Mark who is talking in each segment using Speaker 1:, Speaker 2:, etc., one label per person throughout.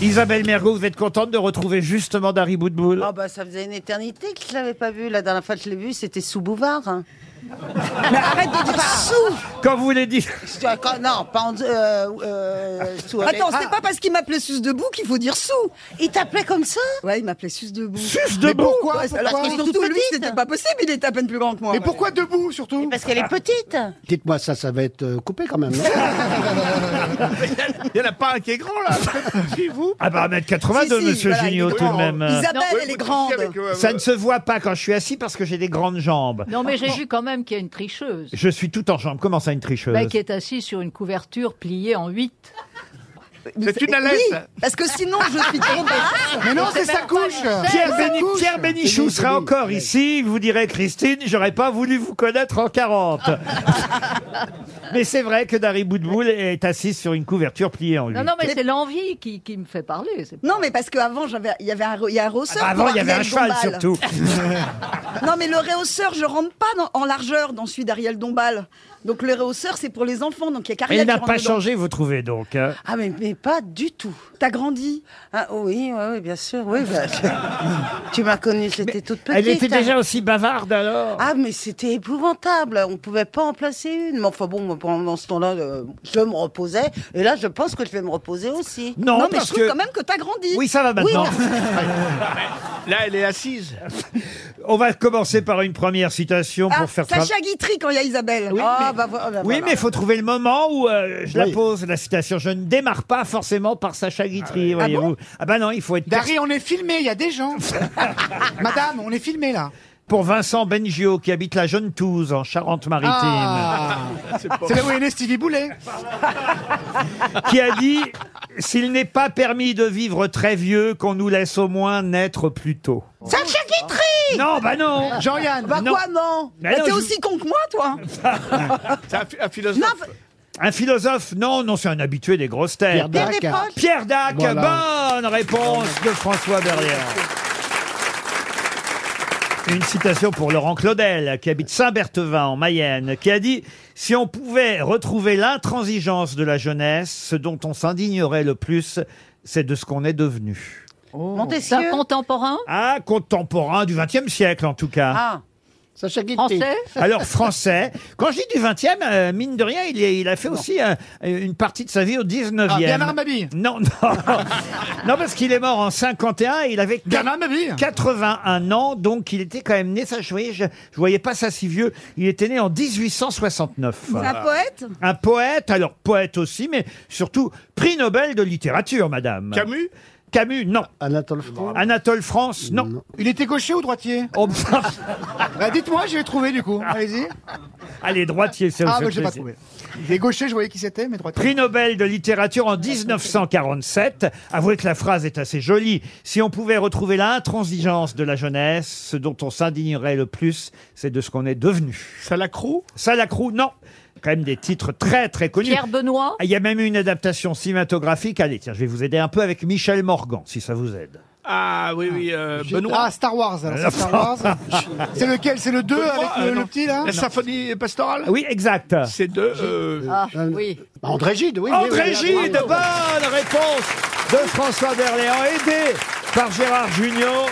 Speaker 1: Isabelle Mergo, vous êtes contente de retrouver justement Dari Boudboul
Speaker 2: Ah bah ça faisait une éternité que je l'avais pas vu. La dernière fois que je l'ai vu, c'était sous Bouvard. hein. Mais arrête de dire sous.
Speaker 1: Quand vous voulez dire...
Speaker 2: Je te raconte- Non, pas en- euh, euh, sous.
Speaker 3: Attends,
Speaker 2: avec-
Speaker 3: c'est pas parce qu'il m'appelait Suce debout qu'il faut dire sous.
Speaker 2: Ah, Il t'appelait comme ça
Speaker 3: Ouais, il m'appelait Suce debout.
Speaker 1: Suce debout
Speaker 3: Pourquoi
Speaker 2: Parce
Speaker 3: Alors,
Speaker 2: qu'elle est
Speaker 3: surtout
Speaker 2: toute
Speaker 3: lui,
Speaker 2: petite.
Speaker 3: c'était pas possible, il était à peine plus grand que moi.
Speaker 4: Mais pourquoi debout surtout
Speaker 2: Parce qu'elle est petite.
Speaker 4: Dites-moi ça, ça va être euh, coupé quand même. non
Speaker 5: Il n'y en a pas un qui est grand là Si vous
Speaker 1: Ah bah 1m82,
Speaker 3: Si, si,
Speaker 1: monsieur
Speaker 3: voilà,
Speaker 1: Junio,
Speaker 3: il est
Speaker 1: tout de
Speaker 3: grand.
Speaker 1: même.
Speaker 3: Isabelle,
Speaker 5: Ouais,
Speaker 3: elle
Speaker 5: vous
Speaker 3: est
Speaker 5: discutez
Speaker 3: grande.
Speaker 5: avec, euh,
Speaker 1: Ça
Speaker 5: euh,
Speaker 1: ne se voit pas quand je suis assis parce que j'ai des grandes jambes.
Speaker 6: Non, mais j'ai vu quand même qu'il y a une tricheuse
Speaker 1: Je suis tout en jambes. Comment ça, une tricheuse
Speaker 6: bah, qui est assise sur une couverture pliée en huit.
Speaker 5: C'est une
Speaker 3: Oui,
Speaker 5: alerte
Speaker 3: parce que sinon je suis tombée.
Speaker 4: Mais non, c'est sa couche
Speaker 1: Pierre,
Speaker 4: C'est sa
Speaker 1: Béni-
Speaker 4: couche.
Speaker 1: Pierre Bénichou
Speaker 4: Béni-
Speaker 1: sera
Speaker 4: Béni-
Speaker 1: encore
Speaker 4: Béni-
Speaker 1: ici. Il vous dirait, Christine, j'aurais pas voulu vous connaître en 40. mais c'est vrai que Dari Boudboul est assise sur une couverture pliée en 8.
Speaker 6: Non, non, mais c'est l'envie qui, qui me fait parler. c'est-
Speaker 3: Non, mais parce qu'avant, j'avais- il y avait un, re- il y a un rehausseur.
Speaker 1: Ah, bah, Avant,
Speaker 3: pour
Speaker 1: il y avait un
Speaker 3: Ariel
Speaker 1: cheval
Speaker 3: Dombal.
Speaker 1: surtout.
Speaker 3: Non, mais le rehausseur, je rentre pas dans- en largeur dans celui d'Ariel Dombal. Donc le rehausseur, c'est pour les enfants, donc il y a
Speaker 1: Mais
Speaker 3: Cariel
Speaker 1: il n'a
Speaker 3: qui rentre
Speaker 1: pas
Speaker 3: dedans.
Speaker 1: changé, vous trouvez donc. hein
Speaker 2: Ah mais, mais pas du tout.
Speaker 3: T'as grandi.
Speaker 2: Ah oui, oui, oui, bien sûr, oui. bah, je- tu m'as connue, j'étais toute petite.
Speaker 1: Elle était
Speaker 2: hein.
Speaker 1: déjà aussi bavarde alors
Speaker 2: Ah mais c'était épouvantable, on pouvait pas en placer une. Mais enfin bon, pendant ce temps-là, euh, je me reposais et là je pense que je vais me reposer aussi.
Speaker 1: Non,
Speaker 3: non, mais je
Speaker 1: parce
Speaker 3: trouve
Speaker 1: que...
Speaker 3: quand même que t'as grandi.
Speaker 1: Oui, ça va maintenant.
Speaker 5: Là, elle est assise.
Speaker 1: On va commencer par une première citation
Speaker 3: Ah,
Speaker 1: pour faire tra-
Speaker 3: Sacha Guitry quand il y a Isabelle.
Speaker 2: Ah, bah, vo- ah, bah,
Speaker 1: Oui,
Speaker 2: voilà.
Speaker 1: mais il faut trouver le moment où euh, je la
Speaker 4: Oui.
Speaker 1: pose, la citation. Je ne démarre pas forcément par Sacha Guitry, voyez-vous. Ah, bah non, il faut être...
Speaker 7: Dari, on est filmé, il y a des gens. ah, Madame, on est filmé là.
Speaker 1: Pour Vincent Bengio, qui habite la Jeune Touze, en Charente-Maritime,
Speaker 7: Ah. C'est là où est né Stevie Boulet.
Speaker 1: qui a dit... S'il n'est pas permis de vivre très vieux, qu'on nous laisse au moins naître plus tôt.
Speaker 3: Sacha Guitry
Speaker 1: Non, bah non
Speaker 7: Jean-Yann,
Speaker 3: Bah
Speaker 1: Non.
Speaker 3: quoi, non
Speaker 1: Mais
Speaker 3: Bah,
Speaker 1: non,
Speaker 3: T'es
Speaker 1: je-
Speaker 3: aussi con que moi, toi
Speaker 5: C'est un, phi- un
Speaker 3: Non,
Speaker 5: philosophe.
Speaker 1: Un philosophe Non, non, c'est un habitué des grosses têtes.
Speaker 4: Pierre
Speaker 2: Pierre
Speaker 4: Dac.
Speaker 2: Desproges.
Speaker 1: Pierre Dac,
Speaker 4: Voilà.
Speaker 1: bonne réponse de François Berrière. Une citation pour Laurent Claudel, qui habite Saint-Berthevin en Mayenne, qui a dit « Si on pouvait retrouver l'intransigeance de la jeunesse, ce dont on s'indignerait le plus, c'est de ce qu'on est devenu.
Speaker 4: Oh.
Speaker 6: C'est un
Speaker 2: Montesquieu.
Speaker 6: contemporain »
Speaker 1: Ah, contemporain du XXe siècle en tout cas.
Speaker 2: Ah.
Speaker 4: Sacha Guitry.
Speaker 6: français
Speaker 1: Alors français, quand je dis du 20e, euh, mine de rien, il, est- il a fait aussi euh, une partie de sa vie au 19e.
Speaker 7: Ah, Bernard Mabille.
Speaker 1: Non, non. non, parce qu'il est mort en 51 et il avait
Speaker 7: Bernard Mabille.
Speaker 1: 81 ans, donc il était quand même né, ça je voyais, je, je voyais pas ça si vieux, il était né en 1869.
Speaker 3: c'est un poète
Speaker 1: Un poète, alors poète aussi, mais surtout prix Nobel de littérature, madame.
Speaker 5: Camus
Speaker 1: Camus, non.
Speaker 4: Anatole France.
Speaker 1: Anatole France, non.
Speaker 7: Il était gaucher ou droitier
Speaker 1: Oh,
Speaker 7: bah, Dites-moi, je l'ai trouvé du coup. Allez-y.
Speaker 1: allez, droitier, c'est
Speaker 7: Ah,
Speaker 1: aussi
Speaker 7: bah, je l'ai pas
Speaker 1: plaisir.
Speaker 7: trouvé. Les gauchers, je voyais qui c'était, mais droitier.
Speaker 1: Prix Nobel de littérature en 1947. Avouez que la phrase est assez jolie. Si on pouvait retrouver l'intransigeance de la jeunesse, ce dont on s'indignerait le plus, c'est de ce qu'on est devenu.
Speaker 5: Salacrou
Speaker 1: Salacrou, non. Quand même des titres très très connus.
Speaker 6: Pierre Benoît
Speaker 1: Il y a même eu une adaptation cinématographique. Allez, tiens, je vais vous aider un peu avec Michel Morgan, si ça vous aide.
Speaker 5: Ah oui, oui, euh, Benoît.
Speaker 7: Ah, Star Wars. alors, c'est Star Wars.
Speaker 1: Ah,
Speaker 7: C'est lequel C'est le 2 avec
Speaker 5: Benoît,
Speaker 7: le,
Speaker 5: euh,
Speaker 7: le
Speaker 5: non.
Speaker 7: petit là
Speaker 5: La symphonie pastorale
Speaker 1: Oui, exact.
Speaker 5: C'est de... euh,
Speaker 6: Ah, oui.
Speaker 4: André Gide, oui. oui, oui,
Speaker 1: André
Speaker 4: oui,
Speaker 1: Gide,
Speaker 4: bravo.
Speaker 1: bonne réponse de François Berléand, aidé par Gérard Junior.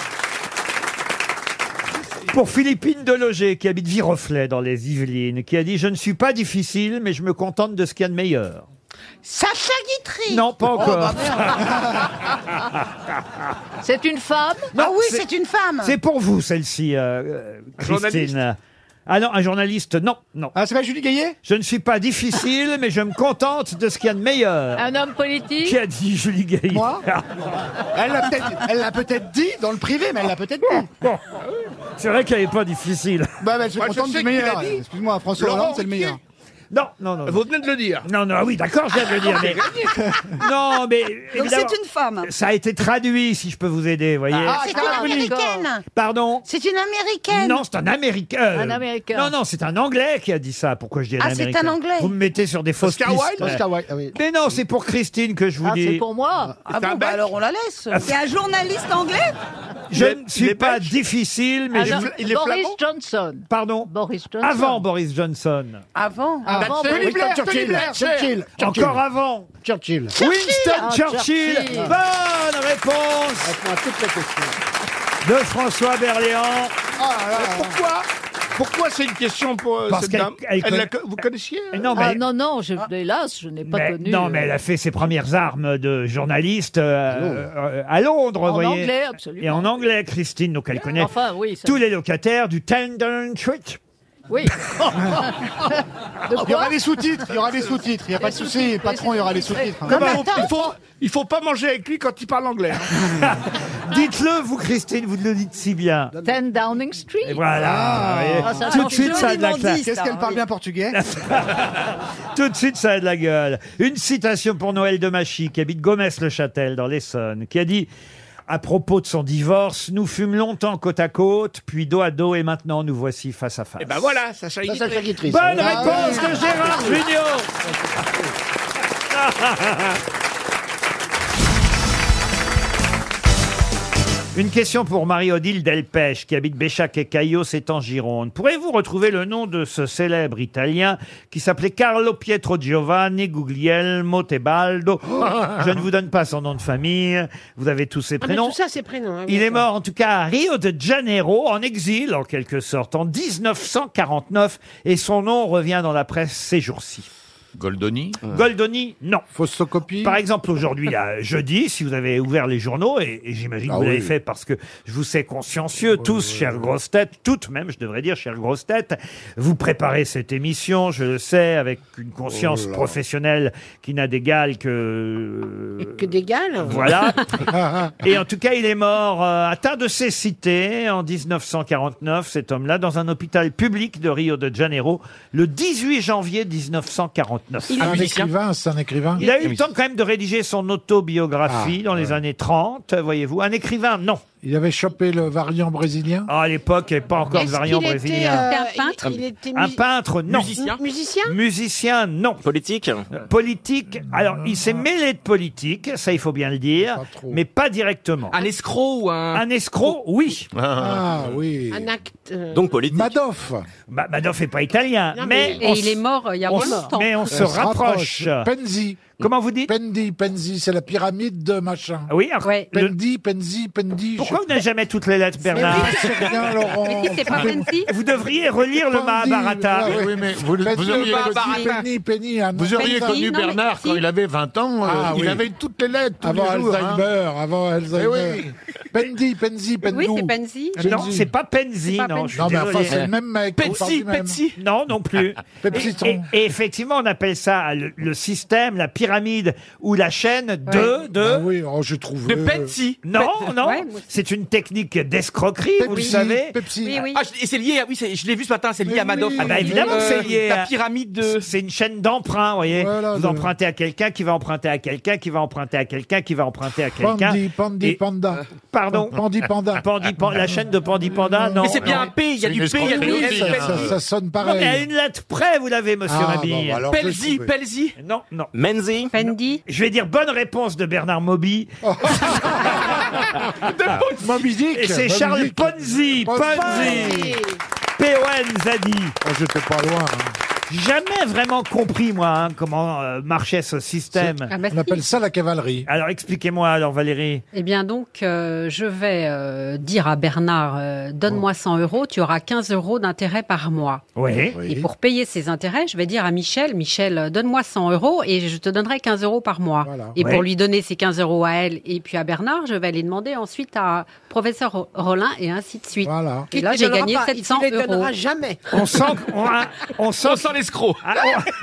Speaker 1: Pour Philippine Deloger, qui habite Viroflay dans les Yvelines, qui a dit Je ne suis pas difficile, mais je me contente de ce qu'il y a de meilleur.
Speaker 2: Sacha Guitry
Speaker 1: Non, pas
Speaker 7: Oh, bah,
Speaker 1: encore.
Speaker 6: C'est une femme
Speaker 1: Non,
Speaker 2: Ah oui,
Speaker 1: c'est-
Speaker 2: c'est une femme
Speaker 1: C'est pour vous, celle-ci, euh, euh,
Speaker 5: journaliste.
Speaker 1: Christine. Ah non, un journaliste, non, non.
Speaker 7: Ah, c'est pas Julie Gaillet
Speaker 1: Je ne suis pas difficile, mais je me contente de ce qu'il y a de meilleur.
Speaker 6: Un homme politique
Speaker 1: Qui a dit Julie Gaillet
Speaker 7: Ah Moi Elle l'a peut-être elle l'a peut-être dit dans le privé, mais elle l'a peut-être dit.
Speaker 1: C'est vrai qu'elle n'est pas difficile.
Speaker 7: Bah, bah, je suis
Speaker 5: Moi, je
Speaker 7: contente
Speaker 5: sais
Speaker 7: du
Speaker 5: qu'il
Speaker 7: meilleur.
Speaker 5: l'a dit.
Speaker 7: Excuse-moi, François
Speaker 5: Laurent
Speaker 7: Hollande, c'est le
Speaker 5: Ruquier.
Speaker 7: meilleur.
Speaker 1: Non, non, non. non.
Speaker 5: Vous venez de le dire. Ah,
Speaker 1: Non, non, ah oui, d'accord, je viens de le dire,
Speaker 2: Ah,
Speaker 1: mais... Non, mais...
Speaker 3: Donc
Speaker 1: évidemment,
Speaker 3: c'est une femme.
Speaker 1: Ça a été traduit, si je peux vous aider, voyez.
Speaker 7: Ah,
Speaker 2: C'est une
Speaker 7: Clara Bruni.
Speaker 2: américaine
Speaker 1: Pardon
Speaker 2: C'est une américaine
Speaker 1: Non, c'est un Américain. euh,
Speaker 6: Un Américain.
Speaker 1: Non, non, c'est un Anglais qui a dit ça. Pourquoi je dis un
Speaker 2: Ah, c'est
Speaker 1: Américain
Speaker 2: un Anglais.
Speaker 1: Vous me mettez sur des fausses
Speaker 5: Oscar
Speaker 1: pistes.
Speaker 5: Wilde
Speaker 1: ouais.
Speaker 4: Oscar Wilde, ah oui.
Speaker 1: Mais non, c'est pour Christine que je vous
Speaker 6: Ah,
Speaker 1: dis.
Speaker 6: c'est pour moi
Speaker 2: Ah
Speaker 5: C'est un
Speaker 2: bon, bah
Speaker 5: bec
Speaker 1: Ah,
Speaker 2: alors on la laisse
Speaker 3: C'est un journaliste anglais
Speaker 1: Je
Speaker 5: Les-
Speaker 1: ne suis
Speaker 5: les
Speaker 1: pas
Speaker 5: Belges
Speaker 1: difficile, mais
Speaker 6: Ah
Speaker 1: je...
Speaker 6: non,
Speaker 5: fl- il est
Speaker 6: Boris
Speaker 5: flamand
Speaker 6: Johnson.
Speaker 1: Pardon
Speaker 6: Boris Johnson. Ah,
Speaker 1: Avant Boris Johnson.
Speaker 2: Ah, Avant
Speaker 8: Ah, bah,
Speaker 6: Avant Boris
Speaker 7: Blair,
Speaker 6: Johnson.
Speaker 7: Tony Blair,
Speaker 4: Churchill. Churchill.
Speaker 1: Encore avant
Speaker 4: Churchill.
Speaker 1: Winston
Speaker 6: Ah,
Speaker 1: Churchill.
Speaker 6: Churchill.
Speaker 1: Bonne réponse
Speaker 4: Réponds à toutes les questions.
Speaker 1: de François Berléand.
Speaker 5: Ah, Pourquoi Pourquoi c'est une question pour euh,
Speaker 1: Parce
Speaker 5: cette
Speaker 1: qu'elle-
Speaker 5: dame
Speaker 1: elle
Speaker 5: Elle la
Speaker 1: conna-
Speaker 5: co- Vous connaissiez euh,
Speaker 1: Non, mais,
Speaker 6: Ah non, non, je, hélas, je n'ai pas
Speaker 1: mais-
Speaker 6: connu.
Speaker 1: non, mais
Speaker 6: euh,
Speaker 1: elle a fait ses premières armes de journaliste euh, euh, à Londres,
Speaker 6: En
Speaker 1: vous voyez.
Speaker 6: anglais, absolument. Ah,
Speaker 1: Et en anglais, Christine, donc elle connaît
Speaker 6: Enfin, oui. ça-
Speaker 1: tous les locataires du Tendon Street.
Speaker 6: Oui.
Speaker 7: Il y aura des sous-titres, il y aura des sous-titres, il n'y a pas de
Speaker 6: Les
Speaker 7: souci,
Speaker 6: sous-titres,
Speaker 7: patron, il y aura
Speaker 6: les
Speaker 7: des sous-titres. hein.
Speaker 5: Comment on- il, faut, il faut pas manger avec lui quand il parle anglais. hein.
Speaker 1: Dites-le, vous, Christine, vous le dites si bien.
Speaker 6: 10 Downing Street.
Speaker 1: Et voilà. vous voyez.
Speaker 6: Ah, ça
Speaker 1: tout de
Speaker 6: marche.
Speaker 1: suite, ça a de la classe.
Speaker 2: Joliment
Speaker 1: Ah,
Speaker 2: dit.
Speaker 6: hein.
Speaker 7: Qu'est-ce qu'elle parle bien portugais
Speaker 1: Tout de suite, ça a de la gueule. Une citation pour Noël Demachy, qui habite Gomès-le-Châtel, dans l'Essonne, qui a dit à propos de son divorce, nous fûmes longtemps côte à côte, puis dos à dos, et maintenant nous voici face à face.
Speaker 5: Eh ben voilà, ça
Speaker 4: Ça, ça
Speaker 5: Guitry.
Speaker 4: qui triste.
Speaker 1: Bonne réponse de Gérard Junior. Une question pour Marie-Odile Delpech, qui habite Béchac et Caillos, c'est en Gironde. Pourrez-vous retrouver le nom de ce célèbre Italien qui s'appelait Carlo Pietro Giovanni Guglielmo Tebaldo Je ne vous donne pas son nom de famille, vous avez tous ses
Speaker 9: Ah, mais
Speaker 1: prénoms.
Speaker 9: tout ça, c'est prénom. hein,
Speaker 1: Il
Speaker 9: oui,
Speaker 1: est mort en tout cas à Rio de Janeiro, en exil en quelque sorte, en 1949, et son nom revient dans la presse ces jours-ci.
Speaker 10: Goldoni
Speaker 1: Goldoni, non.
Speaker 4: Fausse copie.
Speaker 1: Par exemple, aujourd'hui, là, jeudi, si vous avez ouvert les journaux, et, et j'imagine que
Speaker 4: Ah
Speaker 1: vous l'avez
Speaker 4: oui.
Speaker 1: fait parce que je vous sais consciencieux, tous, chères grosses têtes, toutes même, je devrais dire, chères grosses têtes, vous préparez cette émission, je le sais, avec une conscience
Speaker 4: Oh
Speaker 1: professionnelle qui n'a d'égal que...
Speaker 9: d'accord. Que d'égal.
Speaker 1: Voilà. Et en tout cas, il est mort euh, atteint de cécité en 1949, cet homme-là, dans un hôpital public de Rio de Janeiro, le 18 janvier 1949.
Speaker 7: Un écrivain, c'est un écrivain.
Speaker 1: Il a eu le temps quand même de rédiger son autobiographie dans les années 30, voyez-vous. Un écrivain, non.
Speaker 7: Ah, Il avait chopé le variant brésilien.
Speaker 1: Ah, à l'époque, il n'y avait pas encore de
Speaker 9: Est-ce
Speaker 1: variant
Speaker 9: qu'il était,
Speaker 1: brésilien.
Speaker 9: euh,
Speaker 11: C'était un peintre
Speaker 9: Il, il était
Speaker 1: Un
Speaker 9: mu-
Speaker 1: peintre, non.
Speaker 9: musicien.
Speaker 1: Musicien, non. Euh,
Speaker 12: Politique
Speaker 1: Politique, alors il s'est mêlé de politique, ça il faut bien le dire,
Speaker 7: Pas trop.
Speaker 1: mais pas directement.
Speaker 12: Un escroc ou un...
Speaker 1: Un escroc, oui.
Speaker 7: Ah oui.
Speaker 9: Un acte. euh,
Speaker 12: Donc politique.
Speaker 7: Madoff.
Speaker 1: Bah, Madoff n'est pas italien,
Speaker 9: Non,
Speaker 1: mais,
Speaker 11: Et
Speaker 1: on
Speaker 11: il
Speaker 1: s-
Speaker 11: est mort euh, il y a
Speaker 1: on
Speaker 11: moins
Speaker 1: s-
Speaker 11: longtemps.
Speaker 1: mais on se rapproche.
Speaker 7: Penzi.
Speaker 1: Comment vous dites
Speaker 7: Penzi, Penzi, c'est la pyramide de machin.
Speaker 1: Ah Oui. alors,
Speaker 11: Ouais.
Speaker 1: le-
Speaker 7: Penzi, Penzi, Penzi.
Speaker 1: Pourquoi vous n'avez jamais toutes les lettres, Bernard
Speaker 7: je sais rien, Laurent.
Speaker 11: Mais si, c'est pas Penzi
Speaker 1: Vous devriez relire le
Speaker 7: Penzi,
Speaker 1: Mahabharata.
Speaker 7: voilà,
Speaker 10: Oui, mais vous,
Speaker 7: Penzi,
Speaker 10: vous
Speaker 8: Ah,
Speaker 10: auriez,
Speaker 7: Penzi,
Speaker 10: connu,
Speaker 7: Penzi, Penzi, un-
Speaker 10: vous auriez
Speaker 11: Penzi,
Speaker 10: connu
Speaker 11: non, mais
Speaker 10: Bernard
Speaker 11: si.
Speaker 10: quand il avait 20 ans, euh,
Speaker 7: Ah,
Speaker 10: il
Speaker 7: oui.
Speaker 10: avait toutes les lettres, tous
Speaker 7: Avant
Speaker 10: les jours. hein.
Speaker 7: Alzheimer, avant
Speaker 12: Eh
Speaker 7: Alzheimer.
Speaker 10: oui.
Speaker 7: Penzi, Penzi, Pendou.
Speaker 11: Oui, c'est Penzi.
Speaker 1: Non, c'est pas Penzi,
Speaker 11: pas
Speaker 1: non.
Speaker 11: Penzi.
Speaker 1: je suis
Speaker 7: Non, mais enfin,
Speaker 1: désolé.
Speaker 7: c'est le même mec. on parle
Speaker 5: Pepsi,
Speaker 7: du même.
Speaker 5: Pepsi.
Speaker 1: Non, non plus.
Speaker 7: Pepsi,
Speaker 1: Et,
Speaker 7: ton-
Speaker 1: et effectivement, on appelle ça le, le système, la pyramide ou la chaîne de... de...
Speaker 7: Ah oui, oh, je trouve.
Speaker 5: De Pepsi.
Speaker 1: Non, non,
Speaker 11: Ouais, moi aussi.
Speaker 1: c'est une technique d'escroquerie, vous le
Speaker 7: Pepsi,
Speaker 1: savez.
Speaker 7: Pepsi.
Speaker 11: Oui, oui.
Speaker 12: Ah, je- et c'est lié, à- oui, c'est- je l'ai vu ce matin, c'est lié
Speaker 7: Mais
Speaker 12: à Madoff. Euh,
Speaker 7: oui.
Speaker 1: Ah bah évidemment que
Speaker 8: Euh,
Speaker 1: c'est lié à-
Speaker 12: La pyramide de...
Speaker 1: C'est une chaîne d'emprunt, vous voyez.
Speaker 7: Voilà,
Speaker 1: vous
Speaker 7: de-
Speaker 1: empruntez à quelqu'un, qui va emprunter à quelqu'un, qui va emprunter à quelqu'un, qui va emprunter à quelqu'un.
Speaker 7: Pandi, Pandi,
Speaker 1: Et-
Speaker 7: Panda.
Speaker 1: Pardon.
Speaker 7: Pandi, Panda.
Speaker 1: Pandi, Pan- la chaîne de Pandi Panda, non.
Speaker 12: Mais c'est bien
Speaker 1: non.
Speaker 12: un P, il y a
Speaker 10: C'est
Speaker 12: du
Speaker 10: une
Speaker 12: P, il y a du
Speaker 10: escroquerie,
Speaker 12: S.
Speaker 10: ça,
Speaker 7: Ça,
Speaker 12: Pelzi.
Speaker 7: ça sonne
Speaker 1: Non, mais à
Speaker 7: pareil.
Speaker 1: une lettre près, vous l'avez, monsieur
Speaker 7: Ah,
Speaker 1: Mabille.
Speaker 7: bon, alors, je l'ai
Speaker 12: Pelzi,
Speaker 7: trouvé.
Speaker 12: Pelzi.
Speaker 1: Non, non.
Speaker 12: Menzi.
Speaker 11: Fendi.
Speaker 1: Je vais dire bonne réponse de Bernard Moby.
Speaker 7: Moby Dick.
Speaker 1: Et c'est
Speaker 7: Moby
Speaker 1: Charles
Speaker 7: Dick.
Speaker 1: Ponzi. Ponzi. P-O-N-Z-I.
Speaker 7: Oh, J'étais pas loin. hein.
Speaker 1: Jamais vraiment compris, moi, hein, comment euh, marchait ce système.
Speaker 11: Ah bah
Speaker 7: On
Speaker 11: si.
Speaker 7: appelle ça la cavalerie.
Speaker 1: Alors expliquez-moi, alors Valérie.
Speaker 11: Eh bien donc, euh, je vais euh, dire à Bernard, euh, donne-moi 100 euros, tu auras 15 euros d'intérêt par mois.
Speaker 1: Oh. Oui.
Speaker 11: Et pour payer ces intérêts, je vais dire à Michel, Michel, euh, donne-moi 100 euros et je te donnerai 15 euros par mois.
Speaker 7: Voilà.
Speaker 11: Et
Speaker 1: Ouais.
Speaker 11: pour lui donner ces 15 euros à elle et puis à Bernard, je vais les demander ensuite à professeur Ro- Rollin et ainsi de suite.
Speaker 7: Voilà.
Speaker 11: Et là,
Speaker 9: Il te
Speaker 11: j'ai
Speaker 9: donnera
Speaker 11: gagné
Speaker 9: pas,
Speaker 11: 700
Speaker 9: Il ne les
Speaker 11: euros.
Speaker 9: donnera jamais.
Speaker 1: On sent, on, a- on sent,
Speaker 5: On sent l'escroc.
Speaker 1: ah,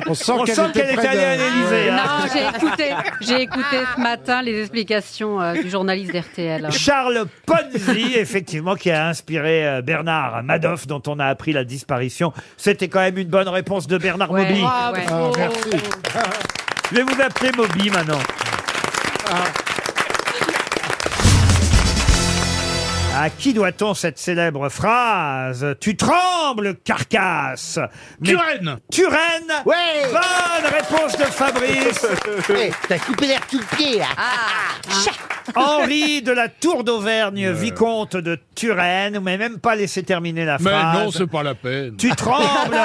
Speaker 7: On
Speaker 1: on-
Speaker 7: sent
Speaker 1: on
Speaker 7: qu'elle
Speaker 1: sent
Speaker 7: était
Speaker 1: qu'elle est
Speaker 7: près
Speaker 1: allée
Speaker 7: de-
Speaker 1: à
Speaker 13: Ah,
Speaker 1: l'Élysée. hein.
Speaker 11: Non, j'ai écouté, j'ai écouté ce matin les explications euh, du journaliste d'RTL.
Speaker 1: Charles Ponzi, effectivement, qui a inspiré euh, Bernard Madoff, dont on a appris la disparition. C'était quand même une bonne réponse de Bernard
Speaker 11: Ouais,
Speaker 1: Moby.
Speaker 11: ouais.
Speaker 7: Ah, merci.
Speaker 1: Je vais vous appeler Moby maintenant. À qui doit-on cette célèbre phrase Tu trembles, carcasse Mais
Speaker 5: Turenne.
Speaker 1: Turenne
Speaker 4: Ouais.
Speaker 1: Bonne réponse de Fabrice
Speaker 4: Hey, T'as coupé l'air tout le pied, là.
Speaker 11: Ah, hein.
Speaker 1: Henri de la Tour d'Auvergne, vicomte de Turenne. Vous m'avez même pas laissé terminer la
Speaker 14: Mais
Speaker 1: phrase.
Speaker 14: non, c'est pas la peine.
Speaker 1: Tu trembles,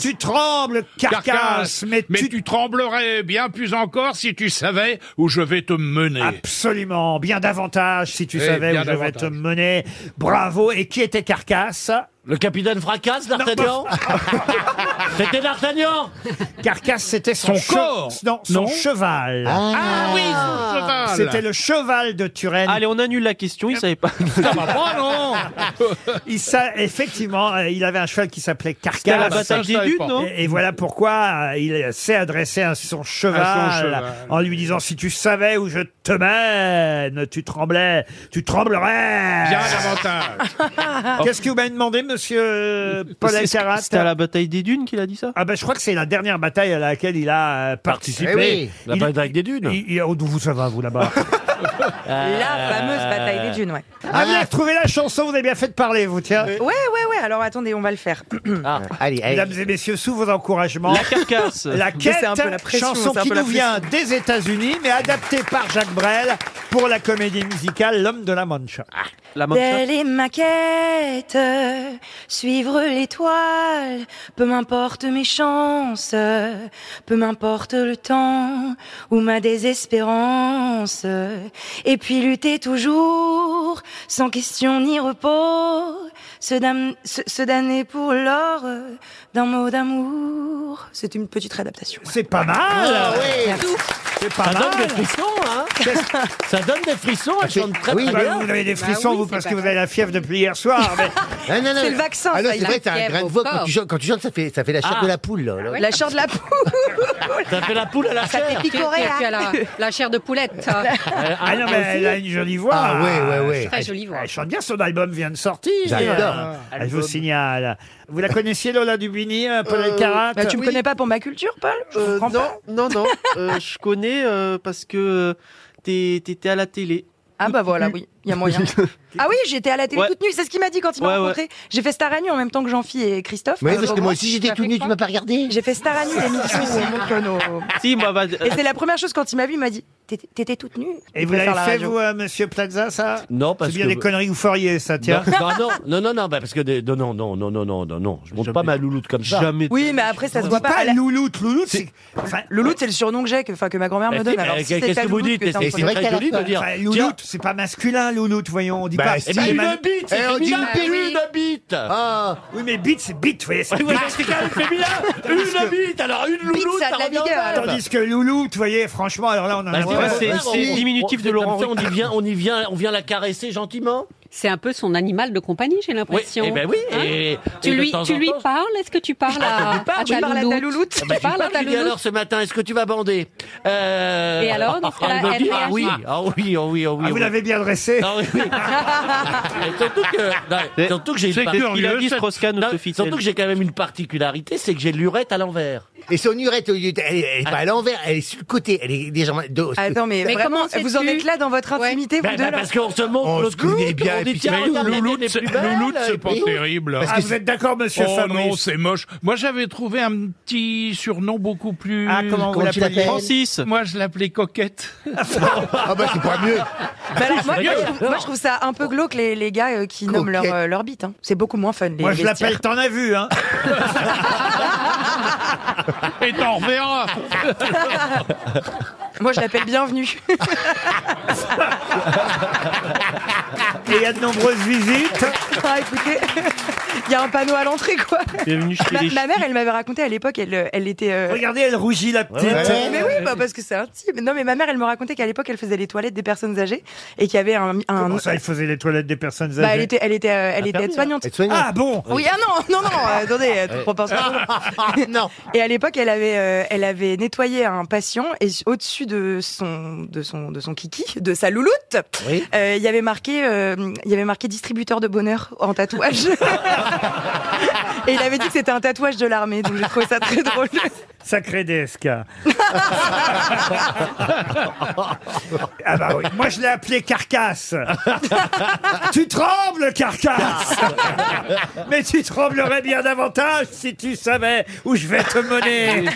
Speaker 1: tu trembles, carcasse, mais,
Speaker 14: tu... tremblerais bien plus encore si tu savais où je vais te mener.
Speaker 1: Absolument, bien davantage si tu
Speaker 14: Eh,
Speaker 1: savais
Speaker 14: bien
Speaker 1: où je vais te
Speaker 14: davantage.
Speaker 1: mener. Bravo. Et qui était Carcasse Le capitaine Fracasse,
Speaker 8: D'Artagnan C'était D'Artagnan
Speaker 1: Carcasse, c'était son,
Speaker 8: Son
Speaker 1: che-
Speaker 8: corps
Speaker 1: Non, son
Speaker 8: Non
Speaker 1: cheval.
Speaker 8: Ah. Ah oui, son cheval.
Speaker 1: C'était le cheval de Turenne. Euh,
Speaker 5: Allez, on annule la question, il savait pas.
Speaker 1: Ça va pas, non il sa- Effectivement, euh, il avait un cheval qui s'appelait
Speaker 5: C'était la
Speaker 1: Carcasse.
Speaker 5: bataille des dunes, non
Speaker 1: et, et voilà pourquoi euh, il s'est adressé à son cheval,
Speaker 5: cheval.
Speaker 1: en lui disant « Si tu savais où je te mène, tu tremblais, tu tremblerais !»
Speaker 5: Bien
Speaker 1: davantage Qu'est-ce que vous m'avez demandé, monsieur euh, Paul
Speaker 5: C'est-
Speaker 1: Alcarat
Speaker 5: c'était à la
Speaker 1: bataille des dunes qu'il a dit ça Ah ben je crois que c'est la dernière bataille à laquelle il a euh, participé.
Speaker 5: Eh oui, la bataille
Speaker 1: des dunes oh, D'où vous ça va, vous, là-bas
Speaker 13: La fameuse bataille des dunes, ouais.
Speaker 1: Ah, vous avez trouvé la chanson, vous avez bien fait de parler, vous, tiens.
Speaker 13: Ouais, ouais, ouais, alors attendez, on va le faire.
Speaker 8: Ah.
Speaker 1: Mesdames et messieurs, sous vos encouragements.
Speaker 5: La carcasse.
Speaker 1: La
Speaker 5: Mais
Speaker 1: quête,
Speaker 5: c'est un peu la pression,
Speaker 1: chanson
Speaker 5: c'est un
Speaker 1: qui
Speaker 5: peu la
Speaker 1: nous vient des États-Unis, mais adaptée par Jacques Brel pour la comédie musicale L'homme de la Mancha.
Speaker 8: Ah,
Speaker 5: La
Speaker 13: Telle est ma quête, suivre l'étoile, peu m'importe mes chances, peu m'importe le temps ou ma désespérance, et puis lutter toujours, sans question ni repos, se, dam- se- se damner pour l'or d'un mot d'amour. C'est une petite réadaptation.
Speaker 1: C'est pas mal
Speaker 8: Ah oui.
Speaker 1: C'est
Speaker 8: Ça
Speaker 1: pas
Speaker 8: donne
Speaker 1: mal.
Speaker 8: des frissons, hein Ça donne des frissons, elle chante très
Speaker 1: Oui,
Speaker 8: très
Speaker 1: bah,
Speaker 8: bien.
Speaker 1: vous avez des frissons, vous, parce que vous avez la fièvre depuis hier soir. mais-
Speaker 13: C'est le vaccin,
Speaker 15: Ah non,
Speaker 13: ça,
Speaker 15: c'est
Speaker 13: il a
Speaker 15: vrai,
Speaker 13: la
Speaker 15: t'as un
Speaker 13: fièvre
Speaker 15: grain de
Speaker 13: au
Speaker 15: voix. Quand
Speaker 13: corps.
Speaker 15: tu, chantes, quand tu chantes, ça fait, ça fait la chair
Speaker 13: Ah.
Speaker 15: de la poule. là.
Speaker 13: La chair de la poule.
Speaker 15: Ça fait la poule à la
Speaker 11: Ça fait picorer, hein. Tu as la, la chair de poulette.
Speaker 8: Euh,
Speaker 1: Ah non, mais elle a une jolie voix.
Speaker 15: Ah ouais, ouais, ouais.
Speaker 11: Très jolie voix.
Speaker 1: Elle chante bien, son album vient de sortir.
Speaker 15: J'adore.
Speaker 1: Euh, je vous signale. Vous la connaissiez, Lola Dubini, euh, Paul Alcarat
Speaker 13: Bah, tu me connais pas pour ma culture, Paul Je comprends
Speaker 5: non,
Speaker 13: pas.
Speaker 5: non, non, euh, je connais euh, parce que euh, t'es- t'étais à la télé.
Speaker 13: Ah bah voilà, oui, il y a moyen. Ah oui, j'étais à la télé
Speaker 5: Ouais.
Speaker 13: toute nue, c'est ce qu'il m'a dit quand il m'a
Speaker 5: Ouais, ouais.
Speaker 13: rencontré. J'ai fait Star à nu en même temps que Jean-Phi et Christophe.
Speaker 5: Oui,
Speaker 13: Euh,
Speaker 5: parce que
Speaker 13: Laurent.
Speaker 5: moi aussi, j'étais
Speaker 13: Tu as
Speaker 5: toute
Speaker 13: fait
Speaker 5: nue, tu
Speaker 13: quoi
Speaker 5: m'as
Speaker 15: pas regardé
Speaker 13: J'ai fait Star à nu, l'émission où on montre nos-
Speaker 5: Si, moi, bah,
Speaker 13: Et c'est la première chose quand il m'a vu, il m'a dit T'étais- T'étais toute nue
Speaker 1: Et vous l'avez fait, vous, euh, monsieur Plaza, ça
Speaker 8: Non, parce
Speaker 1: C'est bien
Speaker 8: que-
Speaker 1: des conneries que vous feriez, ça, tiens.
Speaker 8: Non, non, non, non, non, bah, parce que des- non, non, non, non, non, non, non, non, je monte pas ma louloute comme ça.
Speaker 5: Jamais.
Speaker 13: Oui, mais après, ça se
Speaker 8: On
Speaker 13: voit
Speaker 8: dit
Speaker 13: pas.
Speaker 8: pas
Speaker 13: Elle a-
Speaker 1: Louloute, Louloute, c'est.
Speaker 13: Louloute, c'est le surnom que j'ai, que, enfin, que ma grand-mère me
Speaker 8: Mais
Speaker 13: donne.
Speaker 8: si, mais
Speaker 13: Alors, si
Speaker 8: qu'est-ce
Speaker 13: c'est
Speaker 8: que
Speaker 13: ta
Speaker 8: vous
Speaker 13: Louloute
Speaker 8: dites
Speaker 13: que t'as
Speaker 8: Et c'est vrai
Speaker 13: employée.
Speaker 8: qu'elle a peur.
Speaker 1: Enfin, Louloute, Bah, c'est pas masculin, Louloute, voyons, on dit
Speaker 8: Bah,
Speaker 1: pas.
Speaker 8: si. Eh ben, une
Speaker 1: man-
Speaker 8: bite, c'est Eh, on dit féminin. une bite. Une bite.
Speaker 1: Ah. Oui, mais bite, c'est bite, vous voyez, c'est
Speaker 8: Oui, voilà, c'est quand même féminin. Une bite, alors une louloute,
Speaker 1: Bite, ça a
Speaker 8: ça
Speaker 1: de la
Speaker 8: revient au
Speaker 1: vigueur.
Speaker 8: même.
Speaker 1: Tandis que louloute, vous voyez, franchement, alors là, on en a
Speaker 8: Bah,
Speaker 1: un-
Speaker 8: c'est-
Speaker 1: Ouais,
Speaker 8: c'est-
Speaker 1: on-
Speaker 8: c'est
Speaker 1: on-
Speaker 8: diminutif de
Speaker 1: on-
Speaker 8: Laurent
Speaker 1: comme ça,
Speaker 8: on y vient, on y vient, on vient la caresser gentiment.
Speaker 11: C'est un peu son animal de compagnie, j'ai l'impression.
Speaker 8: eh ben oui,
Speaker 11: Hein
Speaker 8: et- et
Speaker 11: tu
Speaker 8: de
Speaker 11: lui,
Speaker 8: temps
Speaker 11: tu
Speaker 8: en
Speaker 11: lui
Speaker 8: temps- Ah,
Speaker 11: parles Est-ce que tu parles à, à
Speaker 8: oui.
Speaker 11: ta louloute
Speaker 8: Ah bah,
Speaker 11: Tu
Speaker 8: tu
Speaker 11: parles à ta
Speaker 8: lui dis, alors
Speaker 11: louloute
Speaker 8: ce matin, est-ce que tu vas bander Euh,
Speaker 11: Et alors, dans ce cas-là,
Speaker 8: elle me
Speaker 11: elle
Speaker 8: dit, ah
Speaker 11: réagit.
Speaker 8: oui, ah oui, ah oui, ah oui.
Speaker 1: Ah,
Speaker 8: ah
Speaker 1: vous
Speaker 8: oui.
Speaker 1: l'avez bien dressé.
Speaker 8: Ah oui, oui. Et surtout que, non, surtout que j'ai
Speaker 5: c'est
Speaker 8: une particularité-
Speaker 5: curieux, cette-
Speaker 8: Non,
Speaker 5: Sophie
Speaker 8: Surtout
Speaker 5: Tell.
Speaker 8: que j'ai quand même une particularité, c'est que j'ai l'urette à l'envers. Ah.
Speaker 15: Et son urette, au lieu de- elle, elle est pas à l'envers, elle est sur le côté. Elle est légèrement. dos-
Speaker 13: Attends, mais,
Speaker 15: Mais
Speaker 13: vraiment,
Speaker 15: comment sais-tu
Speaker 13: vous en êtes là dans votre intimité,
Speaker 15: Bah,
Speaker 13: vous
Speaker 15: bah,
Speaker 13: deux là
Speaker 15: parce qu'on se montre
Speaker 8: On
Speaker 15: l'autre
Speaker 8: se connaît
Speaker 15: coup,
Speaker 8: bien,
Speaker 15: on dit,
Speaker 8: et puis
Speaker 15: tiens,
Speaker 8: c'est-
Speaker 15: regarde,
Speaker 8: Louloute,
Speaker 15: elle est
Speaker 8: c'est-
Speaker 15: plus belle,
Speaker 8: Louloute,
Speaker 15: elle
Speaker 8: c'est
Speaker 15: est
Speaker 8: pas
Speaker 15: plus belle.
Speaker 14: Terrible.
Speaker 8: Bah,
Speaker 1: Ah, vous êtes d'accord, monsieur
Speaker 14: Oh
Speaker 1: Fabrice
Speaker 14: non, c'est moche. Moi, j'avais trouvé un petit surnom beaucoup plus.
Speaker 1: Ah, comment vous Comment tu l'appeliez l'appelles
Speaker 14: Francis. Moi, je l'appelais Coquette. ah, bah, c'est pas mieux.
Speaker 13: Bah, alors, moi, moi, je trouve, moi, je trouve ça un peu glauque, les, les gars euh, qui nomment leur, euh, leur bite. hein. C'est beaucoup moins fun, les
Speaker 1: Moi, je
Speaker 13: vestiaires.
Speaker 1: l'appelle T'en as vu, hein
Speaker 14: Et t'en reverras.
Speaker 13: Moi, je l'appelle bienvenue.
Speaker 1: Et il y a de nombreuses visites.
Speaker 13: Ah, écoutez, il y a un panneau à l'entrée, quoi.
Speaker 5: Bienvenue chez
Speaker 13: Ma,
Speaker 5: les
Speaker 13: ma mère, elle m'avait raconté à l'époque, elle, euh, elle était. euh,
Speaker 1: Regardez, elle rougit la petite.
Speaker 13: Mais oui, bah, parce que c'est intime. Non, mais ma mère, elle me racontait qu'à l'époque, elle faisait les toilettes des personnes âgées et qu'il y avait un. un-
Speaker 1: Comment ça, il faisait les toilettes des personnes âgées
Speaker 13: Bah, elle était, elle était, euh, elle était aide-soignante.
Speaker 1: Ah bon
Speaker 13: Oui, ah non, non, non, euh, attendez, euh,
Speaker 1: Ouais.
Speaker 13: toute proportion. non. Et à l'époque, elle avait, euh, elle avait nettoyé un patient et s- au-dessus de son, de son, de son kiki, de sa louloute, euh, il
Speaker 8: Oui.
Speaker 13: y avait marqué, euh, il y avait marqué distributeur de bonheur en tatouage. et il avait dit que c'était un tatouage de l'armée, donc j'ai trouvé ça très drôle.
Speaker 1: Sacré DSK. ah bah oui, moi je l'ai appelé carcasse. tu trembles, carcasse. Mais tu tremblerais bien davantage si tu savais où je vais te mener.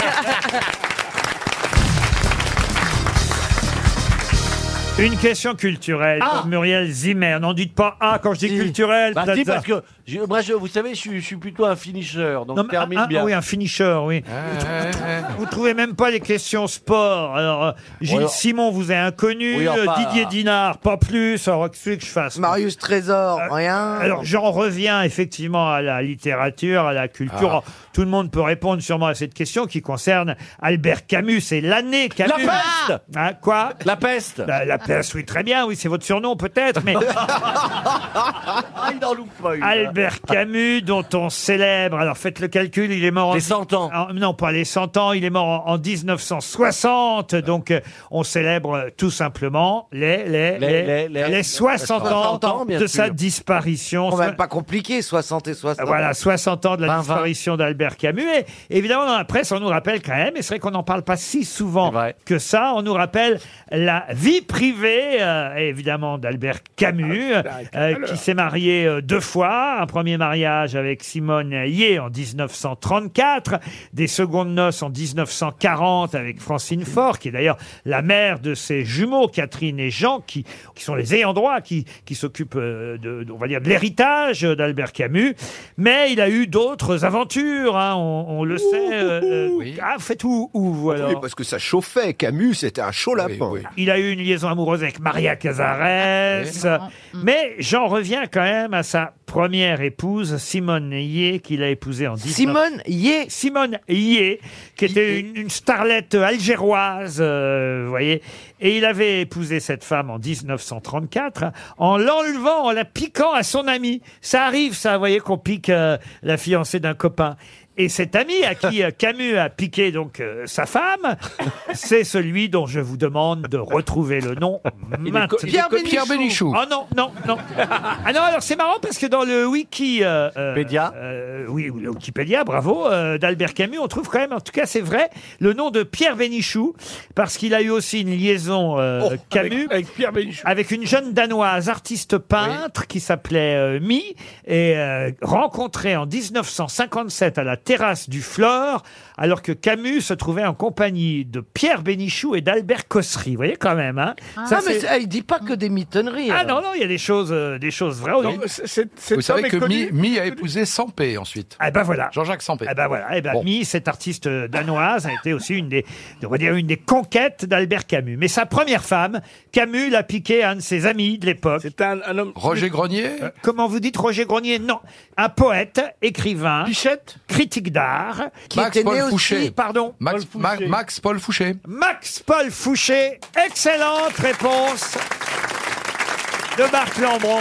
Speaker 1: Une question culturelle
Speaker 16: Ah.
Speaker 1: pour Muriel Zimmer. N'en dites pas ah quand je dis culturel.
Speaker 16: Bah, dis,
Speaker 1: Plaza.
Speaker 16: parce que je- moi, je- vous savez, je, suis- je suis plutôt un finisher, donc
Speaker 1: Non,
Speaker 16: je
Speaker 1: mais
Speaker 16: termine
Speaker 1: un- un-
Speaker 16: bien.
Speaker 1: oui, un finisher, oui. Vous trou- vous, trou- vous trouvez même pas les questions sport. Alors, euh, Gilles
Speaker 16: alors-
Speaker 1: Simon vous est inconnu,
Speaker 16: Oui, enfin,
Speaker 1: euh, Didier
Speaker 16: ah.
Speaker 1: Dinard, pas plus. Alors, que celui que je fasse. Marius Trésor, rien. Alors, j'en reviens effectivement à la littérature, à la culture.
Speaker 16: Ah.
Speaker 1: Tout le monde peut répondre sûrement à cette question qui concerne Albert Camus et l'année Camus.
Speaker 16: peste
Speaker 1: Hein, Quoi
Speaker 16: La peste
Speaker 1: la, la peste, oui, très bien, oui, c'est votre surnom peut-être, mais...
Speaker 16: Ah, il en loupe pas une.
Speaker 1: Albert Camus, dont on célèbre, alors faites le calcul, il est mort en... Les
Speaker 16: 100 ans.
Speaker 1: non, pas les 100 ans, il est mort en, en 1960, donc euh, on célèbre euh, tout simplement les, les,
Speaker 15: Les-
Speaker 1: les,
Speaker 15: les- les-
Speaker 1: les 60 ans,
Speaker 15: 60 ans, bien
Speaker 1: de
Speaker 15: sûr.
Speaker 1: sa disparition.
Speaker 15: Quand même pas compliqué, 60 et 60.
Speaker 1: Voilà, 60 ans de la
Speaker 15: 20.
Speaker 1: disparition d'Albert Camus. Et évidemment, dans la presse, on nous rappelle quand même, et c'est vrai qu'on n'en parle pas si souvent que ça, on nous rappelle la vie privée, euh, évidemment, d'Albert Camus, euh, qui s'est marié euh, deux fois. Un premier mariage avec Simone Hayé en 1934, des secondes noces en 1940 avec Francine Faure, qui est d'ailleurs la mère de ses jumeaux, Catherine et Jean, qui, qui sont les ayants droit, qui, qui s'occupent euh, de, de- on va dire, de l'héritage d'Albert Camus. Mais il a eu d'autres aventures, hein, on, on le sait. euh, euh, Ah, faites où, où vous alors
Speaker 16: bah,
Speaker 17: Oui, parce que ça chauffait. Camus, c'était un chaud lapin.
Speaker 1: Il a eu une liaison amoureuse avec Maria Cazares. Mais j'en reviens quand même à sa première épouse, Simone Yé, qu'il a épousée en 19...
Speaker 15: Simone
Speaker 1: Yé Simone Yé, qui était une, une starlette algéroise, euh, vous voyez. Et il avait épousé cette femme en 1934 hein, en l'enlevant, en la piquant à son ami. Ça arrive, ça, vous voyez, qu'on pique euh, la fiancée d'un copain. Et cet ami à qui euh, Camus a piqué donc euh, sa femme, c'est celui dont je vous demande de retrouver le nom
Speaker 5: Il est
Speaker 1: maintenant.
Speaker 5: co- il est co- Pierre Pierre Bénichou. Bénichou.
Speaker 1: Oh non, non, non. Ah non, alors c'est marrant parce que dans le wiki... euh, euh, euh, oui, ou le Wikipédia, bravo, euh, d'Albert Camus, on trouve quand même, en tout cas c'est vrai, le nom de Pierre Bénichou, parce qu'il a eu aussi une liaison euh,
Speaker 5: Oh,
Speaker 1: Camus
Speaker 5: avec- avec Pierre Bénichou.
Speaker 1: avec une jeune danoise artiste peintre qui s'appelait euh, Mi et euh, rencontrée en 1957 à la terrasse du Flore alors que Camus se trouvait en compagnie de Pierre Bénichou et d'Albert Cossery. Vous voyez quand même, hein
Speaker 15: Ah,
Speaker 1: Ça,
Speaker 15: mais
Speaker 1: c'est-
Speaker 15: c'est- ah, il dit pas que des mitonneries.
Speaker 1: Ah
Speaker 15: alors.
Speaker 1: non, non, il y a des choses, euh, des choses vraies.
Speaker 5: Donc, c'est- c'est- cet
Speaker 8: Vous savez
Speaker 5: homme est
Speaker 8: que
Speaker 5: connu
Speaker 8: Mi, Mi a épousé Sampé ensuite.
Speaker 1: Ah ben voilà.
Speaker 8: Jean-Jacques Sampé.
Speaker 1: Eh ben voilà, eh ben Mi, cette artiste euh, danoise, a été aussi une des, on va dire, une des conquêtes d'Albert Camus. Mais sa première femme, Camus l'a piqué à un de ses amis de l'époque. C'est
Speaker 5: un, homme.
Speaker 8: Roger Grenier
Speaker 1: Comment vous dites Roger Grenier Non, un poète, écrivain, critique d'art,
Speaker 8: Max Paul Fouché.
Speaker 1: Pardon.
Speaker 8: Max Paul Fouché. Max Paul Fouché.
Speaker 1: Max Paul Fouché. Excellente réponse de Marc Lambron.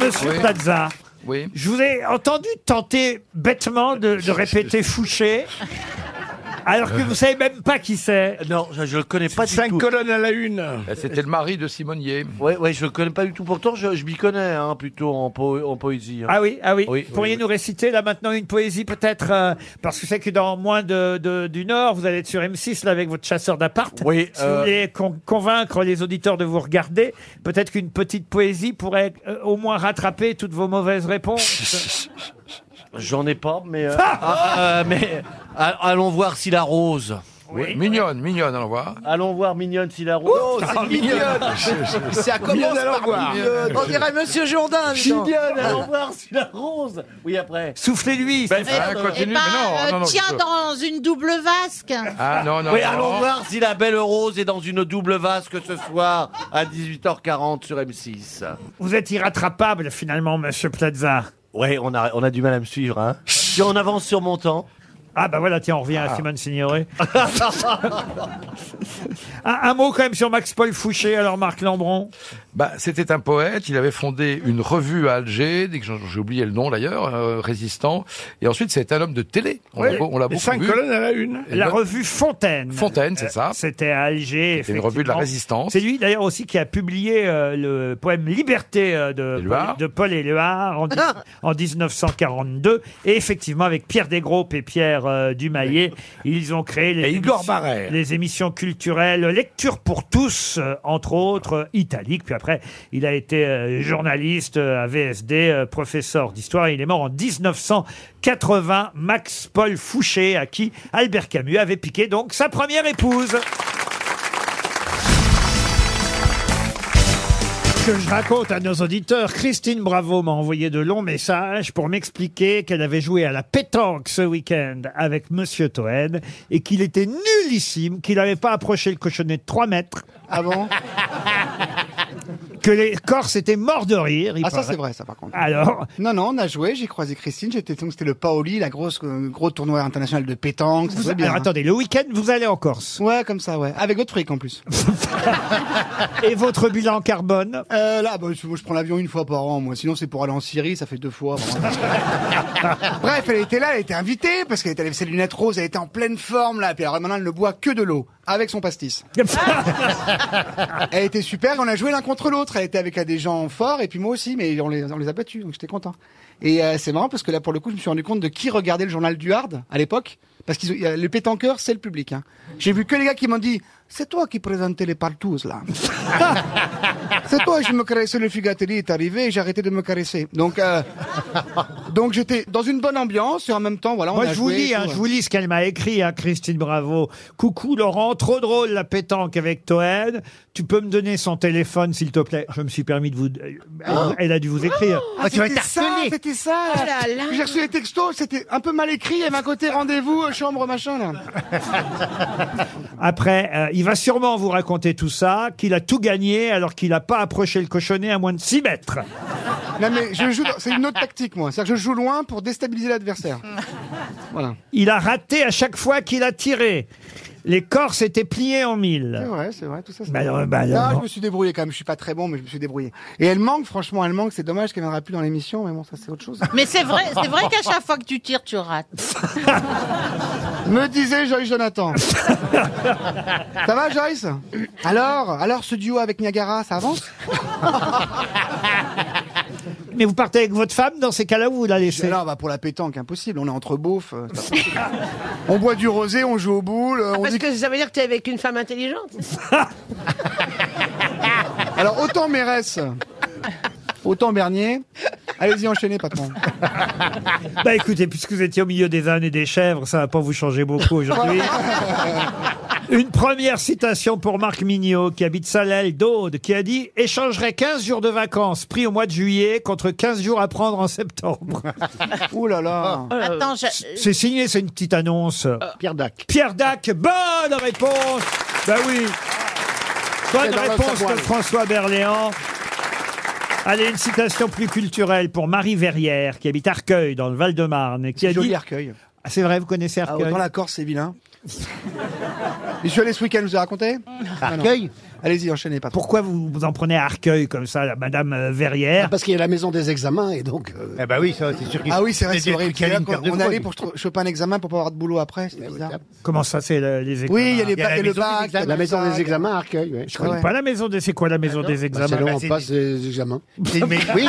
Speaker 1: Monsieur
Speaker 8: Oui.
Speaker 1: Plaza.
Speaker 8: Oui.
Speaker 1: Je vous ai entendu tenter bêtement de, de répéter Fouché. Alors que vous savez même pas qui c'est.
Speaker 16: Non, je, je le connais pas du tout.
Speaker 5: Cinq colonnes à la une.
Speaker 8: C'était le mari de Simonier.
Speaker 16: Ouais, ouais, je le connais pas du tout. Pourtant, je, je m'y connais hein, plutôt en, po- en poésie. hein.
Speaker 1: Ah oui, ah oui.
Speaker 16: Oui,
Speaker 1: Pourriez
Speaker 16: oui,
Speaker 1: nous réciter là maintenant une poésie peut-être euh, parce que c'est que dans moins de, de- d'une heure, vous allez être sur M6 là avec votre chasseur d'appart.
Speaker 16: Oui,
Speaker 1: Si vous
Speaker 16: euh,
Speaker 1: voulez con- convaincre les auditeurs de vous regarder, peut-être qu'une petite poésie pourrait euh, au moins rattraper toutes vos mauvaises réponses.
Speaker 16: J'en ai pas, mais. euh, ah, euh, mais a- allons voir si la rose.
Speaker 8: Oui. Mignonne, mignonne, allons voir.
Speaker 16: Allons voir mignonne si la rose.
Speaker 8: Oh, c'est mignonne. Ça commence Mignonne, allons par voir. mignonne.
Speaker 15: On dirait Monsieur Jourdain. dis donc.
Speaker 16: Mignonne, allons voir si la rose. Oui, après.
Speaker 1: Soufflez-lui.
Speaker 8: Ben,
Speaker 16: c'est-
Speaker 2: Eh,
Speaker 8: ah,
Speaker 18: Eh
Speaker 8: continue,
Speaker 2: bah,
Speaker 8: mais non,
Speaker 2: euh,
Speaker 8: non, non, je-
Speaker 18: ben, euh, dans une double vasque.
Speaker 8: Ah non, non.
Speaker 16: Oui,
Speaker 8: non.
Speaker 16: allons voir si la belle rose est dans une double vasque ce soir à 18h40 sur M6.
Speaker 1: vous êtes irrattrapable finalement, Monsieur Plaza.
Speaker 16: Ouais, on a, on a du mal à me suivre. Hein. Si on avance sur mon temps.
Speaker 1: Ah bah voilà, tiens, on revient à Simone Signoret. un, un mot quand même sur Max-Paul Fouché, alors Marc Lambron.
Speaker 8: Bah, c'était un poète, il avait fondé une revue à Alger, dès que j'en- j'ai oublié le nom d'ailleurs, euh, résistant. Et ensuite, c'est un homme de télé. On
Speaker 1: Oui.
Speaker 8: l'a beau- on l'a
Speaker 1: Les
Speaker 8: beaucoup
Speaker 1: cinq
Speaker 8: vu.
Speaker 1: colonnes à la une.
Speaker 16: Eh
Speaker 8: Et
Speaker 16: ben,
Speaker 8: ben-
Speaker 1: La
Speaker 8: le-
Speaker 1: revue Fontaine.
Speaker 8: Fontaine, c'est ça.
Speaker 1: C'était à Alger.
Speaker 8: C'était une revue de la
Speaker 1: effectivement.
Speaker 8: Résistance.
Speaker 1: C'est lui d'ailleurs aussi qui a publié euh, le poème Liberté euh, de, Paul,
Speaker 8: Éluard.
Speaker 1: de Paul Éluard en, dix- en 1942. Et effectivement, avec Pierre Desgroupes et Pierre euh, Dumaillet, ils ont créé les,
Speaker 5: Igor
Speaker 1: émissions-
Speaker 5: Barrère.
Speaker 1: les émissions culturelles Lecture pour tous, euh, entre autres, euh, italique. Puis après, il a été euh, journaliste euh, à VSD, euh, professeur d'histoire. Il est mort en 1980. Max Paul Fouché, à qui Albert Camus avait piqué donc sa première épouse. que je raconte à nos auditeurs. Christine Bravo m'a envoyé de longs messages pour m'expliquer qu'elle avait joué à la pétanque ce week-end avec Monsieur Toen et qu'il était nullissime, qu'il n'avait pas approché le cochonnet de 3 mètres.
Speaker 7: Ah
Speaker 1: Avant Que les Corses étaient morts de rire. il
Speaker 7: Ah, ça,
Speaker 1: paraît.
Speaker 7: c'est vrai, ça, par contre.
Speaker 1: Alors
Speaker 7: Non, non, on a joué, j'ai croisé Christine, j'étais donc c'était le Paoli, la grosse, euh, gros tournoi international de pétanque.
Speaker 1: Vous- alors, attendez, le week-end, vous allez en Corse
Speaker 7: hein. Ouais, comme ça, ouais. Avec votre fric en plus.
Speaker 1: Et votre bilan carbone
Speaker 7: euh, Là, bah, je, je prends l'avion une fois par an, moi. Sinon, c'est pour aller en Syrie, ça fait deux fois. vraiment. Bref, elle était là, elle était invitée, parce qu'elle était avec ses lunettes roses, elle était en pleine forme, là. Puis alors, maintenant, elle ne boit que de l'eau, avec son pastis. elle était super, on a joué l'un contre l'autre. Elle était avec euh, des gens forts, et puis moi aussi, mais on les, on les a battus, donc j'étais content. Et euh, c'est marrant, parce que là, pour le coup, je me suis rendu compte de qui regardait le journal du Hard, à l'époque. Parce que les pétanqueurs, c'est le public. hein. J'ai vu que les gars qui m'ont dit « C'est toi qui présentais les partous, là !» C'est toi, je me caressais le figatelli est arrivé et j'ai arrêté de me caresser. Donc, euh, donc j'étais dans une bonne ambiance et en même temps, voilà, on
Speaker 1: Moi,
Speaker 7: a
Speaker 1: je vous
Speaker 7: joué et
Speaker 1: lis,
Speaker 7: tout,
Speaker 1: hein,
Speaker 7: ouais.
Speaker 1: je vous lis ce qu'elle m'a écrit, hein, Christine Bravo. Coucou Laurent, trop drôle la pétanque avec Toen. Tu peux me donner son téléphone, s'il te plaît Je me suis permis de vous. euh,
Speaker 7: Oh.
Speaker 1: Elle a dû vous écrire.
Speaker 7: Ah, c'était ça, c'était ça.
Speaker 18: Oh
Speaker 7: J'ai reçu les textos, c'était un peu mal écrit. Il y avait un côté rendez-vous, euh, chambre, machin, là.
Speaker 1: Après, euh, il va sûrement vous raconter tout ça, qu'il a tout gagné alors qu'il n'a pas approché le cochonnet à moins de 6 mètres.
Speaker 7: Non, mais je joue, dans- c'est une autre tactique, moi. C'est-à-dire que je joue loin pour déstabiliser l'adversaire.
Speaker 1: Il a raté à chaque fois qu'il a tiré. Les Corses étaient pliés en mille.
Speaker 7: C'est vrai, c'est vrai, tout ça. c'est
Speaker 1: Bah
Speaker 7: vrai.
Speaker 1: alors, bah alors.
Speaker 7: Ah, je me suis débrouillé quand même. Je suis pas très bon, mais je me suis débrouillé. Et elle manque, franchement, elle manque. C'est dommage qu'elle viendra plus dans l'émission, mais bon, ça, c'est autre chose.
Speaker 18: Mais c'est vrai, c'est vrai qu'à chaque fois que tu tires, tu rates.
Speaker 7: Me disait Joyce Jonathan. ça va, Joyce Alors, alors ce duo avec Niagara, ça avance
Speaker 1: Mais vous partez avec votre femme dans ces cas-là ou vous la laissez
Speaker 7: Non, bah pour la pétanque, impossible. On est entre beaufs. euh, c'est pas possible. on boit du rosé, on joue aux boules. euh, on
Speaker 9: Parce
Speaker 7: dit-
Speaker 9: que ça veut dire que t'es avec une femme intelligente.
Speaker 7: Alors autant Mérès, autant Bernier. Allez-y, enchaînez, patron.
Speaker 1: Bah écoutez, puisque vous étiez au milieu des ânes et des chèvres, ça va pas vous changer beaucoup aujourd'hui. Une première citation pour Marc Mignot, qui habite Salel d'Aude, qui a dit « Échangerai 15 jours de vacances pris au mois de juillet contre 15 jours à prendre en septembre.
Speaker 7: Ouh là là.
Speaker 18: Attends, je... »
Speaker 1: C'est signé, c'est une petite annonce.
Speaker 7: Euh, Pierre Dac.
Speaker 1: Pierre Dac, bonne réponse Bah oui
Speaker 7: C'est
Speaker 1: Bonne
Speaker 7: dans le
Speaker 1: réponse
Speaker 7: savoir.
Speaker 1: de François Berléand. Allez, une citation plus culturelle pour Marie Verrière, qui habite Arcueil, dans le Val-de-Marne, qui a
Speaker 7: Joli
Speaker 1: dit...
Speaker 7: Arcueil.
Speaker 1: Ah, c'est vrai, vous connaissez
Speaker 7: Ah,
Speaker 1: Arcueil
Speaker 7: autant la Corse, c'est vilain. Je suis allé ce week-end, je vous ai raconté
Speaker 1: Arcueil
Speaker 7: Allez-y, enchaînez, patron.
Speaker 1: Ah, Pourquoi vous vous en prenez à Arcueil comme ça, la Madame euh, Verrière
Speaker 19: Parce qu'il y a la maison des examens et donc.
Speaker 7: Ah bah oui, ça, c'est sûr
Speaker 19: qu'il-
Speaker 7: Ah oui, c'est vrai,
Speaker 19: ben c'est
Speaker 7: c'est
Speaker 19: des
Speaker 7: horrible.
Speaker 19: trucs à
Speaker 7: C'est-à-dire
Speaker 19: l'intérieur
Speaker 7: qu'on- On
Speaker 19: de
Speaker 7: allait
Speaker 19: Freud.
Speaker 7: pour tr- choper un examen pour pas avoir de boulot après,
Speaker 1: Eh
Speaker 7: c'était bizarre.
Speaker 1: Comment ça, c'est le- les examens
Speaker 7: Oui, il y a les ba- et le
Speaker 19: des
Speaker 7: bac,
Speaker 19: examens.
Speaker 7: le
Speaker 19: La maison
Speaker 7: bac.
Speaker 19: des examens à Arcueil. ouais.
Speaker 1: Je connais pas la maison des... C'est quoi la maison des
Speaker 19: Bah,
Speaker 1: examens
Speaker 19: c'est là où on passe les examens.
Speaker 1: mais...
Speaker 19: Oui.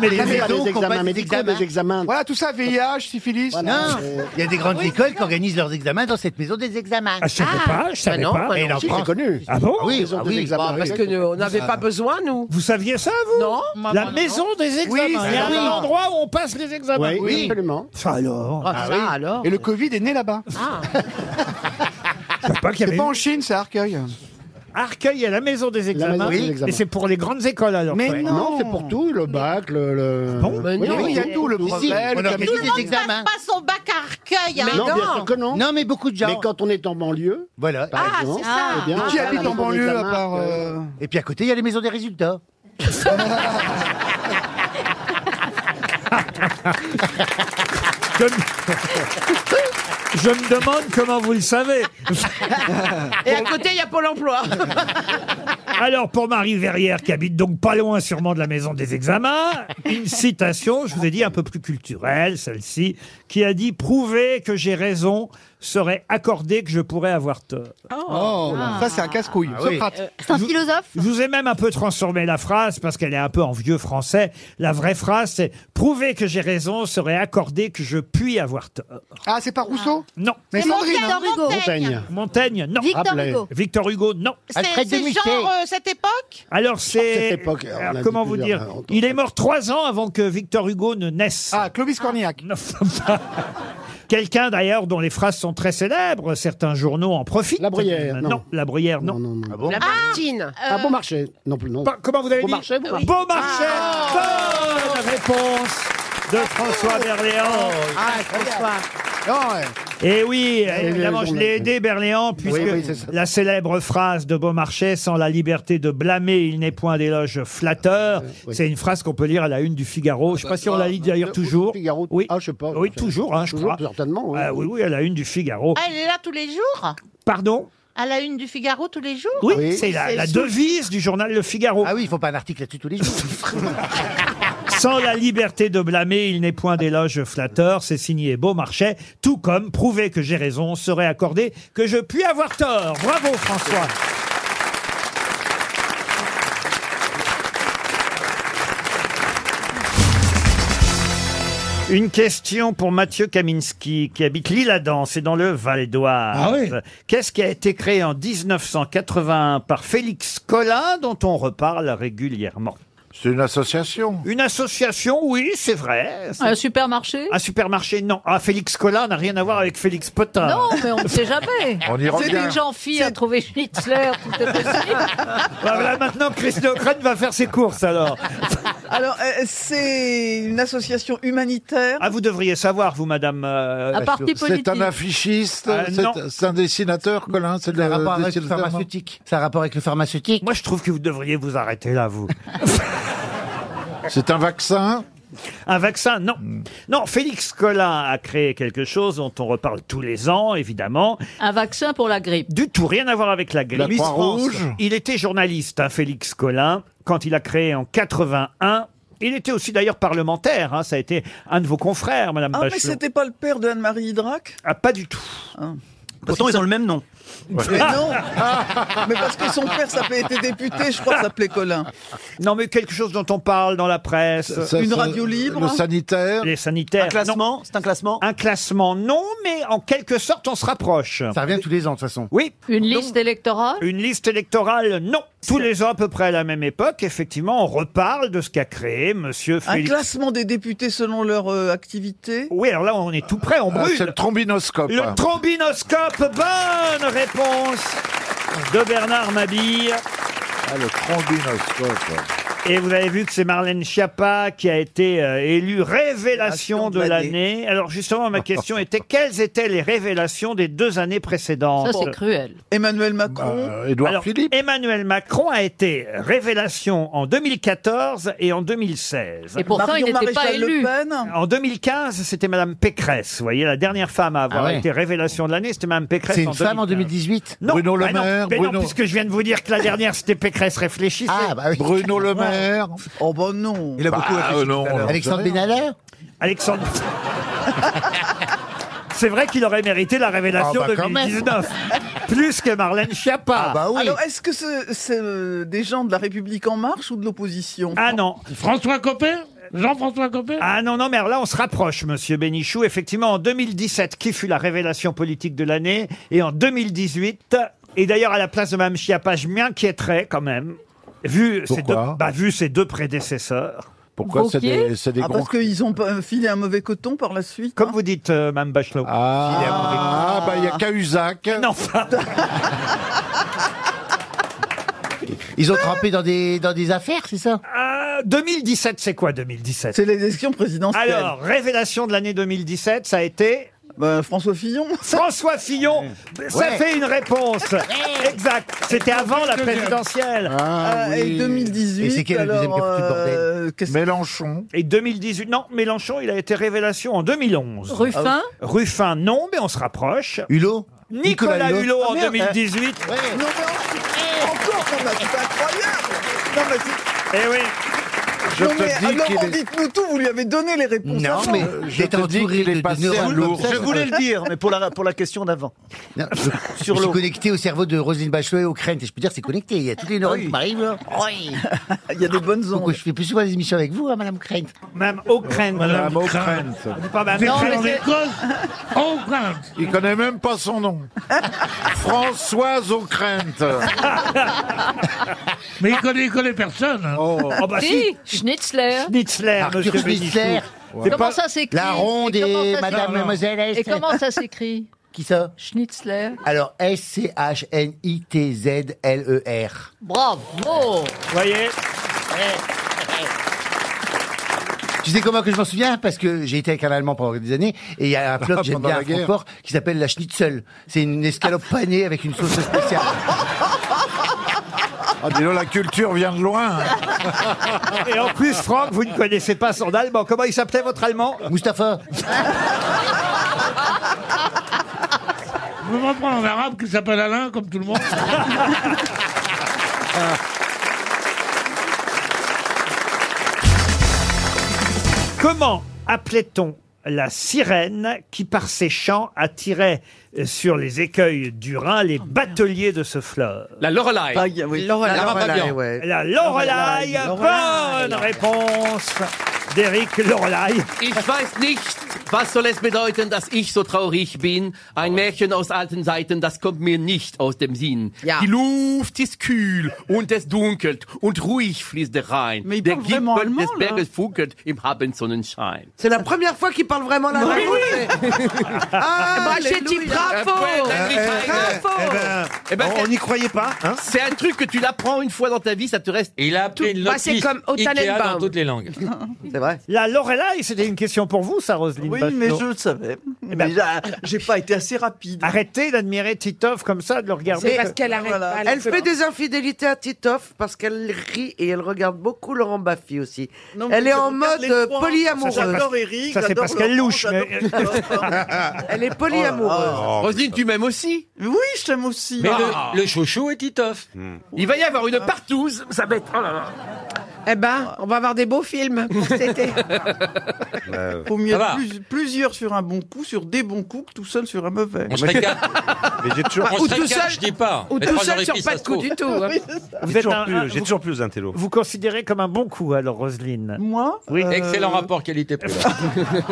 Speaker 1: Mais
Speaker 19: les,
Speaker 1: les maisons
Speaker 19: examens
Speaker 1: qu'on passe
Speaker 19: médicaux,
Speaker 1: les examens.
Speaker 19: des examens.
Speaker 7: Voilà, tout ça, VIH, syphilis.
Speaker 15: Non, Euh, il y a des grandes
Speaker 19: Oui,
Speaker 15: écoles qui organisent leurs examens dans cette maison des examens.
Speaker 1: Ah, je savais pas, je savais
Speaker 15: bah non,
Speaker 1: pas.
Speaker 15: bah
Speaker 1: Et
Speaker 15: non,
Speaker 1: la
Speaker 15: si,
Speaker 1: France-
Speaker 15: c'est connu.
Speaker 1: Ah bon
Speaker 15: Ah oui,
Speaker 19: Maison
Speaker 15: ah
Speaker 19: des
Speaker 15: oui.
Speaker 19: examens,
Speaker 15: Bah, parce
Speaker 19: oui.
Speaker 15: que nous, on n'avait
Speaker 19: Ah.
Speaker 15: pas besoin, nous.
Speaker 1: Vous saviez ça, vous
Speaker 15: Non.
Speaker 1: La maison des examens.
Speaker 15: Oui,
Speaker 1: il y a
Speaker 15: oui.
Speaker 1: un endroit où on passe les examens.
Speaker 19: Oui, absolument.
Speaker 1: Ça alors
Speaker 15: Ah, ça, alors.
Speaker 7: Et le Covid est né là-bas.
Speaker 1: Je savais pas qu'il y
Speaker 7: C'est
Speaker 1: avait
Speaker 7: pas en Chine, c'est à Arcueil.
Speaker 1: Arcueil à la maison des examens.
Speaker 19: maison des
Speaker 1: Oui.
Speaker 19: examens.
Speaker 1: Et c'est pour les grandes écoles alors.
Speaker 7: Mais
Speaker 1: Ouais. Ah
Speaker 7: non.
Speaker 19: c'est pour tout, le bac, le. le-
Speaker 1: bon
Speaker 19: Oui,
Speaker 15: non,
Speaker 19: oui,
Speaker 15: il y a tout, le
Speaker 19: Ici,
Speaker 15: brevet, le
Speaker 19: on a-
Speaker 15: cabinet.
Speaker 18: Tout
Speaker 15: Des
Speaker 18: le monde
Speaker 15: examens.
Speaker 18: passe pas son bac à Arcueil. hein.
Speaker 19: Mais non, bien sûr que non.
Speaker 15: Non, mais beaucoup de gens.
Speaker 19: Mais quand on est en banlieue,
Speaker 15: Voilà.
Speaker 19: par
Speaker 18: Ah,
Speaker 19: exemple,
Speaker 18: c'est ça.
Speaker 19: eh bien,
Speaker 7: Qui
Speaker 19: on a la
Speaker 7: habite en
Speaker 19: maison des
Speaker 7: banlieue à
Speaker 19: examens,
Speaker 7: part.
Speaker 19: euh,
Speaker 7: euh,
Speaker 15: Et puis à côté, il y a les maisons des résultats.
Speaker 1: Je, me... Je me demande comment vous le savez.
Speaker 9: Et à côté, il y a Pôle emploi.
Speaker 1: Alors pour Marie Verrière qui habite donc pas loin sûrement de la maison des examens, une citation, je vous ai dit un peu plus culturelle, celle-ci, qui a dit prouver que j'ai raison serait accorder que je pourrais avoir tort.
Speaker 7: Oh, ça c'est un casse-couille. Socrate.
Speaker 18: Euh,
Speaker 1: Euh, C'est un philosophe. Je vous ai même un peu transformé la phrase parce qu'elle est un peu en vieux français. La vraie phrase, c'est prouver que j'ai raison serait accorder que je puis avoir tort.
Speaker 7: Ah, c'est pas Rousseau
Speaker 1: Non.
Speaker 7: Mais
Speaker 18: C'est
Speaker 7: Sandrine. hein.
Speaker 18: Montaigne, Montaigne.
Speaker 19: hein. Montaigne.
Speaker 1: Montaigne, non.
Speaker 18: Victor
Speaker 19: Rabelais.
Speaker 18: Hugo.
Speaker 1: Victor Hugo, non.
Speaker 18: C'est
Speaker 19: Alfred de
Speaker 18: c'est
Speaker 19: Musset.
Speaker 18: genre euh, cette époque
Speaker 1: Alors c'est.
Speaker 19: Cette époque, on
Speaker 1: Alors,
Speaker 19: l'a
Speaker 1: comment
Speaker 19: dit
Speaker 1: vous
Speaker 19: plusieurs,
Speaker 1: dire
Speaker 19: hein,
Speaker 1: Il est mort trois ans avant que Victor Hugo ne naisse. Ah,
Speaker 7: Ah, Clovis Cornillac.
Speaker 1: Non. Quelqu'un d'ailleurs dont les phrases sont très célèbres, certains journaux en profitent. La
Speaker 19: Bruyère, non.
Speaker 1: La Bruyère, non.
Speaker 9: La Martine.
Speaker 19: Ah, bon marché. Non plus, non.
Speaker 1: Pas- Ah. comment vous avez
Speaker 19: Bon
Speaker 1: dit Ah,
Speaker 19: marché, bon marché.
Speaker 1: Bon marché.
Speaker 11: Oh.
Speaker 1: Bonne réponse de François Berléand.
Speaker 9: Ah, François.
Speaker 7: Non, ouais.
Speaker 20: Oh,
Speaker 1: Et Eh oui,
Speaker 7: Et
Speaker 1: évidemment,
Speaker 7: les
Speaker 1: je l'ai
Speaker 7: journalistes.
Speaker 1: aidé, Berléand, puisque
Speaker 7: Oui, oui, c'est ça.
Speaker 1: la célèbre phrase de Beaumarchais, sans la liberté de blâmer, il n'est point d'éloge flatteur,
Speaker 19: Euh,
Speaker 1: c'est une phrase qu'on peut lire à la une du
Speaker 19: Ah
Speaker 1: Figaro. Je
Speaker 19: bah,
Speaker 1: sais pas si on la lit d'ailleurs toujours. oui. Oui, toujours, hein, je crois.
Speaker 19: certainement,
Speaker 1: oui. oui, à la une du Figaro.
Speaker 18: Ah, elle est là tous les jours
Speaker 1: Pardon
Speaker 18: À la une du Figaro tous les jours
Speaker 1: Oui, c'est la, la
Speaker 18: sous-
Speaker 1: devise du journal Le Figaro. Ah oui, il faut pas un article là-dessus tous les jours. Sans la liberté de blâmer, il n'est point d'éloge flatteur, c'est signé Beaumarchais, tout comme prouver que j'ai raison serait accordé que je puis avoir tort. Bravo François. Une question pour Mathieu Kaminski, qui habite l'Île-Adam, c'est dans le Val d'Oise. Qu'est-ce qui a été créé en 1981 par Félix Collin, dont on reparle régulièrement C'est une association Une association, oui, c'est vrai. C'est-
Speaker 6: Un supermarché
Speaker 1: Un supermarché, non. Ah, Félix Collin n'a rien à voir avec Félix Potin.
Speaker 6: Non, mais on ne sait jamais.
Speaker 1: On y revient.
Speaker 6: C'est une jean-fille à trouver Schnitzler, tout est possible.
Speaker 1: Bah, voilà, maintenant que Christine O'Crane va faire ses courses, alors.
Speaker 20: Alors, euh, c'est une association humanitaire.
Speaker 1: Ah, vous devriez savoir, vous, madame. euh,
Speaker 20: Un parti
Speaker 10: C'est un affichiste,
Speaker 1: Ah,
Speaker 10: c'est-
Speaker 1: non.
Speaker 10: c'est un dessinateur, Colin, c'est le
Speaker 1: euh,
Speaker 15: Ça a rapport avec le
Speaker 10: dessinateur, non
Speaker 15: pharmaceutique. Ça a rapport avec le pharmaceutique.
Speaker 1: Moi, je trouve que vous devriez vous arrêter là, vous.
Speaker 10: C'est un vaccin Hmm.
Speaker 1: Un vaccin, non. Non, Félix Collin a créé quelque chose dont on reparle tous les ans, évidemment.
Speaker 6: Un vaccin pour la grippe.
Speaker 1: Du tout, rien à voir avec la grippe.
Speaker 6: La
Speaker 1: Miss
Speaker 6: Croix-Rouge.
Speaker 1: France. Il était journaliste, hein, Félix Collin, quand il a créé en 81. Il était aussi d'ailleurs parlementaire, hein, ça a été un de vos confrères, Madame
Speaker 20: Ah, mais
Speaker 1: Bachelot.
Speaker 20: c'était pas le père de Anne-Marie Hydrac
Speaker 1: Ah, pas du tout. Ah,
Speaker 20: Pourtant, ils ont le même nom. Mais non Mais parce que son père s'appelait- était député, je crois, s'appelait Colin.
Speaker 1: Non, mais quelque chose dont on parle dans la presse.
Speaker 20: Ça, ça, Une ça, radio libre. le
Speaker 1: sanitaire. Les sanitaires. Un classement C'est un classement Un classement, non, mais en quelque sorte, on se rapproche. Ça revient tous les ans, de toute façon. Oui.
Speaker 6: Une liste électorale
Speaker 1: Une liste électorale, non. Tous les ans, à peu près à la même époque, effectivement, on reparle de ce qu'a créé Monsieur
Speaker 20: Un
Speaker 1: Félix.
Speaker 20: classement des députés selon leur euh, activité
Speaker 1: Oui, alors là, on est tout près, on
Speaker 10: Ah,
Speaker 1: brûle.
Speaker 10: C'est le trombinoscope.
Speaker 1: Le trombinoscope, bonne réponse de Bernard Mabille.
Speaker 10: Ah, le trombinoscope.
Speaker 1: Et vous avez vu que c'est Marlène Schiappa qui a été euh, élue révélation
Speaker 20: Révélation
Speaker 1: de
Speaker 20: de
Speaker 1: l'année. Alors justement, ma question était quelles étaient les révélations des deux années précédentes Bah, euh,
Speaker 6: cruel.
Speaker 20: Emmanuel Macron.
Speaker 1: Alors, Emmanuel Macron a été révélation en 2014 et en 2016.
Speaker 6: Et pourtant, il
Speaker 20: Marion
Speaker 6: n'était pas
Speaker 20: Maréchal Le
Speaker 6: élu.
Speaker 20: Pen.
Speaker 1: En 2015, c'était Madame Pécresse. Vous voyez, la dernière femme à avoir
Speaker 15: Ah ouais.
Speaker 1: été révélation de l'année, c'était Madame Pécresse.
Speaker 15: C'est une femme en
Speaker 1: 2018 non,
Speaker 15: Bruno Le
Speaker 1: bah non,
Speaker 15: Maire,
Speaker 1: mais non,
Speaker 15: Bruno-
Speaker 1: puisque je viens de vous dire que la dernière, c'était Pécresse réfléchissez.
Speaker 15: Ah, bah oui. Bruno Le Maire.
Speaker 20: Oh, bah non.
Speaker 15: Il a beaucoup réfléchi
Speaker 10: euh, non,
Speaker 15: tout à l'heure. hein.
Speaker 10: on sait
Speaker 15: Alexandre
Speaker 10: rien.
Speaker 15: Benalla
Speaker 1: Alexandre. C'est vrai qu'il aurait mérité la révélation
Speaker 15: Ah bah quand même. Ah, bah
Speaker 1: 2019. Plus que Marlène Schiappa.
Speaker 20: Alors, est-ce que c'est c'est, euh, des gens de la République En Marche ou de l'opposition
Speaker 1: Ah non.
Speaker 21: François Copé Jean-François Copé
Speaker 1: Ah non, non, mais alors là, on se rapproche, monsieur Bénichou. Effectivement, en 2017, qui fut la révélation politique de l'année Et en 2018, et d'ailleurs, à la place de Mme Schiappa, je m'y inquiéterais quand même, vu, ses deux,
Speaker 10: Pourquoi
Speaker 1: bah, vu ses deux prédécesseurs.
Speaker 10: Pourquoi c'est Wauquiez des- c'est des
Speaker 20: Ah, parce qu'ils ont pas- filé un mauvais coton par la suite. hein.
Speaker 1: Comme vous dites, euh, Mme Bachelot.
Speaker 10: Ah, bah, il n'y a Cahuzac.
Speaker 1: Non,
Speaker 15: Ils ont trempé dans des, dans des affaires, c'est ça
Speaker 1: Ah, 2017, c'est quoi 2017
Speaker 20: C'est l'élection présidentielle.
Speaker 1: Alors, révélation de l'année 2017, ça a été
Speaker 20: Bah, François Fillon.
Speaker 1: François Fillon, ça
Speaker 20: Ouais.
Speaker 1: fait une réponse. Exact. C'était avant la présidentielle. Euh,
Speaker 20: Ah, Ah, et oui. 2018, Et c'est quel le alors, deuxième qui a foutu le bordel euh,
Speaker 10: Mélenchon.
Speaker 1: Et 2018, non, Mélenchon, il a été révélation en 2011.
Speaker 6: Ruffin
Speaker 1: Ruffin, non, mais on se rapproche. Hulot Nicolas,
Speaker 20: Hulot.
Speaker 1: Hulot en
Speaker 20: Ah, merde.
Speaker 1: 2018.
Speaker 20: Non, mais en- encore, non, mais c'est incroyable. Non, mais c'est-
Speaker 1: Eh oui.
Speaker 20: non, mais, ah, Laurent, dites-nous tout, vous lui avez donné les réponses.
Speaker 15: Non,
Speaker 20: avant.
Speaker 15: mais
Speaker 5: Euh,
Speaker 15: je te dis qu'il est passé à lourd.
Speaker 22: Je voulais le dire, mais pour la, pour la question d'avant.
Speaker 15: Non, je, je
Speaker 22: Sur
Speaker 15: suis
Speaker 22: l'eau.
Speaker 15: connecté au cerveau de Roselyne Bachelot et au Crène. Et je peux dire, c'est connecté. Il y a toutes les neurones
Speaker 22: Oui.
Speaker 15: qui m'arrivent. là.
Speaker 20: Il y a des bonnes ondes.
Speaker 15: Je fais plus souvent des émissions avec vous, hein, Madame Crène.
Speaker 1: Même au Crène.
Speaker 10: Madame O'Krent.
Speaker 1: Pas Madame
Speaker 10: Non,
Speaker 1: Crène.
Speaker 10: mais c'est-
Speaker 8: Oh,
Speaker 10: Il connaît même pas son nom. Françoise O'Krent.
Speaker 21: Mais il connaît, il connaît personne.
Speaker 10: Oh.
Speaker 1: Oh, bah si.
Speaker 8: hein. Ah,
Speaker 6: Schnitzler.
Speaker 1: Schnitzler,
Speaker 10: Arthur
Speaker 1: monsieur
Speaker 10: Schnitzler.
Speaker 1: Bénichou.
Speaker 15: C'est
Speaker 19: Comment
Speaker 15: pas-
Speaker 19: ça s'écrit
Speaker 15: La ronde
Speaker 19: comment
Speaker 15: et
Speaker 19: ça
Speaker 15: Madame,
Speaker 19: s'écrit
Speaker 15: Mademoiselle Est.
Speaker 19: Et comment ça s'écrit
Speaker 15: Qui ça
Speaker 19: Schnitzler
Speaker 15: Alors, E S-C-H-N-I-T-Z-L-E-R.
Speaker 19: Bravo
Speaker 1: Voyez
Speaker 15: Tu sais comment que je m'en souviens Parce que j'ai été avec un Allemand pendant des années, et il y a un plat que j'aime
Speaker 23: Ah, Pendant
Speaker 15: bien
Speaker 23: la
Speaker 15: à
Speaker 23: guerre. Ah.
Speaker 15: Francfort qui s'appelle la schnitzel. C'est une escalope panée avec une sauce spéciale.
Speaker 24: Ah, dis donc, la culture vient de loin.
Speaker 1: Et en plus, Franck, vous ne connaissez pas son allemand. Comment il s'appelait votre allemand
Speaker 15: Mustapha.
Speaker 25: Je peux pas prendre un arabe qui s'appelle Alain, comme tout le monde.
Speaker 1: Comment appelait-on la sirène qui, par ses chants, attirait euh, sur les écueils du Rhin les bateliers de ce fleuve
Speaker 8: La Lorelai.
Speaker 1: Pag- oui.
Speaker 8: La
Speaker 1: La
Speaker 8: Ravabian.
Speaker 1: Lorelai, ouais. La Lorelai,
Speaker 8: Lorelai.
Speaker 1: bonne réponse d'Éric Lorelai.
Speaker 8: Ich weiß nicht, was soll es bedeuten, dass ich so traurig bin. Ein Märchen aus alten Seiten, das kommt mir nicht aus dem Sinn.
Speaker 2: Ja.
Speaker 8: Die Luft ist kühl und es dunkelt und ruhig fließt der Rhein.
Speaker 2: Mais il
Speaker 8: Der
Speaker 2: parle
Speaker 8: Gipfel
Speaker 2: vraiment
Speaker 8: des
Speaker 2: allemand, là.
Speaker 8: Berges funkelt im Abendsonnenschein.
Speaker 2: C'est la première fois qu'il parle vraiment la langue
Speaker 8: Oui.
Speaker 2: anglaise. Ah, j'ai dit bravo Bravo
Speaker 8: on n'y croyait pas. c'est un truc que tu l'apprends une fois dans ta vie, ça te reste. Il a appris
Speaker 1: une Bah, c'est notice comme au Ikea Tannenbaum. dans toutes
Speaker 8: les langues.
Speaker 1: C'est vrai. La Lorelai, c'était une question pour vous, ça, Roselyne
Speaker 2: Oui,
Speaker 1: Bachelot.
Speaker 2: mais je le savais.
Speaker 1: Eh ben-
Speaker 2: Mais j'a- j'ai pas été assez rapide.
Speaker 1: Arrêtez d'admirer Titov comme ça, de le regarder.
Speaker 2: arrête pas.
Speaker 5: Elle fait des infidélités à Titoff parce qu'elle rit et elle regarde beaucoup Laurent Baffy aussi.
Speaker 2: Non, mais
Speaker 5: elle est
Speaker 2: je
Speaker 5: en
Speaker 2: regarde
Speaker 5: mode
Speaker 2: les trois.
Speaker 5: polyamoureuse.
Speaker 2: Ça, c'est J'adore parce- Eric, ça, c'est j'adore parce
Speaker 1: qu'elle louche, mais-
Speaker 5: elle est
Speaker 26: Oh,
Speaker 5: polyamoureuse.
Speaker 8: Roselyne, tu m'aimes aussi
Speaker 2: Oui, je t'aime aussi.
Speaker 8: Mais
Speaker 26: Ah.
Speaker 8: le, chouchou est Titoff.
Speaker 26: Hmm.
Speaker 8: Il va y avoir une partouze, ça va être. Oh là là.
Speaker 7: Eh ben, on va avoir des beaux films pour cet été.
Speaker 26: Euh,
Speaker 2: Faut mieux
Speaker 7: Ça va.
Speaker 2: être plus- plusieurs sur un bon coup, sur des bons coups, que tout seul sur un mauvais.
Speaker 26: On se régale. Mais j'ai toujours.
Speaker 2: Bah,
Speaker 26: on
Speaker 2: ou
Speaker 26: se
Speaker 2: tout
Speaker 26: régale,
Speaker 2: seul-
Speaker 26: je dis pas.
Speaker 2: ou
Speaker 26: Mais
Speaker 2: tout
Speaker 26: trois
Speaker 2: seul
Speaker 26: heures et
Speaker 2: sur
Speaker 26: demie,
Speaker 2: pas
Speaker 26: ça
Speaker 2: de
Speaker 26: se
Speaker 2: coup
Speaker 26: trouve.
Speaker 2: du tout, hein.
Speaker 7: Oui, c'est ça.
Speaker 26: J'ai
Speaker 1: Vous êtes
Speaker 26: toujours
Speaker 1: un-
Speaker 26: plus-
Speaker 1: un-
Speaker 26: J'ai
Speaker 1: vous-
Speaker 26: toujours plus un télo. Euh,
Speaker 1: Vous considérez comme un bon coup, alors, Roselyne
Speaker 2: Moi
Speaker 1: Oui.
Speaker 26: Excellent rapport qualité-prix. là.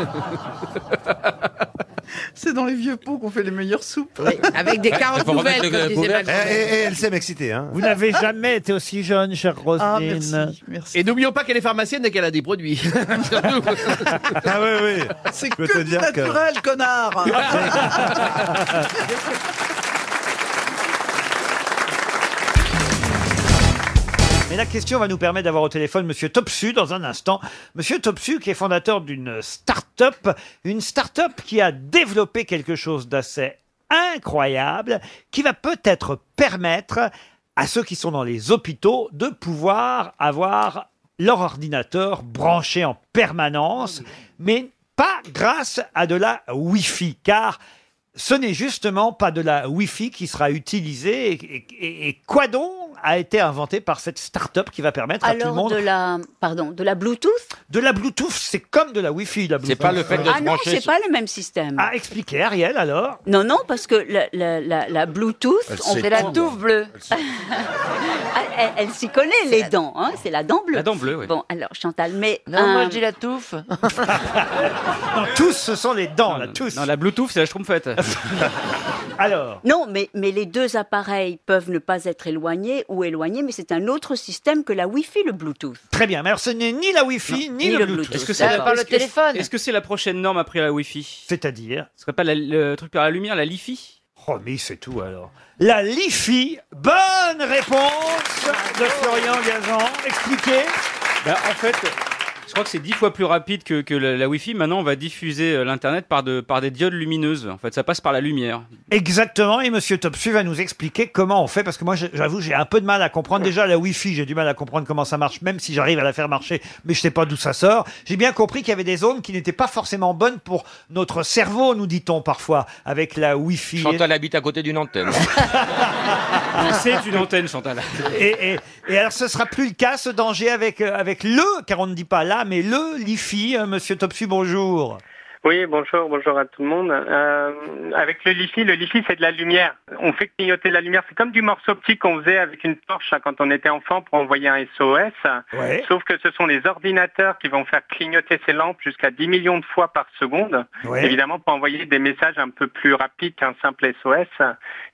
Speaker 2: C'est dans les vieux pots qu'on fait les meilleures soupes.
Speaker 7: avec des Ouais, carottes faut remettre nouvelles, le- comme le disait couvert. Macron.
Speaker 26: Eh, eh, eh, elle s'aime excitée. Hein.
Speaker 1: Vous n'avez jamais été aussi jeune, chère Roselyne.
Speaker 8: Et n'oublions pas qu'elle est pharmacienne et qu'elle a des produits.
Speaker 26: Ah oui, oui.
Speaker 2: C'est
Speaker 26: Je peux
Speaker 2: que
Speaker 26: te
Speaker 2: du
Speaker 26: dire que-
Speaker 2: naturel, connard
Speaker 1: Ah, Mais la question va nous permettre d'avoir au téléphone Monsieur Topsu dans un instant. Monsieur Topsu qui est fondateur d'une start-up, une start-up qui a développé quelque chose d'assez incroyable qui va peut-être permettre à ceux qui sont dans les hôpitaux de pouvoir avoir leur ordinateur branché en permanence, mais pas grâce à de la Wi-Fi, car ce n'est justement pas de la Wi-Fi qui sera utilisée. Et, et- et quoi donc a été inventé par cette start-up qui va permettre à tout le
Speaker 18: Alors
Speaker 1: monde
Speaker 18: de la, pardon, de la Bluetooth
Speaker 1: de la Bluetooth, c'est comme de la Wi-Fi, la Bluetooth.
Speaker 18: Ah non, c'est pas le même système.
Speaker 1: Ah, expliquez, Ariel, alors.
Speaker 18: Non, non, parce que la, la- la- la Bluetooth,
Speaker 1: Elle
Speaker 18: on
Speaker 1: sait
Speaker 18: fait la
Speaker 1: tout,
Speaker 18: touffe bleue. Ah, Elle, elle s'y connaît, les dents, hein, c'est la dent bleue.
Speaker 1: La dent bleue, oui.
Speaker 18: Bon, alors Chantal, mais...
Speaker 4: Non, moi, je dis la touffe.
Speaker 1: Non, tous, ce sont les dents, là, tous.
Speaker 8: Non, la Bluetooth, c'est la schtroumpfette.
Speaker 1: Alors
Speaker 18: Non, mais, mais les deux appareils peuvent ne pas être éloignés ou éloignés, mais c'est un autre système que la Wi-Fi, le Bluetooth.
Speaker 1: Très bien, mais alors ce n'est ni la Wi-Fi, ni, le Bluetooth.
Speaker 8: Est-ce que c'est la- est-ce que- Est-ce que c'est la prochaine norme après la Wi-Fi
Speaker 1: C'est-à-dire
Speaker 8: Ce serait pas la- le truc par la lumière, la Li-Fi
Speaker 1: Oh, mais c'est tout alors. La LiFi, bonne réponse de Florian Gazan. Expliquez.
Speaker 8: Bah, en fait, je crois que c'est dix fois plus rapide que, que la, la Wi-Fi. Maintenant, on va diffuser euh, l'Internet par, de, par des diodes lumineuses. En fait, ça passe par la lumière.
Speaker 1: Exactement, et Monsieur Topsu va nous expliquer comment on fait, parce que moi, je- j'avoue, j'ai un peu de mal à comprendre. Déjà, la Wi-Fi, j'ai du mal à comprendre comment ça marche, même si j'arrive à la faire marcher, mais je sais pas d'où ça sort. J'ai bien compris qu'il y avait des zones qui n'étaient pas forcément bonnes pour notre cerveau, nous dit-on parfois, avec la Wi-Fi.
Speaker 26: Chantal habite à côté d'une antenne.
Speaker 8: c'est une antenne, Chantal.
Speaker 1: Et, et- et alors, ce sera plus le cas, ce danger avec, euh, avec le, car on ne dit pas là, mais le LiFi, euh, Monsieur Topsu, bonjour.
Speaker 4: Oui, bonjour, bonjour à tout le monde. Euh, avec le Lifi, le Lifi c'est de la lumière. On fait clignoter la lumière. C'est comme du morceau optique qu'on faisait avec une torche hein, quand on était enfant pour envoyer un SOS.
Speaker 11: Ouais.
Speaker 4: Sauf que ce sont les ordinateurs qui vont faire clignoter ces lampes jusqu'à 10 millions de fois par seconde.
Speaker 11: Ouais.
Speaker 4: Évidemment pour envoyer des messages un peu plus rapides qu'un simple SOS.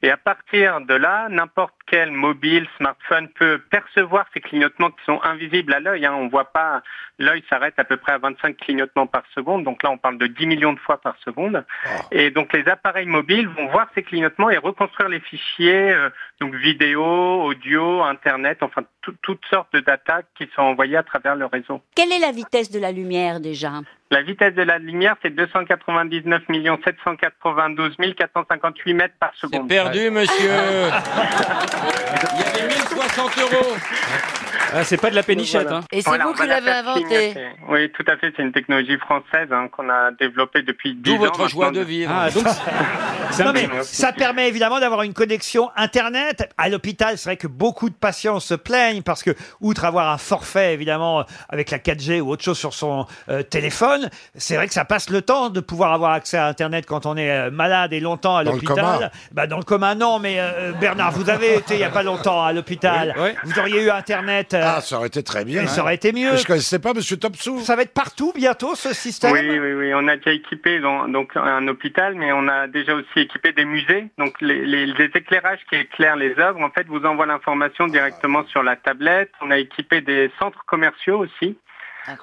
Speaker 4: Et à partir de là, n'importe quel mobile, smartphone peut percevoir ces clignotements qui sont invisibles à l'œil. Hein. On voit pas, l'œil s'arrête à peu près à 25 clignotements par seconde. Donc là, on parle de 10 millions de fois par seconde. Et donc les appareils mobiles vont voir ces clignotements et reconstruire les fichiers, euh, donc vidéo, audio, internet, enfin tout- toutes sortes de data qui sont envoyées à travers le réseau.
Speaker 27: Quelle est la vitesse de la lumière déjà
Speaker 4: La vitesse de la lumière, c'est 299 792 458 mètres par seconde.
Speaker 28: C'est perdu, monsieur.
Speaker 26: Il y avait 1060 euros.
Speaker 8: Ah,
Speaker 26: c'est pas de la pénichette.
Speaker 4: Voilà.
Speaker 26: Hein.
Speaker 4: Et c'est Voilà, vous on qui va la l'avez faire
Speaker 26: inventé.
Speaker 4: Oui, tout à fait. C'est une technologie française hein, qu'on a développée depuis 10 ans.
Speaker 1: votre joie
Speaker 4: maintenant.
Speaker 1: de vivre. Ah, donc,
Speaker 4: c'est
Speaker 1: Non,
Speaker 4: un
Speaker 1: mais
Speaker 4: peu-
Speaker 1: ça permet évidemment d'avoir une connexion Internet. À l'hôpital, c'est vrai que beaucoup de patients se plaignent parce que, outre avoir un forfait, évidemment, avec la 4G ou autre chose sur son euh, téléphone, c'est vrai que ça passe le temps de pouvoir avoir accès à Internet quand on est euh, malade et longtemps à
Speaker 12: Dans le coma.
Speaker 1: l'hôpital. Bah, dans le coma, non, mais euh, Bernard, vous avez été il n'y a pas longtemps à l'hôpital. Vous auriez eu Internet. euh,
Speaker 12: Ah, ça aurait été très bien.
Speaker 1: Et ça
Speaker 12: hein.
Speaker 1: aurait été mieux.
Speaker 12: Mais Je connaissais pas Monsieur Topsou.
Speaker 1: Ça va être partout bientôt ce système.
Speaker 4: Oui, oui, oui. On a déjà équipé dans- donc un hôpital, mais on a déjà aussi équipé des musées. Donc les, les- les éclairages qui éclairent les œuvres, en fait, vous envoient l'information directement sur la tablette. On a équipé des centres commerciaux aussi.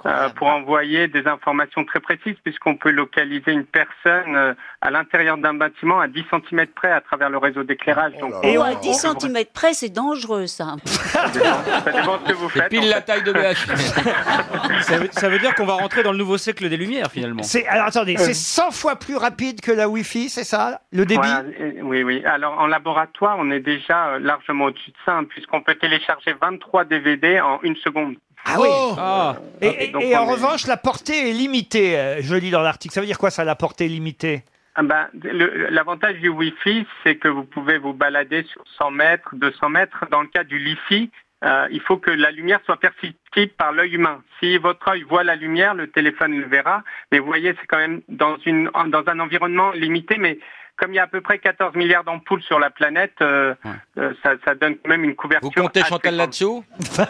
Speaker 4: euh, pour envoyer des informations très précises, puisqu'on peut localiser une personne euh, à l'intérieur d'un bâtiment à 10 cm près à travers le réseau d'éclairage. Donc,
Speaker 27: Et
Speaker 18: Oh,
Speaker 4: on-
Speaker 27: à 10
Speaker 4: on-
Speaker 27: cm près, c'est dangereux ça.
Speaker 4: Ça dépend ce que vous faites.
Speaker 26: Pile
Speaker 4: en
Speaker 26: la
Speaker 4: fait.
Speaker 26: taille de BH. ça, veut, ça veut dire qu'on va rentrer dans le nouveau siècle des Lumières finalement.
Speaker 1: C'est, alors attendez,
Speaker 4: Euh.
Speaker 1: c'est 100 fois plus rapide que la Wi-Fi, c'est ça Le débit
Speaker 4: Voilà, et- oui, oui. Alors en laboratoire, on est déjà euh, largement au-dessus de ça, hein, puisqu'on peut télécharger 23 DVD en une seconde. Euh,
Speaker 1: Ah oui Et,
Speaker 4: Oh. Ah, Et
Speaker 1: et-
Speaker 4: donc,
Speaker 1: et en
Speaker 4: on est-
Speaker 1: revanche, la portée est limitée, euh, je lis dans l'article. Ça veut dire quoi ça, la portée limitée
Speaker 4: Ah ben, le- L'avantage du Wi-Fi, c'est que vous pouvez vous balader sur 100 mètres, 200 mètres. Dans le cas du Li-Fi, euh, il faut que la lumière soit perceptible par l'œil humain. Si votre œil voit la lumière, le téléphone le verra. Mais vous voyez, c'est quand même dans, une, en- dans un environnement limité. Mais comme il y a à peu près 14 milliards d'ampoules sur la planète, euh, euh, ça, ça donne quand même une couverture. Vous comptez Chantal là-dessous
Speaker 26: Ah,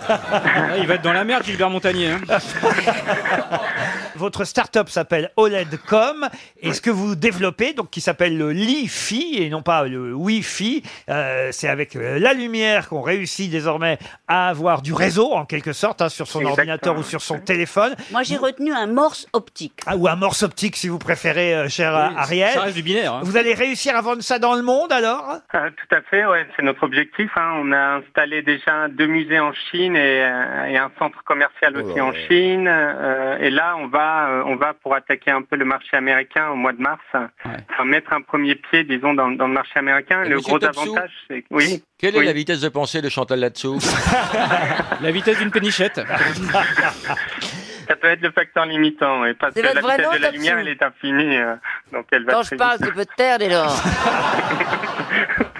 Speaker 26: il va être dans la merde, Gilbert Montagnier. hein.
Speaker 1: Votre start-up s'appelle OLEDcom, et ce que vous développez, donc qui s'appelle le LiFi et non pas le Wi-Fi, euh, c'est avec euh, la lumière qu'on réussit désormais à avoir du réseau en quelque sorte hein, sur son
Speaker 27: Exactement.
Speaker 1: ordinateur ou sur son téléphone.
Speaker 27: Moi j'ai retenu un morse optique.
Speaker 1: Ah, ou un morse optique si vous préférez, euh, cher
Speaker 27: Oui,
Speaker 1: Ariel.
Speaker 27: ça reste du
Speaker 1: binaire. Vous allez réussir à vendre ça dans le monde alors
Speaker 4: Ah, tout à fait, ouais, c'est notre objectif. hein. On a installé déjà deux musées en Chine et, euh, et un centre
Speaker 9: Oh
Speaker 4: commercial aussi en Chine. Euh, et là, on va, euh, on va pour attaquer un peu le marché américain au mois de mars. Enfin, mettre un premier pied, disons, dans, dans le marché américain.
Speaker 28: Et
Speaker 4: le
Speaker 28: monsieur
Speaker 4: gros
Speaker 28: Topsou,
Speaker 4: avantage, c'est oui.
Speaker 28: Quelle est
Speaker 4: oui.
Speaker 28: la vitesse de pensée de Chantal là-dessous
Speaker 26: La vitesse d'une pénichette.
Speaker 4: Ça peut être le facteur limitant, ouais, parce que
Speaker 6: C'est
Speaker 4: la
Speaker 6: votre vrai
Speaker 4: vitesse
Speaker 6: nom,
Speaker 4: de la
Speaker 6: Topsou
Speaker 4: lumière, elle est infinie, euh, donc elle va
Speaker 6: Quand
Speaker 4: très
Speaker 6: je
Speaker 4: vite.
Speaker 6: parle, tu peux te taire, dès lors.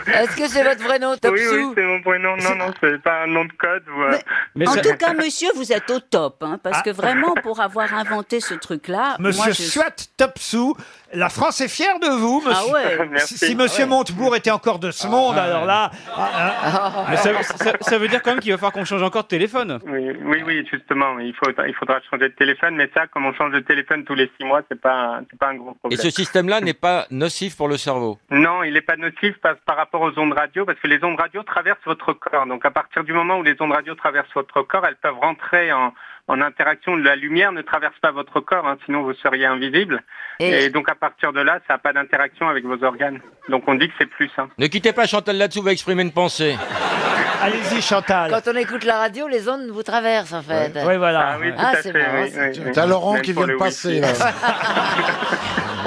Speaker 6: Est-ce que c'est votre vrai nom,
Speaker 4: Oui,
Speaker 6: Topsou
Speaker 4: oui, c'est mon prénom. Non, non, c'est pas un nom de code. ou, euh,
Speaker 27: en tout cas, monsieur, vous êtes au top, hein, parce que vraiment, pour avoir inventé ce truc-là,
Speaker 1: Ah. Monsieur
Speaker 27: moi, je-
Speaker 1: Swat Topsou, la France est fière de vous,
Speaker 27: Ah
Speaker 1: monsieur.
Speaker 27: ouais.
Speaker 1: Si,
Speaker 27: Merci.
Speaker 1: si monsieur Montebourg était encore de ce monde, alors là.
Speaker 26: Ah, Mais ça, ça- ça veut dire quand même qu'il va falloir qu'on change encore de téléphone.
Speaker 4: Oui, oui, oui, justement, il, faut, il faudra changer de téléphone, mais ça, comme on change de téléphone tous les six mois, c'est pas, un- c'est pas un gros
Speaker 28: Et
Speaker 4: problème.
Speaker 28: ce système-là n'est pas nocif pour le cerveau.
Speaker 4: Non, il n'est pas nocif par, par rapport aux ondes radio, parce que les ondes radio traversent votre corps. Donc à partir du moment où les ondes radio traversent votre corps, elles peuvent rentrer en, en interaction. La lumière ne traverse pas votre corps, hein, sinon vous seriez invisible.
Speaker 28: Et-
Speaker 4: Et... donc à partir de là, ça n'a pas d'interaction avec vos organes. Donc on dit que c'est plus sain.
Speaker 28: Ne quittez pas Chantal là-dessous va exprimer une pensée.
Speaker 1: Allez-y, Chantal.
Speaker 6: Quand on écoute la radio, les ondes vous traversent, en fait.
Speaker 1: Oui, voilà.
Speaker 6: Ah, c'est marrant, ça.
Speaker 12: T'as Laurent qui vient de passer, là.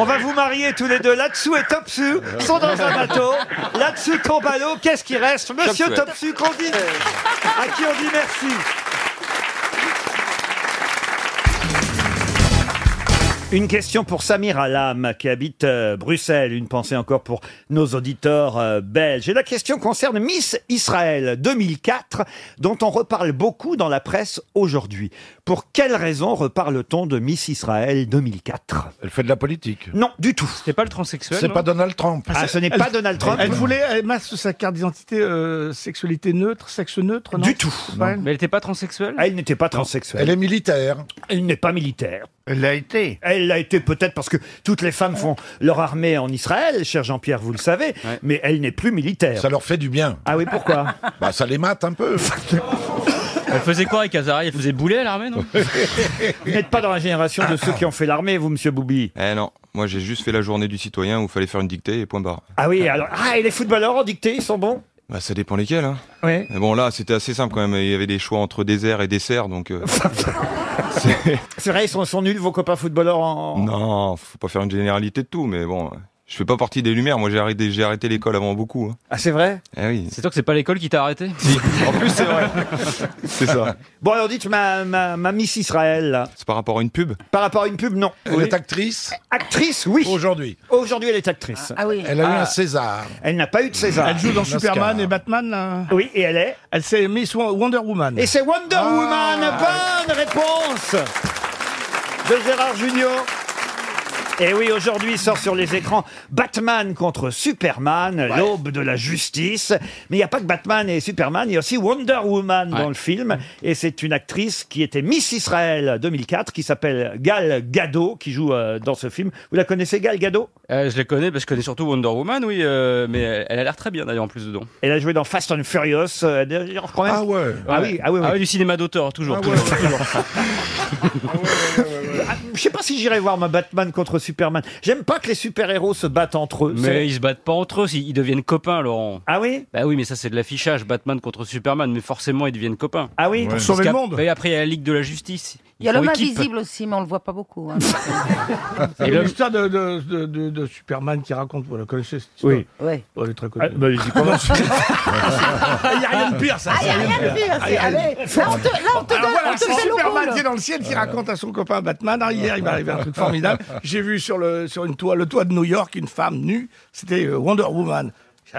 Speaker 1: On va vous marier tous les deux. Là-dessous et Topsu sont dans un bateau. Là-dessous tombe à l'eau. Qu'est-ce qui reste Monsieur Topsu
Speaker 12: Topsu.
Speaker 1: qu'on dit, à qui on dit merci. Une question pour Samir Alam, qui habite euh, Bruxelles. Une pensée encore pour nos auditeurs euh, belges. Et la question concerne Miss Israël 2004, dont on reparle beaucoup dans la presse aujourd'hui. Pour quelle raison reparle-t-on de Miss Israël 2004 Elle fait de la politique Non, du tout. C'est pas le transsexuel
Speaker 29: C'est non pas Donald Trump.
Speaker 1: Ah, ce n'est
Speaker 29: Elle-
Speaker 1: pas Donald Trump.
Speaker 8: Elle voulait, elle masque sa carte d'identité euh, sexualité neutre, sexe neutre, non
Speaker 1: Du tout.
Speaker 8: C'est pas elle
Speaker 1: Mais elle n'était pas transsexuelle Ah, Elle n'était pas transsexuelle. Elle est militaire. Elle n'est pas militaire. Elle l'a été. Elle l'a été peut-être parce que toutes les femmes font leur armée en Israël, cher Jean-Pierre, vous le savez, mais elle n'est plus militaire. Ça leur fait du bien. Ah oui, pourquoi Bah ça les mate un peu.
Speaker 26: Elle faisait quoi avec Azari Elle faisait bouler à l'armée, non
Speaker 1: vous n'êtes pas dans la génération de ceux qui ont fait l'armée, vous, monsieur Boubi.
Speaker 16: Eh non, moi j'ai juste fait la journée du citoyen où fallait faire une dictée et point barre.
Speaker 1: Ah oui, alors. Ah, et les footballeurs en dictée, ils sont bons
Speaker 16: Bah ça dépend lesquels. Hein.
Speaker 1: Ouais.
Speaker 16: Mais bon là c'était assez simple quand même, il y avait des choix entre désert et dessert donc... euh,
Speaker 1: C'est vrai, ils sont, sont nuls, vos copains footballeurs en.
Speaker 16: non, faut pas faire une généralité de tout mais bon... Je fais pas partie des lumières, moi j'ai arrêté, j'ai arrêté l'école avant beaucoup. hein.
Speaker 1: Ah, c'est vrai
Speaker 16: Eh oui,
Speaker 26: C'est toi que c'est pas l'école qui t'a arrêté
Speaker 16: en plus c'est vrai. c'est ça.
Speaker 1: Bon, alors dites ma, ma, ma Miss Israël. là.
Speaker 16: C'est par rapport à une pub
Speaker 1: Par rapport à une pub, non.
Speaker 16: Elle est
Speaker 1: actrice Actrice, oui. Aujourd'hui. Aujourd'hui, elle est actrice.
Speaker 8: Ah oui.
Speaker 16: Elle a eu un
Speaker 8: César.
Speaker 1: Elle n'a pas eu de César.
Speaker 8: Elle joue dans
Speaker 1: L'Oscar.
Speaker 8: Superman et Batman. là.
Speaker 1: Oui, et elle est
Speaker 8: Elle s'est Miss Wo- Wonder Woman.
Speaker 1: Et c'est Wonder Woman.
Speaker 26: Ah,
Speaker 1: Bonne réponse de Gérard Junior. Et oui, aujourd'hui sort sur les écrans Batman contre Superman, l'aube de la justice. Mais il n'y a pas que Batman et Superman, il y a aussi Wonder Woman dans le film. Et c'est une actrice qui était Miss Israël 2004, qui s'appelle Gal Gadot, qui joue euh, dans ce film. Vous la connaissez, Gal Gadot
Speaker 26: Euh, Je les connais, parce que je connais surtout Wonder Woman, oui, euh, mais elle, elle a l'air très bien d'ailleurs en plus dedans.
Speaker 1: Elle a joué dans Fast and Furious. euh, d'ailleurs, quand même-
Speaker 26: Ah ouais.
Speaker 1: Ah oui, ah oui, oui.
Speaker 26: Ah ouais, du cinéma d'auteur, toujours.
Speaker 1: Ah ouais,
Speaker 26: toujours,
Speaker 1: ouais,
Speaker 26: toujours.
Speaker 1: Ah, Je sais pas si j'irai voir ma Batman contre Superman. J'aime pas que les super-héros se battent entre eux.
Speaker 26: Mais ils se battent pas entre eux, si- ils deviennent copains, Laurent.
Speaker 1: Ah oui
Speaker 26: Bah oui, mais ça c'est de l'affichage, Batman contre Superman, mais forcément ils deviennent copains.
Speaker 1: Ah oui
Speaker 26: Pour
Speaker 1: Pour sauver le monde.
Speaker 26: Et après il y a la Ligue de la Justice.
Speaker 2: Il y a
Speaker 26: Ils font
Speaker 2: l'homme
Speaker 26: équipe.
Speaker 2: invisible aussi, mais on le voit pas beaucoup. hein.
Speaker 8: C'est
Speaker 26: Et l'homme-
Speaker 8: l'histoire de, de, de, de- de Superman qui raconte. Vous la connaissez cette histoire
Speaker 1: Oui.
Speaker 2: Ouais.
Speaker 8: Oh, elle est très connue.
Speaker 1: Ah, bah, je dis pas
Speaker 8: Non,
Speaker 1: non.
Speaker 8: c'est- Il n'y a rien de pire, ça.
Speaker 2: Ah, il y a rien de pire, c'est- allez, là, on te- là, on te donne- on te fait le
Speaker 8: Ah, Superman
Speaker 2: rôle.
Speaker 8: qui est dans le ciel qui raconte à son copain Batman. Ah, hier, il m'est arrivé un truc formidable. J'ai vu sur, le, sur une toit, le toit de New York une femme nue. C'était euh, Wonder Woman.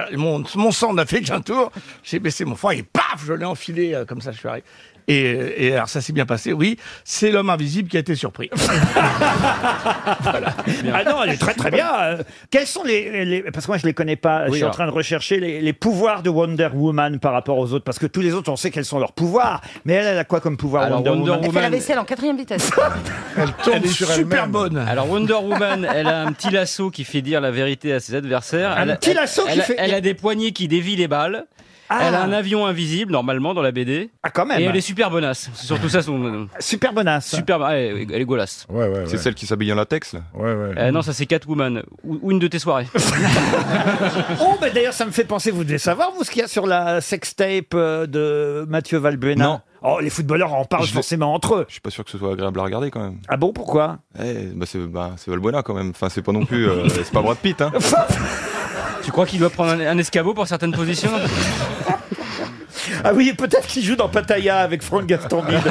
Speaker 8: J'ai- Mon, mon sang n'a fait qu'un tour. J'ai baissé mon front et paf, je l'ai enfilé euh, comme ça, je suis arrivé. Et, euh, et alors, ça s'est bien passé, oui. C'est l'homme invisible qui a été surpris.
Speaker 1: Ah non, elle est très très bien. Euh, Quels sont les, les- Parce que moi je les connais pas. je
Speaker 8: Oui,
Speaker 1: suis en
Speaker 8: alors.
Speaker 1: train de rechercher les, les pouvoirs de Wonder Woman par rapport aux autres. Parce que tous les autres, on sait quels sont leurs pouvoirs. Mais elle, elle a quoi comme pouvoir
Speaker 26: Alors,
Speaker 1: Wonder,
Speaker 26: Wonder
Speaker 1: Woman
Speaker 2: Elle fait la
Speaker 26: Woman.
Speaker 2: vaisselle en quatrième vitesse.
Speaker 8: Elle
Speaker 26: tourne
Speaker 8: est
Speaker 26: sur
Speaker 8: super
Speaker 26: elle-même.
Speaker 8: bonne.
Speaker 26: Alors Wonder Woman, elle a un petit lasso qui fait dire la vérité à ses adversaires.
Speaker 1: Un
Speaker 26: elle, a-
Speaker 1: petit
Speaker 26: elle-
Speaker 1: lasso qui
Speaker 26: elle a-
Speaker 1: fait-
Speaker 26: Elle a des poignées qui dévient les balles.
Speaker 1: Ah.
Speaker 26: Elle a un avion invisible normalement dans la BD.
Speaker 1: Ah quand même.
Speaker 26: Et elle est super bonasse. C'est surtout ça son.
Speaker 1: Super bonasse.
Speaker 26: Super. ah, Elle, est- elle est golasse.
Speaker 16: Ouais, ouais, C'est celle qui s'habille en latex là Ouais, ouais.
Speaker 26: Euh, non, ça c'est Catwoman ou, ou une de tes soirées.
Speaker 1: Oh, bah, d'ailleurs, ça me fait penser, vous devez savoir, vous, ce qu'il y a sur la sextape euh, de Mathieu Valbuena.
Speaker 16: Non.
Speaker 1: Oh, les footballeurs en parlent
Speaker 16: Je vais-
Speaker 1: forcément entre eux.
Speaker 16: Je suis pas sûr que ce soit agréable à regarder quand même.
Speaker 1: Ah bon, pourquoi
Speaker 16: Eh, bah c'est bah, c'est Valbuena quand même. Enfin, c'est pas non plus. euh, c'est pas Brad Pitt, hein.
Speaker 26: tu crois qu'il doit prendre un, un escabeau pour certaines positions
Speaker 1: Ah oui, peut-être qu'il joue dans Pattaya avec Franck Gastambide.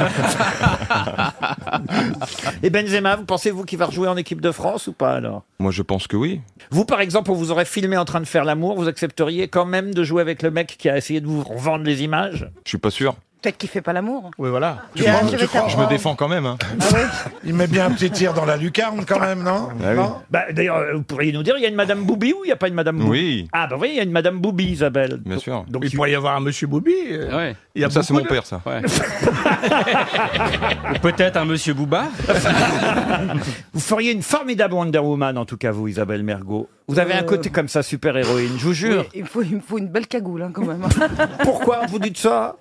Speaker 1: Et Benzema, vous pensez-vous qu'il va rejouer en équipe de France ou pas alors
Speaker 16: Moi, je pense que oui.
Speaker 1: Vous, par exemple, on vous aurait filmé en train de faire l'amour, vous accepteriez quand même de jouer avec le mec qui a essayé de vous vendre les images
Speaker 16: Je suis pas sûr.
Speaker 2: Peut-être qu'il fait pas l'amour.
Speaker 16: Oui, voilà.
Speaker 2: Tu Bien, crois- je tu vais crois-
Speaker 16: je
Speaker 2: t'apprendre.
Speaker 16: me défends quand même. hein.
Speaker 29: Ah Il met bien un petit tir dans la lucarne quand même, non
Speaker 16: Ah oui.
Speaker 29: Non
Speaker 1: bah, D'ailleurs, euh, vous pourriez nous dire, il y a une Madame Boubi ou il n'y a pas une Madame Boubi
Speaker 16: Oui.
Speaker 1: Ah bah oui, il y a une Madame Boubi, Isabelle.
Speaker 16: Bien sûr.
Speaker 1: Donc
Speaker 8: Il pourrait y avoir un monsieur Bobby. euh, il y a
Speaker 16: Ça, c'est
Speaker 8: beaucoup
Speaker 16: mon
Speaker 8: de-
Speaker 16: père, ça.
Speaker 26: Ou peut-être un Monsieur Booba
Speaker 1: Vous feriez une formidable Wonder Woman, en tout cas, vous, Isabelle Mergot. Vous avez un
Speaker 2: Euh.
Speaker 1: côté comme ça, super-héroïne, je vous jure.
Speaker 2: Oui, il, faut, il me faut une belle cagoule, hein, quand même.
Speaker 1: Pourquoi vous dites ça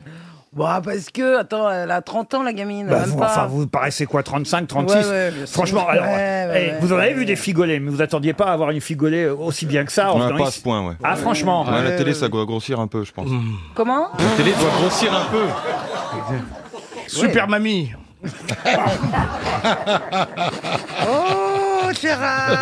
Speaker 2: Bah, parce que, attends, elle a 30 ans, la gamine.
Speaker 1: Bah,
Speaker 2: même
Speaker 1: vous,
Speaker 2: pas.
Speaker 1: enfin, vous paraissez quoi, 35, 36
Speaker 2: Ouais, ouais, bien sûr.
Speaker 1: Franchement, alors,
Speaker 2: Ouais, ouais,
Speaker 1: eh,
Speaker 2: ouais,
Speaker 1: vous en avez
Speaker 2: ouais,
Speaker 1: vu des figolées, mais vous attendiez pas à avoir une figolée euh, aussi bien que ça. en
Speaker 16: Ouais,
Speaker 1: venant
Speaker 16: pas à
Speaker 1: ici.
Speaker 16: ce point, ouais.
Speaker 1: Ah, franchement.
Speaker 16: Ouais, la télé, ça doit grossir un peu, je pense.
Speaker 2: Comment
Speaker 16: La télé doit grossir un peu.
Speaker 8: Super mamie.
Speaker 2: Oh,
Speaker 1: Ah,
Speaker 2: Gérard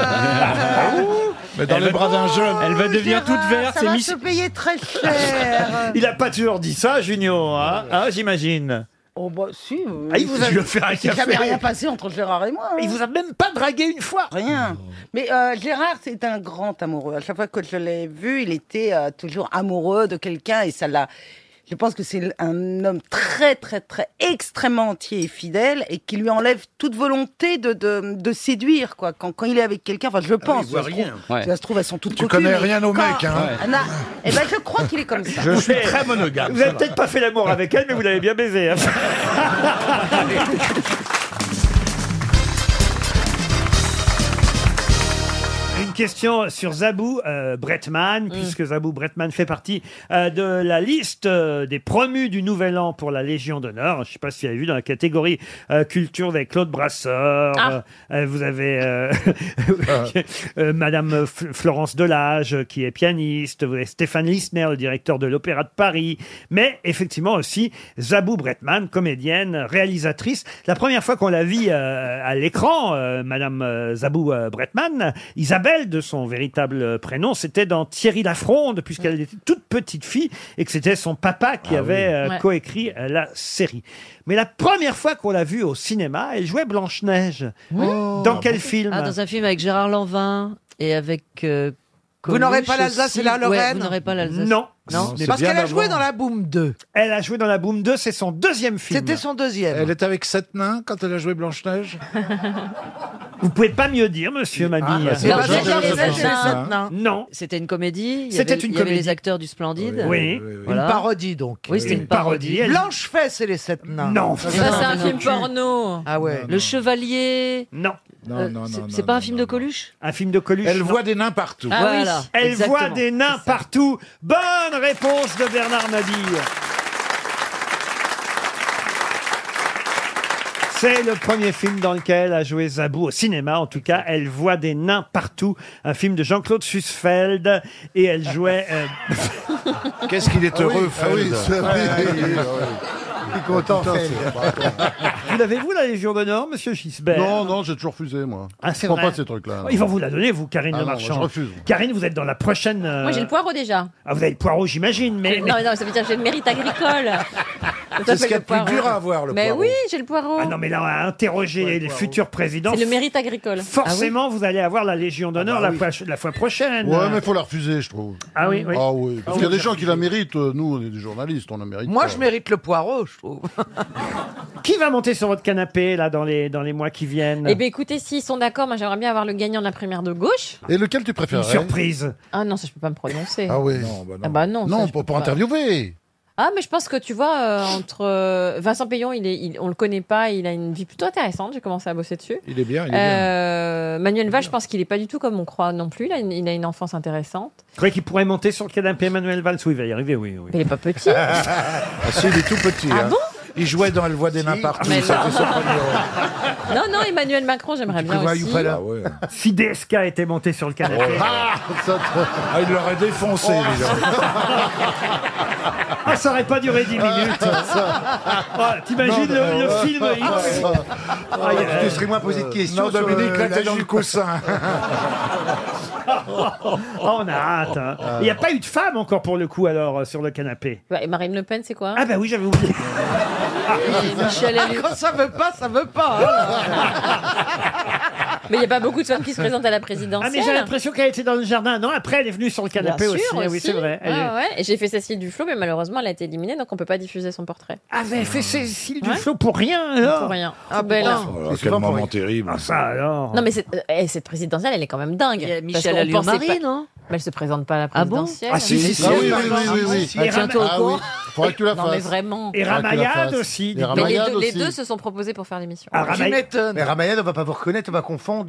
Speaker 29: Mais dans les bras d'un jeune.
Speaker 26: Elle va devenir toute
Speaker 2: Ah,
Speaker 26: verte.
Speaker 2: Ça
Speaker 26: C'est
Speaker 2: va
Speaker 26: Miss
Speaker 2: se payer très cher.
Speaker 1: Il a pas toujours dit ça, Junio, hein, hein, j'imagine.
Speaker 2: Oh bah si. euh,
Speaker 30: Ah, il vous a- Je vais faire un
Speaker 2: Il s'est
Speaker 30: café.
Speaker 2: jamais rien passé entre Gérard et moi.
Speaker 30: Il
Speaker 2: vous a même pas dragué une fois. Rien. Mais euh, Gérard, c'est un grand amoureux. À chaque fois que je l'ai vu, il était euh, toujours amoureux de quelqu'un et ça l'a. Je pense que c'est un homme très, très, très extrêmement entier et fidèle et qui lui enlève toute volonté de, de, de séduire, quoi. Quand, quand Ah il est avec quelqu'un, enfin, je pense.
Speaker 8: voit
Speaker 2: ça se
Speaker 8: rien.
Speaker 2: trouve-
Speaker 8: Ouais.
Speaker 2: Ça se trouve, elles sont toutes
Speaker 8: Tu
Speaker 2: coquines,
Speaker 8: connais
Speaker 2: mais
Speaker 8: rien au
Speaker 2: quand-
Speaker 8: mec, hein. Ouais.
Speaker 2: Ah, non. Eh ben, je crois qu'il est comme ça.
Speaker 30: monogame.
Speaker 1: Vous n'avez peut-être pas fait l'amour avec elle, mais vous l'avez bien baisé. hein. Une question sur Zabou euh, Bretman, puisque Zabou Bretman fait partie euh, de la liste euh, des promus du Nouvel An pour la Légion d'honneur. Je ne sais pas si vous avez vu dans la catégorie euh, culture, vous avez Claude Brasseur,
Speaker 5: Ah.
Speaker 1: euh, euh, vous avez euh, euh, Madame F- Florence Delage, euh, qui est pianiste, vous avez Stéphane Lisner, le directeur de l'Opéra de Paris, mais effectivement aussi Zabou Bretman, comédienne, réalisatrice. La première fois qu'on la vit euh, à l'écran, euh, Madame euh, Zabou euh, Bretman, Isabelle de son véritable euh, prénom, c'était dans Thierry Lafronde, puisqu'elle était toute petite fille et que c'était son papa qui avait euh,
Speaker 5: Ouais.
Speaker 1: coécrit euh, la série. Mais la première fois qu'on l'a vue au cinéma, elle jouait Blanche-Neige. Dans quel film
Speaker 5: Ah, Dans un film avec Gérard Lanvin et avec. euh,
Speaker 1: Vous n'aurez
Speaker 5: Coluche
Speaker 1: pas l'Alsace
Speaker 5: aussi.
Speaker 1: et la
Speaker 5: Ouais,
Speaker 1: Lorraine
Speaker 5: Vous n'aurez pas l'Alsace.
Speaker 1: Non.
Speaker 5: Non.
Speaker 1: C'est Parce bien qu'elle a joué avant. dans
Speaker 5: la Boom 2.
Speaker 1: Elle a joué dans La Boom 2, c'est son deuxième film.
Speaker 5: C'était son
Speaker 1: deuxième.
Speaker 8: Elle est avec sept nains quand elle a joué Blanche-Neige
Speaker 1: Vous pouvez pas mieux dire, monsieur Mabille.
Speaker 8: bah, c'est
Speaker 5: Ah,
Speaker 8: Alors, Blanche-Neige Blanche-Neige et les et les Sept Sept Nains. Nains.
Speaker 1: Non.
Speaker 5: C'était une comédie. il y
Speaker 1: C'était
Speaker 5: avait-
Speaker 1: une
Speaker 5: Il y avait
Speaker 1: comédie.
Speaker 5: les acteurs du Splendide.
Speaker 1: Oui.
Speaker 5: Voilà.
Speaker 12: donc.
Speaker 5: Oui, c'était une, parodie.
Speaker 1: elle-
Speaker 12: Blanche Fesse et les sept nains.
Speaker 1: Non.
Speaker 5: Ça, c'est un film porno.
Speaker 12: Ah ouais.
Speaker 5: Le Chevalier.
Speaker 1: Non.
Speaker 5: Non, c'est c'est pas un film de Coluche
Speaker 1: Un film de Coluche.
Speaker 8: Elle
Speaker 1: non.
Speaker 8: voit des nains partout.
Speaker 5: Ah oui. Voilà,
Speaker 1: Elle
Speaker 5: exactement.
Speaker 1: voit des nains partout. Bonne réponse de Bernard Mabille. C'est le premier film dans lequel a joué Zabou au cinéma. En tout cas, elle voit des nains partout. Un film de Jean-Claude Susfeld. Et elle jouait. euh,
Speaker 8: Qu'est-ce qu'il est
Speaker 1: Ah oui,
Speaker 8: heureux,
Speaker 1: ah oui,
Speaker 8: Feld.
Speaker 1: c'est vrai.
Speaker 8: Ouais, ouais, ouais, ouais.
Speaker 1: Il est content,
Speaker 8: Putain,
Speaker 1: Feld.
Speaker 8: c'est- bah, attends.
Speaker 1: Vous l'avez-vous, la Légion d'honneur, monsieur Gisbert
Speaker 8: Non, non, j'ai toujours refusé, moi.
Speaker 1: Ah,
Speaker 8: je
Speaker 1: c'est
Speaker 8: prends
Speaker 1: vrai.
Speaker 8: pas ces trucs-là. non.
Speaker 1: Ils vont vous la donner, vous, Karine
Speaker 8: Ah
Speaker 1: Le
Speaker 8: non, moi,
Speaker 1: Marchand.
Speaker 8: je refuse.
Speaker 1: Karine, vous êtes dans la prochaine. euh,
Speaker 22: Moi, j'ai le poireau déjà.
Speaker 1: Ah, vous avez le poireau, j'imagine, mais.
Speaker 22: Non, non, ça veut dire que j'ai le mérite agricole.
Speaker 1: C'est ce qu'il y a de plus dur à avoir, le
Speaker 22: Mais
Speaker 1: poireau.
Speaker 22: oui, j'ai le poireau.
Speaker 1: Ah non, mais là, on a interrogé les futurs présidents.
Speaker 22: C'est le mérite Ah agricole.
Speaker 1: Forcément, vous allez avoir la Légion d'honneur la, fois- la fois prochaine.
Speaker 8: Ah, bah
Speaker 10: euh,
Speaker 8: Ouais, mais faut la refuser, je trouve.
Speaker 1: Ah oui, oui.
Speaker 8: Ah oui, parce
Speaker 1: Ah
Speaker 8: qu'il y a
Speaker 1: oui,
Speaker 8: des gens qui la méritent. euh, Nous, on est des journalistes, on la mérite.
Speaker 12: Moi,
Speaker 8: pas.
Speaker 12: je mérite le poireau, je trouve.
Speaker 1: Qui va monter sur votre canapé, là, dans les, dans les mois qui viennent
Speaker 22: Eh bien, écoutez, s'ils sont d'accord, moi, j'aimerais bien avoir le gagnant de la primaire de gauche.
Speaker 8: Et lequel tu préfères
Speaker 1: Une surprise.
Speaker 22: Ah non, ça, je peux pas me prononcer.
Speaker 8: Ah oui. Non, bah non.
Speaker 22: Ah bah non, ça, je
Speaker 8: pour,
Speaker 22: peux
Speaker 8: pour
Speaker 22: pas.
Speaker 8: interviewer.
Speaker 22: Ah, mais je pense que tu vois, euh, entre euh, Vincent Payon, il est, il- on le connaît pas, il a une vie plutôt intéressante. J'ai commencé à bosser dessus.
Speaker 8: Il est bien, il est bien.
Speaker 22: Euh, Manuel Valls, je pense qu'il est pas du tout comme on croit non plus. Il a une, il a une enfance intéressante.
Speaker 1: Vous croyez qu'il pourrait monter sur le canapé Emmanuel Valls Oui, il va y arriver, oui. oui.
Speaker 22: Mais il est pas petit.
Speaker 8: Ah si, il est tout petit.
Speaker 22: Ah
Speaker 8: hein.
Speaker 22: bon Ah,
Speaker 8: Il jouait dans Elle voit des nains partout.
Speaker 22: mais
Speaker 8: ça,
Speaker 22: non.
Speaker 8: c'est son premier rôle.
Speaker 22: Non, non, Emmanuel Macron, j'aimerais bien aussi.
Speaker 29: Ah
Speaker 1: Si DSK était monté sur le canapé.
Speaker 8: Ah, ça, Oh. ça- Ah, il l'aurait défoncé, déjà.
Speaker 1: Ah, ça aurait pas duré 10 minutes. Ah, T'imagines le, le film
Speaker 20: euh,
Speaker 1: X Ah, il y a-
Speaker 15: Tu serais moins posé de questions.
Speaker 8: Non,
Speaker 15: sur,
Speaker 8: Dominique,
Speaker 15: euh,
Speaker 8: là,
Speaker 15: la
Speaker 8: t'es dans le
Speaker 15: jupe.
Speaker 8: coussin.
Speaker 1: Oh, on a hâte.
Speaker 22: Oh,
Speaker 1: hein. Il n'y a pas eu de femme encore pour le coup alors euh, sur le canapé.
Speaker 22: Ouais, Bah, et Marine Le Pen, c'est quoi
Speaker 1: Ah bah oui, j'avais oublié.
Speaker 22: Et Michel Hellou.
Speaker 12: Ah, Quand ça veut pas, ça veut pas. hein.
Speaker 22: Mais il n'y a pas beaucoup de femmes qui se présentent à la présidentielle.
Speaker 1: Ah mais j'ai l'impression qu'elle était dans le jardin. Non, après elle est venue sur le
Speaker 22: Bien
Speaker 1: canapé
Speaker 22: sûr,
Speaker 1: aussi. Ah Oui, c'est vrai. Elle
Speaker 22: Ouais,
Speaker 1: est-
Speaker 22: ouais. Et j'ai fait Cécile Duflo, mais malheureusement, elle a été éliminée, donc on peut pas diffuser son portrait.
Speaker 1: Ah, vous avez fait Cécile
Speaker 22: Ouais.
Speaker 1: Duflo pour rien alors
Speaker 22: Pour rien. Ah, belle. hein.
Speaker 8: Oh là, quel moment terrible.
Speaker 1: Ah ça alors
Speaker 22: Non, mais c'est- euh, eh, cette présidentielle, elle est quand même dingue.
Speaker 5: a
Speaker 22: Parce
Speaker 5: Michel hein.
Speaker 22: qu'on pensait
Speaker 5: Alliot-Marie,
Speaker 22: pas-
Speaker 5: non
Speaker 22: Mais elle se présente pas à la
Speaker 5: Ah bon
Speaker 22: présidentielle.
Speaker 8: Ah, si, si, si, Ah oui, oui, oui, oui, oui.
Speaker 22: Et
Speaker 8: Ah, tiens-toi au
Speaker 22: Ram-
Speaker 8: courant. Faudrait que tu la
Speaker 22: Non, mais
Speaker 8: fasses.
Speaker 22: vraiment.
Speaker 1: Et
Speaker 8: Faudrait que tu la
Speaker 1: Ramayad
Speaker 8: fasses.
Speaker 1: aussi,
Speaker 8: Et
Speaker 1: dites-moi.
Speaker 22: Mais les
Speaker 8: Ramayad
Speaker 22: deux, les
Speaker 8: aussi.
Speaker 22: deux se sont proposés pour faire l'émission.
Speaker 1: Ah, Ramay-
Speaker 15: Mais Ramayad, on va pas vous reconnaître, on va confondre.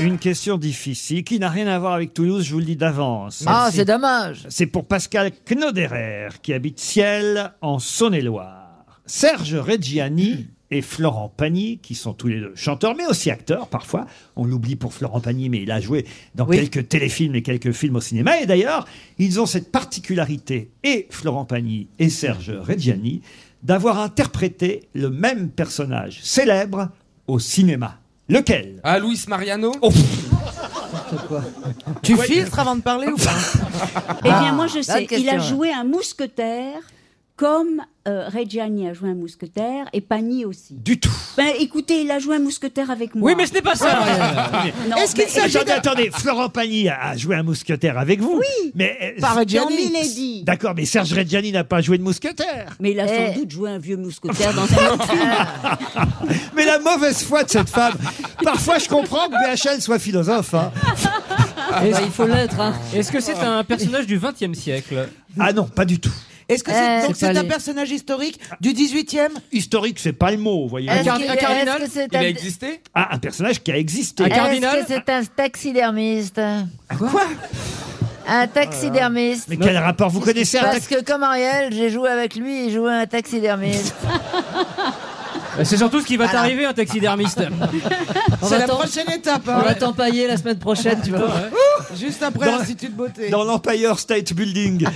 Speaker 1: Une question difficile qui n'a rien à voir avec Toulouse, je vous le dis d'avance.
Speaker 5: Ah,
Speaker 1: Merci.
Speaker 5: c'est dommage.
Speaker 1: C'est pour Pascal Knoderer qui habite Ciel en Saône-et-Loire. Serge Reggiani et Florent Pagny, qui sont tous les deux chanteurs, mais aussi acteurs parfois. On l'oublie pour Florent Pagny, mais il a joué dans quelques téléfilms et quelques films au cinéma. Et d'ailleurs, ils ont cette particularité, et Florent Pagny et Serge Reggiani, d'avoir interprété le même personnage célèbre au cinéma. Lequel Oh.
Speaker 31: Ah, Luis Mariano
Speaker 27: N'importe quoi.
Speaker 5: Tu filtres avant de parler ou pas
Speaker 18: Eh bien, moi,
Speaker 1: Ah,
Speaker 18: je
Speaker 5: bonne
Speaker 18: sais. Il a
Speaker 5: question.
Speaker 18: joué un mousquetaire comme euh, Reggiani a joué un mousquetaire et Pani aussi. Du tout. Ben, écoutez, il a joué un mousquetaire avec moi. Ah,
Speaker 1: Oui, mais ce n'est pas ça.
Speaker 18: Non,
Speaker 1: Est-ce qu'il
Speaker 18: mais-
Speaker 1: s'agit Attendez, attendez, Florent Pagny a a joué un mousquetaire avec vous. Oui. Mais euh,
Speaker 18: Par
Speaker 1: Serge-
Speaker 18: Reggiani. Dans Milady.
Speaker 1: D'accord, mais Serge Reggiani n'a pas joué de mousquetaire. Eh.
Speaker 18: Mais il a sans doute joué un vieux mousquetaire dans un autre film.
Speaker 1: Mais la mauvaise foi de cette femme. Parfois, je comprends que BHL soit philosophe. hein.
Speaker 18: Ah,
Speaker 26: Est-ce- Est-ce que c'est un personnage du XXe siècle
Speaker 1: Ah non, pas du tout.
Speaker 26: Est-ce
Speaker 5: que
Speaker 18: Euh,
Speaker 5: Eh, c'est- donc c'est un
Speaker 26: personnage
Speaker 5: personnage historique du 18e
Speaker 1: Historique, c'est pas le mot, vous voyez.
Speaker 5: Est-ce Un car- qu'il- un cardinal
Speaker 32: est-ce que c'est un-
Speaker 1: Ah, un personnage qui a existé.
Speaker 32: Est-ce que c'est un taxidermiste Quoi Un taxidermiste.
Speaker 1: Mais quel rapport Vous connaissez un
Speaker 32: Parce que comme Ariel, j'ai joué avec lui, il jouait un taxidermiste.
Speaker 26: C'est surtout ce qui va t'arriver, un taxidermiste.
Speaker 5: On
Speaker 26: C'est
Speaker 5: va
Speaker 26: la
Speaker 5: t'en-
Speaker 26: prochaine étape, hein.
Speaker 5: On va t'empailler la semaine prochaine, tu vas voir.
Speaker 26: Juste
Speaker 5: après
Speaker 26: Dans-
Speaker 5: l'Institut de beauté.
Speaker 1: Dans l'Empire State Building.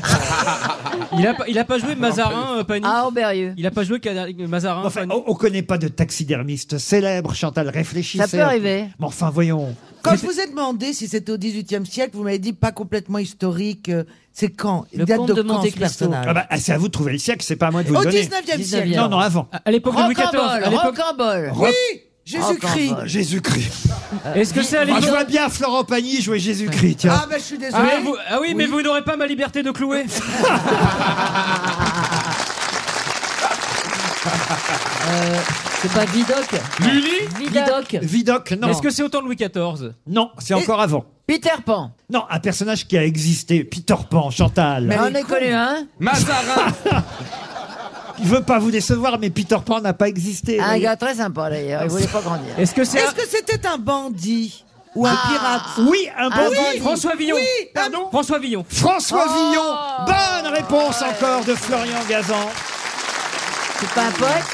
Speaker 26: il, a, pas- il a pas joué Mazarin, euh, Pagny
Speaker 5: Ah, Auberieux.
Speaker 26: Il a pas joué Cad- Mazarin.
Speaker 1: Enfin, on, on connaît pas de taxidermiste célèbre, Chantal, réfléchissez.
Speaker 5: Ça peut arriver.
Speaker 1: Mais enfin, voyons.
Speaker 5: Quand je vous ai demandé si c'était au 18e siècle, vous m'avez dit pas complètement historique. euh, C'est quand Il
Speaker 1: Le
Speaker 5: date
Speaker 1: comte
Speaker 5: de,
Speaker 1: de
Speaker 5: quand ce
Speaker 1: Monte-Cristo.
Speaker 5: personnage
Speaker 1: Ah bah, ah, c'est à vous de trouver le siècle, c'est pas à moi de vous
Speaker 5: Au
Speaker 1: le donner.
Speaker 5: 19e siècle.
Speaker 1: Non, non, avant.
Speaker 5: À l'époque de Louis XIV, à l'époque- Rocambole.
Speaker 1: Roc-
Speaker 5: Oui, Jésus-Christ. Rocambole.
Speaker 1: Jésus-Christ.
Speaker 26: Euh, Est-ce que c'est à
Speaker 1: Moi,
Speaker 26: l'époque-
Speaker 1: Ah, Je vois bien Florent Pagny jouer Jésus-Christ, tiens.
Speaker 5: bah, je suis
Speaker 26: Ah, mais vous- ah oui, mais vous n'aurez pas ma liberté de clouer.
Speaker 5: Euh, c'est pas Vidocq
Speaker 26: Lully
Speaker 5: Vidocq.
Speaker 1: Vidocq, non.
Speaker 26: Est-ce que c'est autant de Louis XIV
Speaker 1: Non, c'est encore avant.
Speaker 5: Peter Pan.
Speaker 1: Non, un personnage qui a existé, Peter Pan, Chantal.
Speaker 5: Mais on est connu, hein
Speaker 1: Mazarin Il veut pas vous décevoir, mais Peter Pan n'a pas existé.
Speaker 5: Un
Speaker 1: voyez.
Speaker 5: gars très sympa d'ailleurs, Ah, il voulait pas grandir.
Speaker 1: Est-ce que c'est un-
Speaker 5: c'était un bandit ou un pirate
Speaker 1: Oui, un bandit.
Speaker 26: François Villon.
Speaker 5: pardon.
Speaker 26: François Villon.
Speaker 1: François Villon, bonne réponse encore de Florian Gazan.
Speaker 5: C'est pas un poète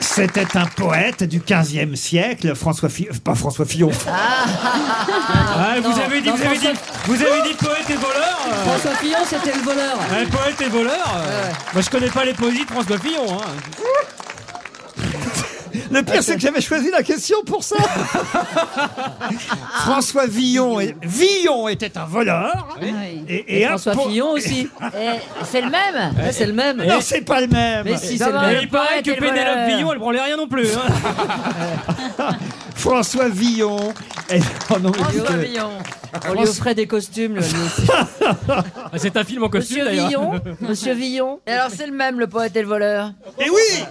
Speaker 1: C'était un poète du 15e siècle, François Fillon, pas François Fillon.
Speaker 26: Ah, vous
Speaker 1: non,
Speaker 26: avez dit,
Speaker 1: non,
Speaker 26: vous avez
Speaker 1: François-
Speaker 26: dit, vous avez dit poète et voleur. euh.
Speaker 1: François
Speaker 5: Fillon, c'était le voleur.
Speaker 26: Ouais, poète et voleur. euh. Moi, je connais pas les poésies de François Fillon. hein.
Speaker 1: Le pire, c'est que j'avais choisi la question pour ça. François Villon, est- Villon était un voleur.
Speaker 5: Ah Et François Fillon
Speaker 1: aussi.
Speaker 5: C'est le même C'est le même
Speaker 1: Non, c'est pas le même.
Speaker 5: Mais si, c'est le même.
Speaker 26: Il paraît que
Speaker 5: poète et le
Speaker 26: Pénélope
Speaker 5: voleur.
Speaker 26: Villon, elle branlait rien non plus. hein.
Speaker 1: François Villon. est- oh non, mais
Speaker 5: François
Speaker 1: dites-le.
Speaker 5: Villon. On lui offrait des costumes, lui aussi.
Speaker 1: Ah,
Speaker 26: C'est un film en costume
Speaker 5: Monsieur
Speaker 26: d'ailleurs.
Speaker 5: Villon Monsieur Villon Et alors, c'est le même, le poète et le voleur
Speaker 1: Et oui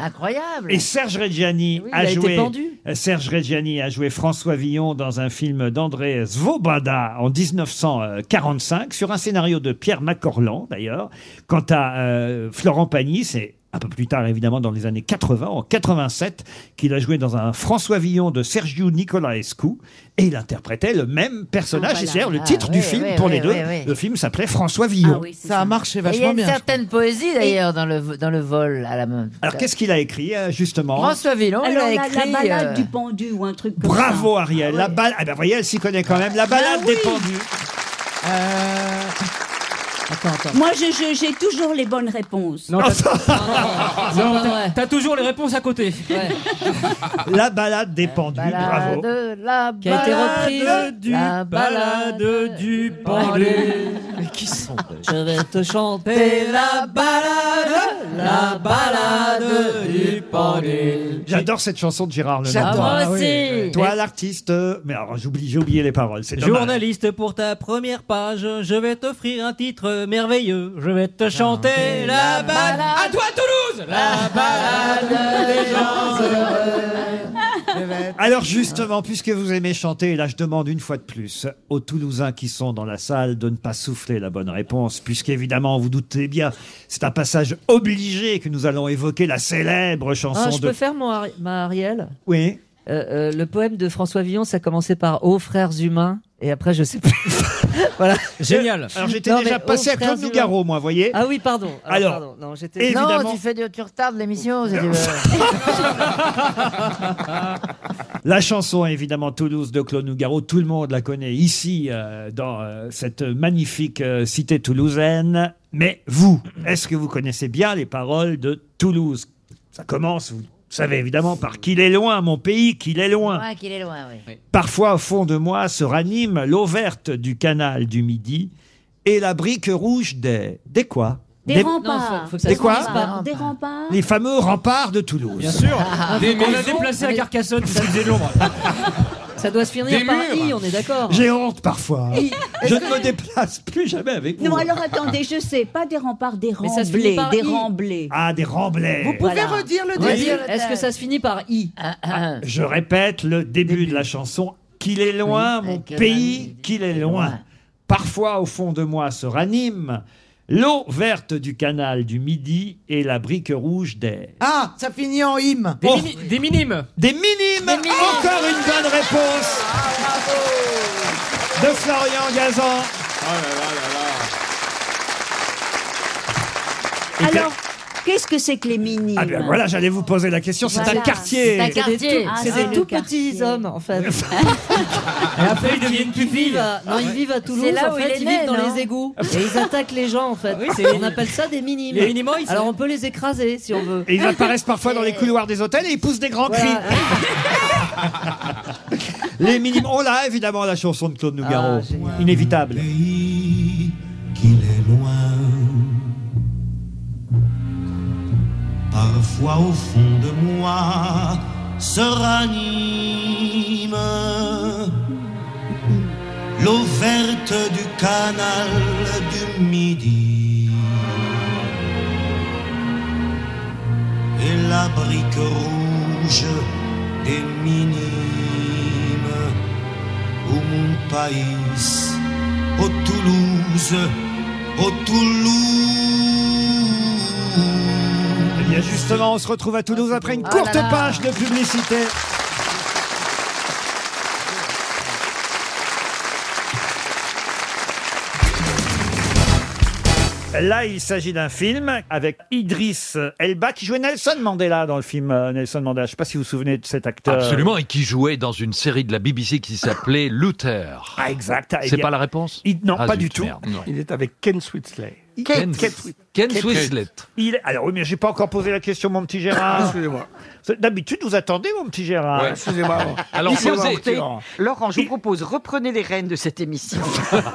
Speaker 5: Incroyable Eh
Speaker 1: Et Serge Reggiani
Speaker 5: Oui, il
Speaker 1: a,
Speaker 5: a été
Speaker 1: joué. Euh,
Speaker 5: pendu.
Speaker 1: Serge Reggiani a joué François Villon dans un film d'André Svoboda en 1945 sur un scénario de Pierre Macorlan d'ailleurs. Quant à euh, Florent Pagny, c'est un peu plus tard évidemment dans les années 80, en 87, qu'il a joué dans un François Villon de Sergio Nicolaescu et il interprétait le même personnage.
Speaker 5: Ah,
Speaker 1: et
Speaker 5: voilà.
Speaker 1: c'est d'ailleurs le
Speaker 5: Ah,
Speaker 1: titre
Speaker 5: oui,
Speaker 1: du
Speaker 5: oui,
Speaker 1: film
Speaker 5: oui,
Speaker 1: pour les
Speaker 5: oui,
Speaker 1: deux.
Speaker 5: oui, oui.
Speaker 1: Le film s'appelait François Villon.
Speaker 5: Ah Ça a marché Et il y a vachement une bien. certaine poésie d'ailleurs dans le, dans le vol à la main.
Speaker 1: Alors qu'est-ce qu'il a écrit euh, justement
Speaker 5: François Villon,
Speaker 18: Alors,
Speaker 5: il
Speaker 18: la,
Speaker 5: a
Speaker 18: la
Speaker 5: écrit.
Speaker 18: balade
Speaker 5: euh,
Speaker 18: du pendu ou un truc comme
Speaker 1: Bravo Ariel, la balle. Ah ben voyez, elle s'y connaît quand même. La balade
Speaker 18: oui.
Speaker 1: des pendus.
Speaker 26: Euh,
Speaker 5: Attends, attends.
Speaker 18: ça. Euh, Moi, je- je- j'ai toujours les bonnes réponses.
Speaker 26: Non, t'as-
Speaker 18: c'est
Speaker 26: Non,
Speaker 18: pas
Speaker 26: t'as-
Speaker 18: vrai.
Speaker 26: t'as toujours les réponses à côté.
Speaker 1: La balade des pendus.
Speaker 5: Balade,
Speaker 1: Bravo.
Speaker 5: la
Speaker 26: Qui a été reprise.
Speaker 5: balade,
Speaker 26: Du
Speaker 5: la
Speaker 26: balade du pendu. Mais qui sont
Speaker 5: Je vais te chanter la balade, la balade du pendu.
Speaker 1: J'adore cette chanson de Gérard Lenormand.
Speaker 5: J'adore. Ah, moi aussi.
Speaker 1: Toi l'artiste. euh, Mais alors j'oublie, j'ai oublié les paroles. C'est dommage.
Speaker 26: Journaliste pour ta première page, je vais t'offrir un titre merveilleux. Je vais te chanter
Speaker 5: Ah,
Speaker 26: la balade. À toi Toulouse La balade des gens
Speaker 1: Alors justement, puisque vous aimez chanter, et là je demande une fois de plus aux Toulousains qui sont dans la salle de ne pas souffler la bonne réponse, puisqu'évidemment, vous doutez bien, c'est un passage obligé que nous allons évoquer la célèbre chanson
Speaker 27: Ah, je
Speaker 1: de...
Speaker 27: peux faire mon Ari- ma Ariel
Speaker 1: Oui.
Speaker 27: Euh, euh, le poème de François Villon, ça commençait par Ô frères humains, et après je sais plus. voilà.
Speaker 5: Euh,
Speaker 1: Génial. Alors, j'étais
Speaker 27: euh, Non,
Speaker 1: déjà
Speaker 27: mais,
Speaker 1: passé
Speaker 27: Ô
Speaker 1: à Claude
Speaker 27: frères
Speaker 1: Nougaro, moi, voyez.
Speaker 27: Ah oui, pardon.
Speaker 1: Alors,
Speaker 27: pardon. Non, j'étais-
Speaker 1: évidemment-
Speaker 27: Non,
Speaker 1: Non,
Speaker 27: tu
Speaker 1: tu
Speaker 27: fais tu retardes l'émission.
Speaker 1: La chanson, évidemment, Toulouse de Claude Nougaro, tout le monde la connaît ici, euh, dans euh, cette magnifique euh, cité toulousaine. Mais vous, est-ce que vous connaissez bien les paroles de Toulouse Ça commence, vous savez évidemment par qu'il est loin, mon pays, qu'il est loin.
Speaker 18: Ouais, qu'il est loin, oui.
Speaker 1: Parfois, au fond de moi, se ranime l'eau verte du canal du Midi et la brique rouge des... Des quoi
Speaker 18: Des, remparts.
Speaker 1: faut- faut que ça Des se quoi dise pas. Ah,
Speaker 18: remparts. Des remparts.
Speaker 1: Les fameux remparts de Toulouse.
Speaker 19: Bien sûr.
Speaker 1: Des
Speaker 19: On l'a
Speaker 1: maisons-
Speaker 19: déplacé à Carcassonne, ça faisait de l'ombre.
Speaker 2: Ça doit se finir
Speaker 19: Des
Speaker 2: par
Speaker 19: murs.
Speaker 2: I, on est d'accord.
Speaker 1: J'ai honte parfois.
Speaker 18: Et-
Speaker 1: Je
Speaker 18: est-ce
Speaker 1: ne
Speaker 18: que-
Speaker 1: me déplace plus jamais avec vous.
Speaker 18: Non, alors attendez, je sais, pas des remparts, des
Speaker 2: Mais ça se finit
Speaker 18: remblais,
Speaker 2: par
Speaker 18: des
Speaker 2: I.
Speaker 18: remblais.
Speaker 1: Ah, des remblais.
Speaker 2: Vous pouvez Voilà.
Speaker 18: redire le
Speaker 1: Redire.
Speaker 18: début.
Speaker 2: Est-ce que ça se finit par I
Speaker 22: Ah,
Speaker 1: Je répète le début, de la chanson. Qu'il est loin, mon
Speaker 2: que
Speaker 1: pays, qu'il est loin. Parfois, au fond de moi se ranime l'eau verte du canal du Midi et la brique rouge des.
Speaker 33: Ah, ça finit en im.
Speaker 1: Des mini-
Speaker 34: minimes.
Speaker 1: Oh. Des minimes. Encore une bonne réponse de Florian Gazan.
Speaker 8: Oh
Speaker 1: Et quel-
Speaker 18: Alors, qu'est-ce que c'est que les minimes
Speaker 1: Ah ben voilà, j'allais vous poser la question. C'est
Speaker 18: Voilà.
Speaker 1: un quartier.
Speaker 18: C'est un
Speaker 2: C'est des tout,
Speaker 18: Ah,
Speaker 2: c'est
Speaker 18: c'est
Speaker 2: des
Speaker 18: le
Speaker 2: tout
Speaker 18: quartier.
Speaker 2: petits hommes, en fait.
Speaker 19: Et après, ils deviennent
Speaker 2: Ils
Speaker 19: pupilles.
Speaker 2: vivent à, non, ils vivent à Toulouse,
Speaker 18: C'est là
Speaker 2: en
Speaker 18: où
Speaker 2: fait,
Speaker 18: il est
Speaker 2: ils
Speaker 18: né,
Speaker 2: vivent dans
Speaker 18: non
Speaker 2: les égouts. Et ils attaquent les gens, en fait.
Speaker 1: Ah, bah, Oui, c'est-
Speaker 2: on appelle ça des minimes.
Speaker 1: Les minimoys, c'est-
Speaker 2: Alors on peut les écraser, si on veut.
Speaker 1: Et ils apparaissent parfois dans les couloirs des hôtels et ils poussent des grands cris. Les minimes. On l'a évidemment la chanson de Claude
Speaker 8: Ah,
Speaker 1: Nougaro. Inévitable.
Speaker 8: Parfois au fond de moi se ranime l'eau verte du canal du midi et la brique rouge des minimes au mon pays, au Toulouse, au Toulouse.
Speaker 1: Eh bien justement, on se retrouve à Toulouse après une
Speaker 8: Oh là
Speaker 1: courte
Speaker 8: là.
Speaker 1: page de publicité. Là, il s'agit d'un film avec Idriss Elba qui jouait Nelson Mandela dans le film euh, Nelson Mandela. Je ne sais pas si vous vous souvenez de cet acteur.
Speaker 6: Absolument, et qui jouait dans une série de la BBC qui s'appelait Luther.
Speaker 1: Ah, exact. Eh
Speaker 6: C'est
Speaker 1: bien,
Speaker 6: pas la réponse
Speaker 1: il- non,
Speaker 6: Ah,
Speaker 1: pas
Speaker 6: zut,
Speaker 1: du tout.
Speaker 6: merde.
Speaker 35: Il est avec Ken Switzley.
Speaker 6: Ken- Ken Switzlet.
Speaker 1: Il... Alors oui, mais j'ai pas encore posé la question, mon petit Gérard. Excusez-moi. D'habitude, vous attendez, mon petit Gérard.
Speaker 6: Alors, posez-
Speaker 5: Laurent, je vous propose, reprenez les rênes de cette émission.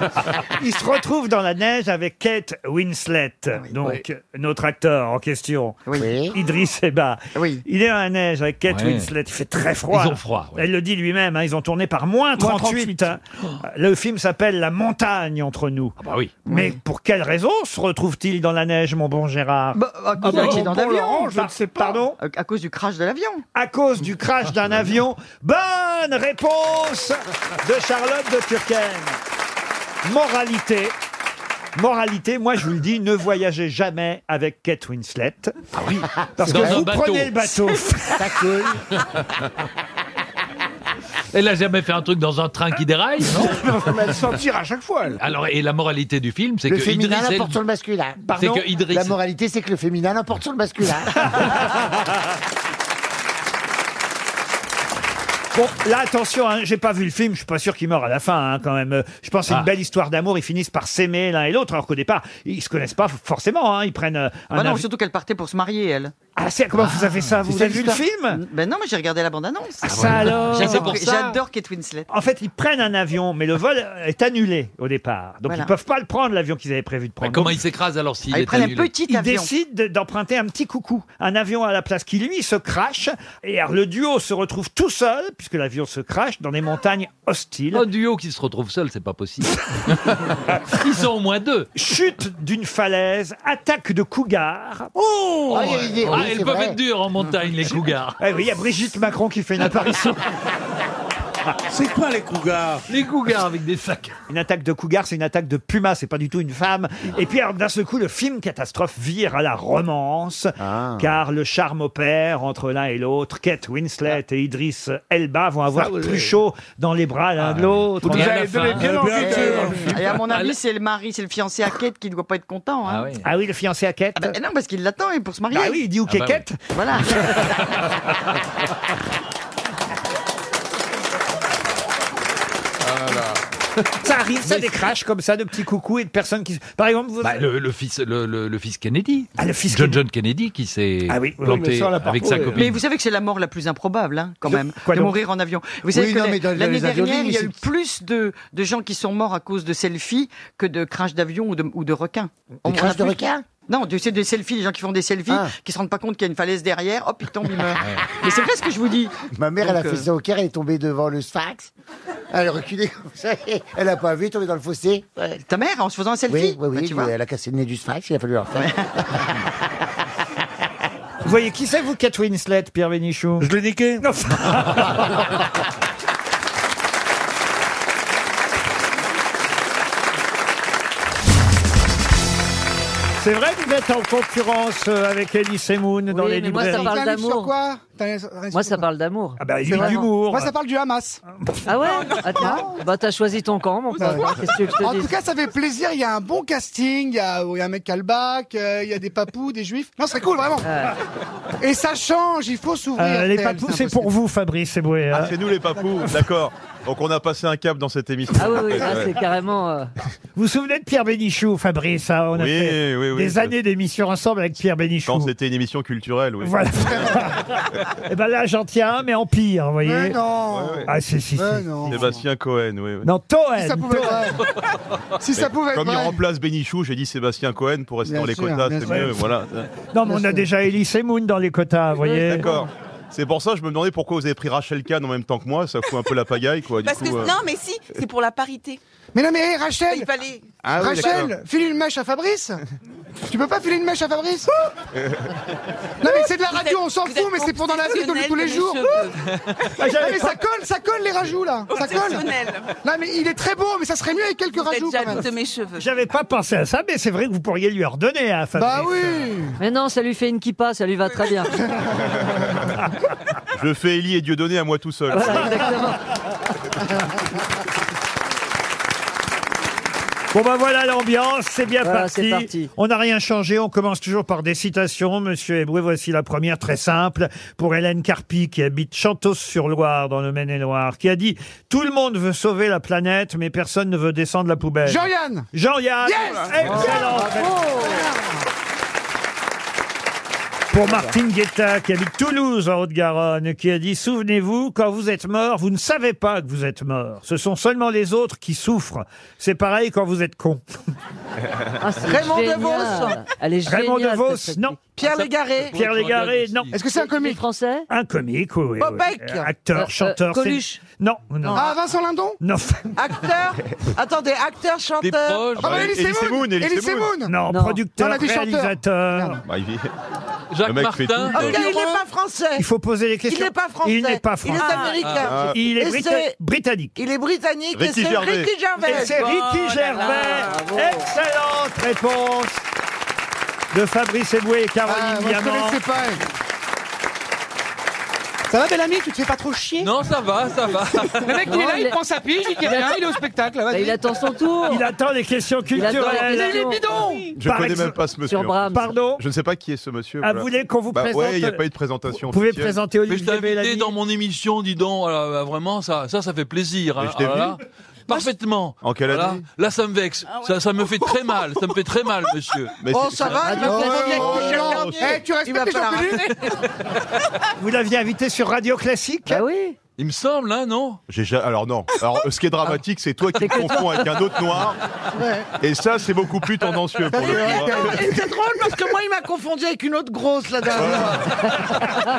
Speaker 1: Il se retrouve dans la neige avec Kate Winslet,
Speaker 5: Ah
Speaker 1: donc notre acteur en question, Idriss Elba. Il est dans la neige avec Kate
Speaker 6: Ouais.
Speaker 1: Winslet, il fait très froid.
Speaker 6: Ils ont froid,
Speaker 1: Elle le dit lui-même, hein, ils ont tourné par moins 38. hein. Le film s'appelle La montagne entre nous.
Speaker 6: bah oui.
Speaker 1: Mais pour quelle raison se retrouve-t-il dans la neige, mon bon Gérard
Speaker 5: Bah,
Speaker 1: Ah bah,
Speaker 5: à cause de l'accident d'avion. Par-
Speaker 1: Pardon
Speaker 5: À cause du crash de l'avion.
Speaker 1: à cause du crash d'un avion. Bonne réponse de Charlotte de Turquem. Moralité. Moralité, moi je vous le dis, ne voyagez jamais avec Kate Winslet. Parce que
Speaker 6: Ah Dans un
Speaker 1: vous
Speaker 6: bateau.
Speaker 1: prenez le bateau.
Speaker 6: Elle a jamais fait un truc dans un train qui déraille, non
Speaker 35: Mais elle s'en tire à chaque fois. elle.
Speaker 6: Alors, et la moralité du film, c'est
Speaker 15: Le
Speaker 6: que
Speaker 15: féminin
Speaker 6: Idriss
Speaker 15: l'emporte sur le masculin.
Speaker 6: C'est que Idriss-
Speaker 15: La moralité, c'est que le féminin l'emporte sur le masculin.
Speaker 1: Bon, là attention, hein, j'ai pas vu le film, je suis pas sûr qu'il meurt à la fin hein, quand même. Euh, Je pense que c'est une belle histoire d'amour, ils finissent par s'aimer l'un et l'autre, alors qu'au départ, ils se connaissent pas forcément, hein, ils prennent euh, un
Speaker 5: Bah non,
Speaker 1: avi-
Speaker 5: surtout qu'elle partait pour se marier, elle.
Speaker 1: Ah, c'est- comment vous avez ça Vous
Speaker 5: C'est
Speaker 1: avez vu le
Speaker 5: l'histoire.
Speaker 1: film
Speaker 5: Ben non, mais j'ai regardé la bande-annonce.
Speaker 1: Ah, ça voilà. alors
Speaker 5: J'adore-
Speaker 1: C'est pour ça.
Speaker 5: J'adore Kate Winslet.
Speaker 1: En fait, ils prennent un avion, mais le vol est annulé au départ. Donc
Speaker 5: Voilà.
Speaker 1: ils peuvent pas le prendre, l'avion qu'ils avaient
Speaker 5: Bah,
Speaker 1: prévu de prendre.
Speaker 6: Comment Ah, il s'écrase alors
Speaker 1: Ah,
Speaker 6: s'il est annulé
Speaker 1: Ils décident d'emprunter un petit coucou, un avion à la place qui lui se crache. Et alors le duo se retrouve tout seul, puisque l'avion se crache, dans des montagnes hostiles.
Speaker 6: Un duo qui se retrouve seul, c'est pas possible. Ils sont au moins deux.
Speaker 1: Chute d'une falaise, attaque de cougars. Oh
Speaker 6: Ah, elles peuvent être dures en montagne, les cougars.
Speaker 1: Eh oui, il y a Brigitte Macron qui fait une apparition.
Speaker 6: C'est quoi les cougars Les cougars avec des sacs.
Speaker 1: Une attaque de cougar, c'est une attaque de puma, c'est pas du tout une femme. Et puis alors, d'un seul coup, le film catastrophe vire à la romance, car le charme opère entre l'un et l'autre. Kate Winslet et Idriss Elba vont avoir
Speaker 5: vous
Speaker 1: plus
Speaker 5: avez-
Speaker 1: chaud dans les bras l'un Ah, de l'autre.
Speaker 5: Vous
Speaker 1: Et à
Speaker 5: avez
Speaker 1: la
Speaker 5: donné
Speaker 1: fin-
Speaker 5: bien envie Et à mon avis, c'est le mari, c'est le fiancé à Kate qui ne doit pas être content. hein.
Speaker 1: Ah oui, le fiancé à Kate.
Speaker 5: Eh non, parce qu'il l'attend et pour se marier. bah
Speaker 1: Ah oui, il dit où qu'est Kate
Speaker 5: Voilà.
Speaker 1: Ça ça arrive, ça décrache comme ça de petits coucous et de personnes qui. Par exemple, vous.
Speaker 6: Bah, le, le fils, le, le- le fils Kennedy.
Speaker 1: Ah, le fils
Speaker 6: John John Kennedy qui s'est
Speaker 1: Ah oui, oui,
Speaker 6: planté
Speaker 1: mais ça, on l'a pas
Speaker 6: avec sa
Speaker 1: retrouvé.
Speaker 6: copine.
Speaker 5: Mais vous savez que c'est la mort la plus improbable, hein, quand
Speaker 6: De-
Speaker 5: même,
Speaker 6: quoi
Speaker 5: de
Speaker 6: donc
Speaker 5: mourir en avion. Vous savez
Speaker 6: Oui,
Speaker 5: que
Speaker 6: non,
Speaker 5: la-
Speaker 6: mais dans- dans
Speaker 5: l'année
Speaker 6: les avions
Speaker 5: dernière,
Speaker 6: libres,
Speaker 5: il y a
Speaker 6: c'est-
Speaker 5: eu plus de, de gens qui sont morts à cause de selfies que de crash d'avion ou de, ou de requins. On en
Speaker 15: crash
Speaker 5: a
Speaker 15: de
Speaker 5: plus-
Speaker 15: requins
Speaker 5: non, tu sais, des selfies, les gens qui font des selfies, qui se rendent pas compte qu'il y a une falaise derrière, hop, ils tombent, ils meurent. Mais c'est vrai ce que je vous dis.
Speaker 15: Ma mère, elle a
Speaker 5: Donc,
Speaker 15: fait
Speaker 5: euh,
Speaker 15: ça au Caire, elle est tombée devant le Sphinx. Elle a reculé comme ça, et elle a pas vu, elle est tombée dans le fossé.
Speaker 5: Ta mère, en se faisant un selfie Bah,
Speaker 15: Oui, oui, oui, mais elle a cassé le nez du Sphinx, il a fallu la refaire.
Speaker 1: Vous voyez qui c'est, vous, Kate Winslet, Pierre Bénichou Je l'ai niqué. C'est vrai que vous êtes en concurrence euh, avec Elie Semoun dans
Speaker 8: Oui,
Speaker 1: les
Speaker 8: mais moi, ça
Speaker 1: librairies.
Speaker 8: parle
Speaker 1: T'as un livre
Speaker 8: d'amour.
Speaker 1: sur quoi
Speaker 8: Moi, ça parle d'amour.
Speaker 1: Ah bah, il y a eu de l'humour.
Speaker 8: Moi, ça
Speaker 7: parle du Hamas.
Speaker 8: Ah ouais Attends. Bah, t'as choisi ton camp, mon pote. Qu'est-ce que tu veux que je te
Speaker 7: En
Speaker 8: dise
Speaker 7: tout cas, ça fait plaisir. Il y a un bon casting. Il y a, il y a un mec Kalbach, il y a des papous, des juifs. Non, c'est cool, vraiment. Et ça change. Il faut s'ouvrir.
Speaker 1: Euh, les
Speaker 7: RTL,
Speaker 1: papous,
Speaker 7: c'est
Speaker 1: c'est pour vous, Fabrice Eboué. hein.
Speaker 20: Ah, c'est nous les papous, d'accord. Donc on a passé un cap dans cette émission.
Speaker 8: Ah oui, oui, là,
Speaker 20: Ouais.
Speaker 8: c'est carrément. euh,
Speaker 1: Vous vous souvenez de Pierre Bénichou, Fabrice hein On a
Speaker 20: Oui,
Speaker 1: fait
Speaker 20: oui, oui,
Speaker 1: des
Speaker 20: je-
Speaker 1: années d'émissions ensemble avec Pierre Bénichou.
Speaker 20: Quand c'était une émission culturelle, oui.
Speaker 1: Voilà. Et ben là, j'en tiens un, mais en pire, vous voyez.
Speaker 20: Mais non. Ouais, ouais.
Speaker 1: Ah, si, si, si.
Speaker 20: Mais
Speaker 1: si, si.
Speaker 20: Sébastien Cohen, oui. oui.
Speaker 1: Non, Toen.
Speaker 7: Si ça pouvait être vrai. Si ça
Speaker 20: Mais
Speaker 7: pouvait être
Speaker 20: Comme il
Speaker 7: vrai.
Speaker 20: remplace Bénichou, j'ai dit Sébastien Cohen pour rester
Speaker 7: Bien
Speaker 20: dans les
Speaker 7: sûr,
Speaker 20: quotas,
Speaker 7: bien
Speaker 20: c'est
Speaker 7: sûr.
Speaker 20: mieux, voilà.
Speaker 1: Non, mais on a déjà Elie Semoun dans les quotas, vous voyez.
Speaker 20: D'accord. C'est pour ça que je me demandais pourquoi vous avez pris Rachel Kahn en même temps que moi, ça fout un peu la pagaille, quoi. Du
Speaker 19: Parce que
Speaker 20: coup, euh.
Speaker 19: non, mais si, c'est pour la parité.
Speaker 7: Mais non, mais hé, Rachel
Speaker 19: Il fallait.
Speaker 20: Ah oui,
Speaker 7: Rachel,
Speaker 20: d'accord.
Speaker 7: file une mèche à Fabrice. tu peux pas filer une mèche à Fabrice Non, mais c'est de la
Speaker 19: Vous
Speaker 7: radio,
Speaker 19: êtes-
Speaker 7: on s'en
Speaker 19: vous
Speaker 7: fout,
Speaker 19: êtes
Speaker 7: Oh, mais c'est pendant la vie de tous les
Speaker 19: obsessionnel de mes
Speaker 7: jours.
Speaker 19: cheveux.
Speaker 7: Ah, j'avais mais ça colle, ça colle les rajouts là. Ça colle.
Speaker 19: Obsessionnel.
Speaker 7: Non mais il est très beau, mais ça serait mieux avec quelques
Speaker 19: Vous êtes
Speaker 7: rajouts quand
Speaker 19: jaloux
Speaker 7: même.
Speaker 19: de mes cheveux.
Speaker 1: J'avais pas pensé à ça, mais c'est vrai que vous pourriez lui ordonner à Fabrice.
Speaker 7: Bah oui
Speaker 8: Mais non, ça lui fait une kippa, ça lui va très bien.
Speaker 20: Je fais Ellie et Dieudonné à moi tout
Speaker 19: Ah,
Speaker 20: seul.
Speaker 1: Bon ben voilà l'ambiance, c'est bien
Speaker 8: Voilà,
Speaker 1: parti.
Speaker 8: c'est parti.
Speaker 1: On n'a rien changé, on commence toujours par des citations. Monsieur Eboué, voici la première très simple pour Hélène Carpi qui habite Chantos-sur-Loire dans le Maine-et-Loire, qui a dit « Tout le monde veut sauver la planète, mais personne ne veut descendre la poubelle. »
Speaker 7: Jean-Yann
Speaker 1: Jean-Yann
Speaker 7: Yes
Speaker 1: Excellent Pour Martine Guetta, qui habite Toulouse, en Haute-Garonne, qui a dit « Souvenez-vous, quand vous êtes mort, vous ne savez pas que vous êtes mort. Ce sont seulement les autres qui souffrent. C'est pareil quand vous êtes con.
Speaker 8: Ah, c'est
Speaker 7: Raymond
Speaker 8: génial.
Speaker 7: Devos.
Speaker 8: Elle est
Speaker 1: Raymond
Speaker 8: géniale,
Speaker 1: DeVos,
Speaker 8: cette- Ah,
Speaker 1: non.
Speaker 7: Pierre Légaré.
Speaker 1: Pierre Légaré, non.
Speaker 7: Est-ce que c'est un comique
Speaker 8: français
Speaker 1: Un comique, oui. oui,
Speaker 7: Bobek.
Speaker 1: oui. Euh, Acteur,
Speaker 7: Euh, euh,
Speaker 1: chanteur. c'est-
Speaker 7: Coluche.
Speaker 1: Non, non.
Speaker 7: Ah, Vincent Lindon
Speaker 1: Non.
Speaker 7: Acteur Attendez, acteur,
Speaker 20: Des proches.
Speaker 7: Ah bah,
Speaker 20: Elie
Speaker 7: Elie
Speaker 20: Semoun,
Speaker 7: Semoun
Speaker 20: Elie
Speaker 7: Elie
Speaker 20: Semoun.
Speaker 7: Semoun
Speaker 1: Non,
Speaker 20: Non.
Speaker 1: producteur,
Speaker 7: On a dit chanteur.
Speaker 1: réalisateur.
Speaker 20: Bah, il-
Speaker 6: Jacques
Speaker 20: le mec fait
Speaker 6: Martin.
Speaker 7: Oh,
Speaker 20: tout,
Speaker 6: Ok,
Speaker 20: quoi.
Speaker 6: il est
Speaker 7: pas français.
Speaker 1: Il faut poser les questions.
Speaker 7: n'est pas français.
Speaker 1: Il n'est pas
Speaker 7: Il est
Speaker 1: français.
Speaker 7: américain.
Speaker 1: Ah. Il est
Speaker 7: Et
Speaker 1: brita-
Speaker 7: c'est-
Speaker 1: britannique.
Speaker 7: Il est britannique
Speaker 1: Ricky
Speaker 7: et c'est
Speaker 1: Gervais.
Speaker 7: Ricky Gervais.
Speaker 1: Et c'est
Speaker 5: Oh
Speaker 1: Ricky Gervais. Excellente réponse de Fabrice Eboué et Caroline
Speaker 7: Ah, moi, je
Speaker 1: Diamant.
Speaker 7: connaissais pas. Ça va, Bellamy Tu te fais pas trop chier
Speaker 6: Non, ça va, ça va.
Speaker 7: Le mec,
Speaker 6: il est là, il
Speaker 7: pense à pige, il dit
Speaker 6: rien,
Speaker 7: il est au spectacle.
Speaker 8: Bah, il attend son tour.
Speaker 1: Il attend les questions culturelles.
Speaker 20: Je
Speaker 1: Par
Speaker 20: connais
Speaker 1: exemple-
Speaker 20: même pas ce monsieur.
Speaker 8: Sur Brahms.
Speaker 1: Pardon
Speaker 20: Je ne sais pas qui est ce monsieur.
Speaker 1: Ah,
Speaker 20: voilà.
Speaker 1: vous voulez qu'on vous
Speaker 20: Bah
Speaker 1: présente
Speaker 20: Ouais, il n'y a pas eu de présentation.
Speaker 1: Vous pouvez
Speaker 20: officielle.
Speaker 1: présenter
Speaker 6: Mais je
Speaker 1: Olivier
Speaker 6: t'ai invité
Speaker 1: Bellamy.
Speaker 6: dans mon émission, dis donc. ah, ah, vraiment, ça, ça, ça fait plaisir.
Speaker 20: Mais
Speaker 6: hein.
Speaker 20: je t'ai
Speaker 6: Ah là
Speaker 20: vu.
Speaker 6: là. Parfaitement.
Speaker 20: En quelle
Speaker 6: Voilà.
Speaker 20: année
Speaker 6: Là, ça me vexe. ça, ça me fait très mal. Ça me fait très mal, monsieur.
Speaker 20: Mais
Speaker 7: Ah Oh,
Speaker 20: c'est-
Speaker 7: ça va
Speaker 20: Ah,
Speaker 7: il
Speaker 20: non,
Speaker 7: va falloir
Speaker 20: ouais,
Speaker 7: bien
Speaker 4: Oh,
Speaker 20: ouais,
Speaker 7: que
Speaker 20: ouais,
Speaker 7: Gervais-
Speaker 20: ouais.
Speaker 7: Eh, Tu respectes les gens connus
Speaker 1: Vous l'aviez invité sur Radio Classique
Speaker 8: Ah oui.
Speaker 6: Il me semble, hein, non
Speaker 20: J'ai ja- Alors non. Alors ce qui est dramatique, c'est toi qui
Speaker 6: C'est
Speaker 20: te
Speaker 6: que
Speaker 20: confonds
Speaker 6: toi.
Speaker 20: avec un autre noir. Et ça, c'est beaucoup plus tendancieux pour le coup. hein.
Speaker 36: Et c'est drôle parce que moi, il m'a confondu avec une autre grosse la dernière fois.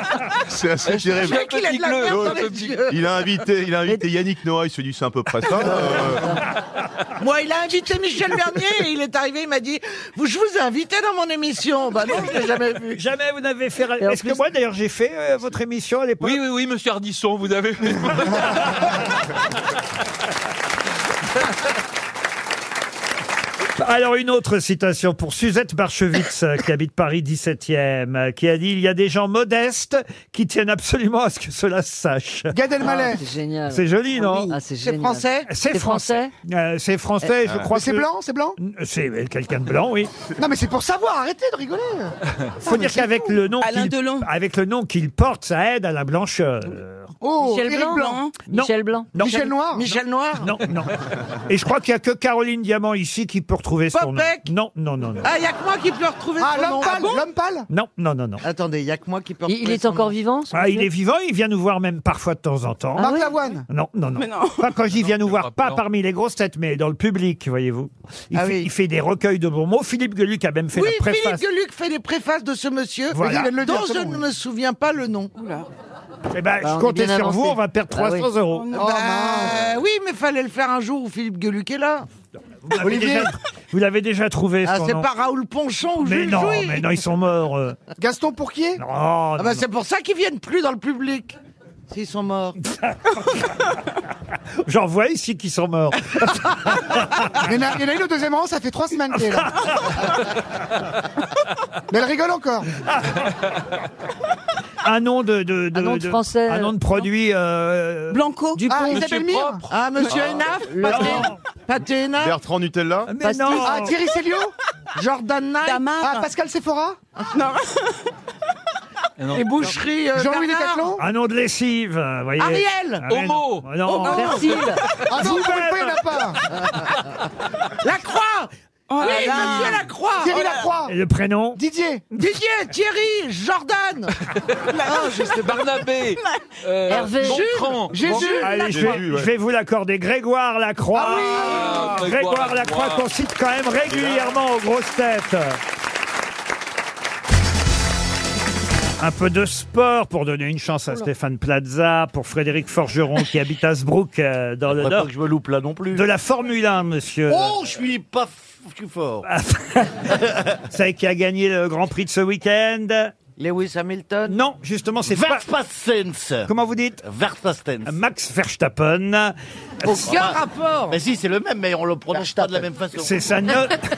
Speaker 20: C'est assez terrible.
Speaker 36: Je sais qu'il a de la merde dans les yeux.
Speaker 20: Il a invité, il a invité Yannick Noah. Il se dit c'est à peu près ça. euh,
Speaker 36: Moi, il a invité Michel Bernier et il est arrivé, il m'a dit vous, Je vous ai invité dans mon émission. Bah non, je l'ai jamais vu.
Speaker 1: Jamais vous n'avez fait.
Speaker 36: Et en
Speaker 1: Ah, Est-ce que
Speaker 36: plus-
Speaker 1: moi d'ailleurs j'ai fait euh, votre émission à l'époque
Speaker 6: Oui, oui, oui, monsieur Ardisson, vous avez.
Speaker 1: Alors, une autre citation pour Suzette Barchevitz, euh, qui habite Paris 17e, euh, qui a dit Il y a des gens modestes qui tiennent absolument à ce que cela se sache.
Speaker 4: Gad
Speaker 1: Elmaleh.
Speaker 4: Elmaleh.
Speaker 1: Ah, c'est génial. C'est joli, non
Speaker 4: Ah, c'est C'est génial. français
Speaker 1: C'est
Speaker 4: C'est
Speaker 1: français. Euh, c'est français, je
Speaker 4: Ah. Mais
Speaker 1: crois.
Speaker 4: c'est
Speaker 1: que-
Speaker 4: blanc, c'est blanc
Speaker 1: C'est euh, quelqu'un de blanc, oui.
Speaker 4: Non, mais c'est pour savoir, arrêtez de rigoler.
Speaker 1: Faut dire qu'avec le nom qu'il- avec le nom qu'il porte, ça aide à la blancheur.
Speaker 4: Oh,
Speaker 1: Michel
Speaker 4: Éric
Speaker 1: Blanc,
Speaker 4: Blanc.
Speaker 1: Non. Non.
Speaker 4: Michel Noir.
Speaker 7: Michel Noir.
Speaker 1: Non, non. Et je crois qu'il n'y a que Caroline Diamant ici qui peut retrouver son nom.
Speaker 7: Popek
Speaker 1: Non, non, non, non.
Speaker 7: Ah, il n'y a que moi qui peux retrouver
Speaker 4: Ah,
Speaker 7: son
Speaker 4: l'homme
Speaker 7: nom.
Speaker 4: pâle,
Speaker 7: Ah bon
Speaker 4: l'homme pâle
Speaker 1: Non, non, non, non.
Speaker 7: Attendez, il n'y a que moi qui peux
Speaker 21: Il- il
Speaker 7: retrouver
Speaker 21: est encore vivant, ce
Speaker 1: Ah, il
Speaker 21: monsieur
Speaker 1: est vivant, il vient nous voir même parfois de temps en temps. Ah
Speaker 4: Marc Lavoine.
Speaker 1: Non, non, non.
Speaker 4: Mais non.
Speaker 1: Pas quand j'y viens nous voir, pas parmi les grosses têtes, mais dans le public, voyez-vous. Il, fait, il fait des recueils de bons mots. Philippe Gueluc a même fait
Speaker 7: Oui,
Speaker 1: la
Speaker 7: Philippe
Speaker 1: préface.
Speaker 7: Gueluc fait les préfaces de ce monsieur
Speaker 1: Voilà. Mais il vient de le dire,
Speaker 7: dont
Speaker 1: c'est
Speaker 7: je
Speaker 1: bon,
Speaker 7: ne me souviens pas le nom.
Speaker 1: Eh
Speaker 5: Bah,
Speaker 1: ben,
Speaker 21: Bah,
Speaker 1: je comptais sur vous, on va perdre
Speaker 21: Ah
Speaker 5: Ah
Speaker 1: 300
Speaker 21: Oh,
Speaker 1: euros.
Speaker 7: Bah, oui, mais fallait le faire un jour où Philippe Gueluc est là.
Speaker 1: Vous l'avez déjà- vous l'avez déjà, trouvé,
Speaker 7: Ah,
Speaker 1: son
Speaker 7: c'est
Speaker 1: nom.
Speaker 7: pas Raoul Ponchon ou
Speaker 1: Mais
Speaker 7: Jules
Speaker 1: non,
Speaker 7: Jouy.
Speaker 1: mais non, ils sont morts. euh.
Speaker 7: Gaston Pourquier
Speaker 1: Non, Ah non,
Speaker 7: bah,
Speaker 1: non.
Speaker 7: C'est pour ça qu'ils viennent plus dans le public. S'ils sont morts.
Speaker 1: J'en vois ici qui sont morts.
Speaker 4: Il y, en a, il y en a une au deuxième rang, ça fait trois semaines qu'elle est là. Mais elle rigole encore.
Speaker 1: Un nom de, de,
Speaker 4: Un nom de français,
Speaker 1: un nom de produit. euh,
Speaker 4: Blanco.
Speaker 1: Dupont.
Speaker 7: Ah,
Speaker 1: Monsieur
Speaker 7: Isabelle Mire
Speaker 1: Propre.
Speaker 7: Ah, monsieur
Speaker 1: Ah,
Speaker 7: Hénaf
Speaker 1: le-
Speaker 7: Pathé- Pathé Hénaf
Speaker 20: Bertrand Nutella
Speaker 1: Mais non.
Speaker 4: Ah, Thierry Célio
Speaker 7: Jordan Knight
Speaker 4: Ah, Pascal Sephora
Speaker 7: Non. Les boucheries euh,
Speaker 4: Jean-Louis
Speaker 7: Bernard.
Speaker 4: Decathlon
Speaker 1: Ah, Un nom de lessive, euh, voyez.
Speaker 7: Ariel. Oh,
Speaker 1: Ah, mais
Speaker 7: Homo.
Speaker 1: Non. non.
Speaker 7: Homo. Merci.
Speaker 4: Ah non, vous il n'a pas
Speaker 7: La Croix
Speaker 4: Oh là
Speaker 7: Oui,
Speaker 4: là.
Speaker 7: monsieur La Croix
Speaker 4: Thierry
Speaker 7: Oh là-
Speaker 4: Lacroix
Speaker 1: Et le prénom
Speaker 4: Didier
Speaker 7: Didier, Thierry, Jordan
Speaker 6: Non, je sais, Barnabé. euh,
Speaker 1: Ah, Hervé.
Speaker 6: Gontran.
Speaker 1: Jésus. Allez, je vais,
Speaker 6: Jésus, ouais.
Speaker 1: je vais vous l'accorder. Grégoire Lacroix.
Speaker 6: Ah oui
Speaker 1: Grégoire Lacroix qu'on cite quand même régulièrement aux grosses têtes. Un peu de sport pour donner une chance à Stéphane Plaza, pour Frédéric Forgeron qui habite Asbrook euh, dans le Nord.
Speaker 10: que je me loupe là non plus.
Speaker 1: De la Formule 1, monsieur.
Speaker 10: Oh, je suis pas f- je suis fort.
Speaker 1: Ah, Vous savez qui a gagné le Grand Prix de ce week-end Lewis Hamilton Non, justement, c'est pas...
Speaker 10: Verstappen.
Speaker 1: Comment vous dites
Speaker 10: Verstappen.
Speaker 1: Max Verstappen. Ah.
Speaker 10: Aucun rapport. Mais si, c'est le même, mais on le prononce pas de la même façon.
Speaker 1: C'est sa, neu-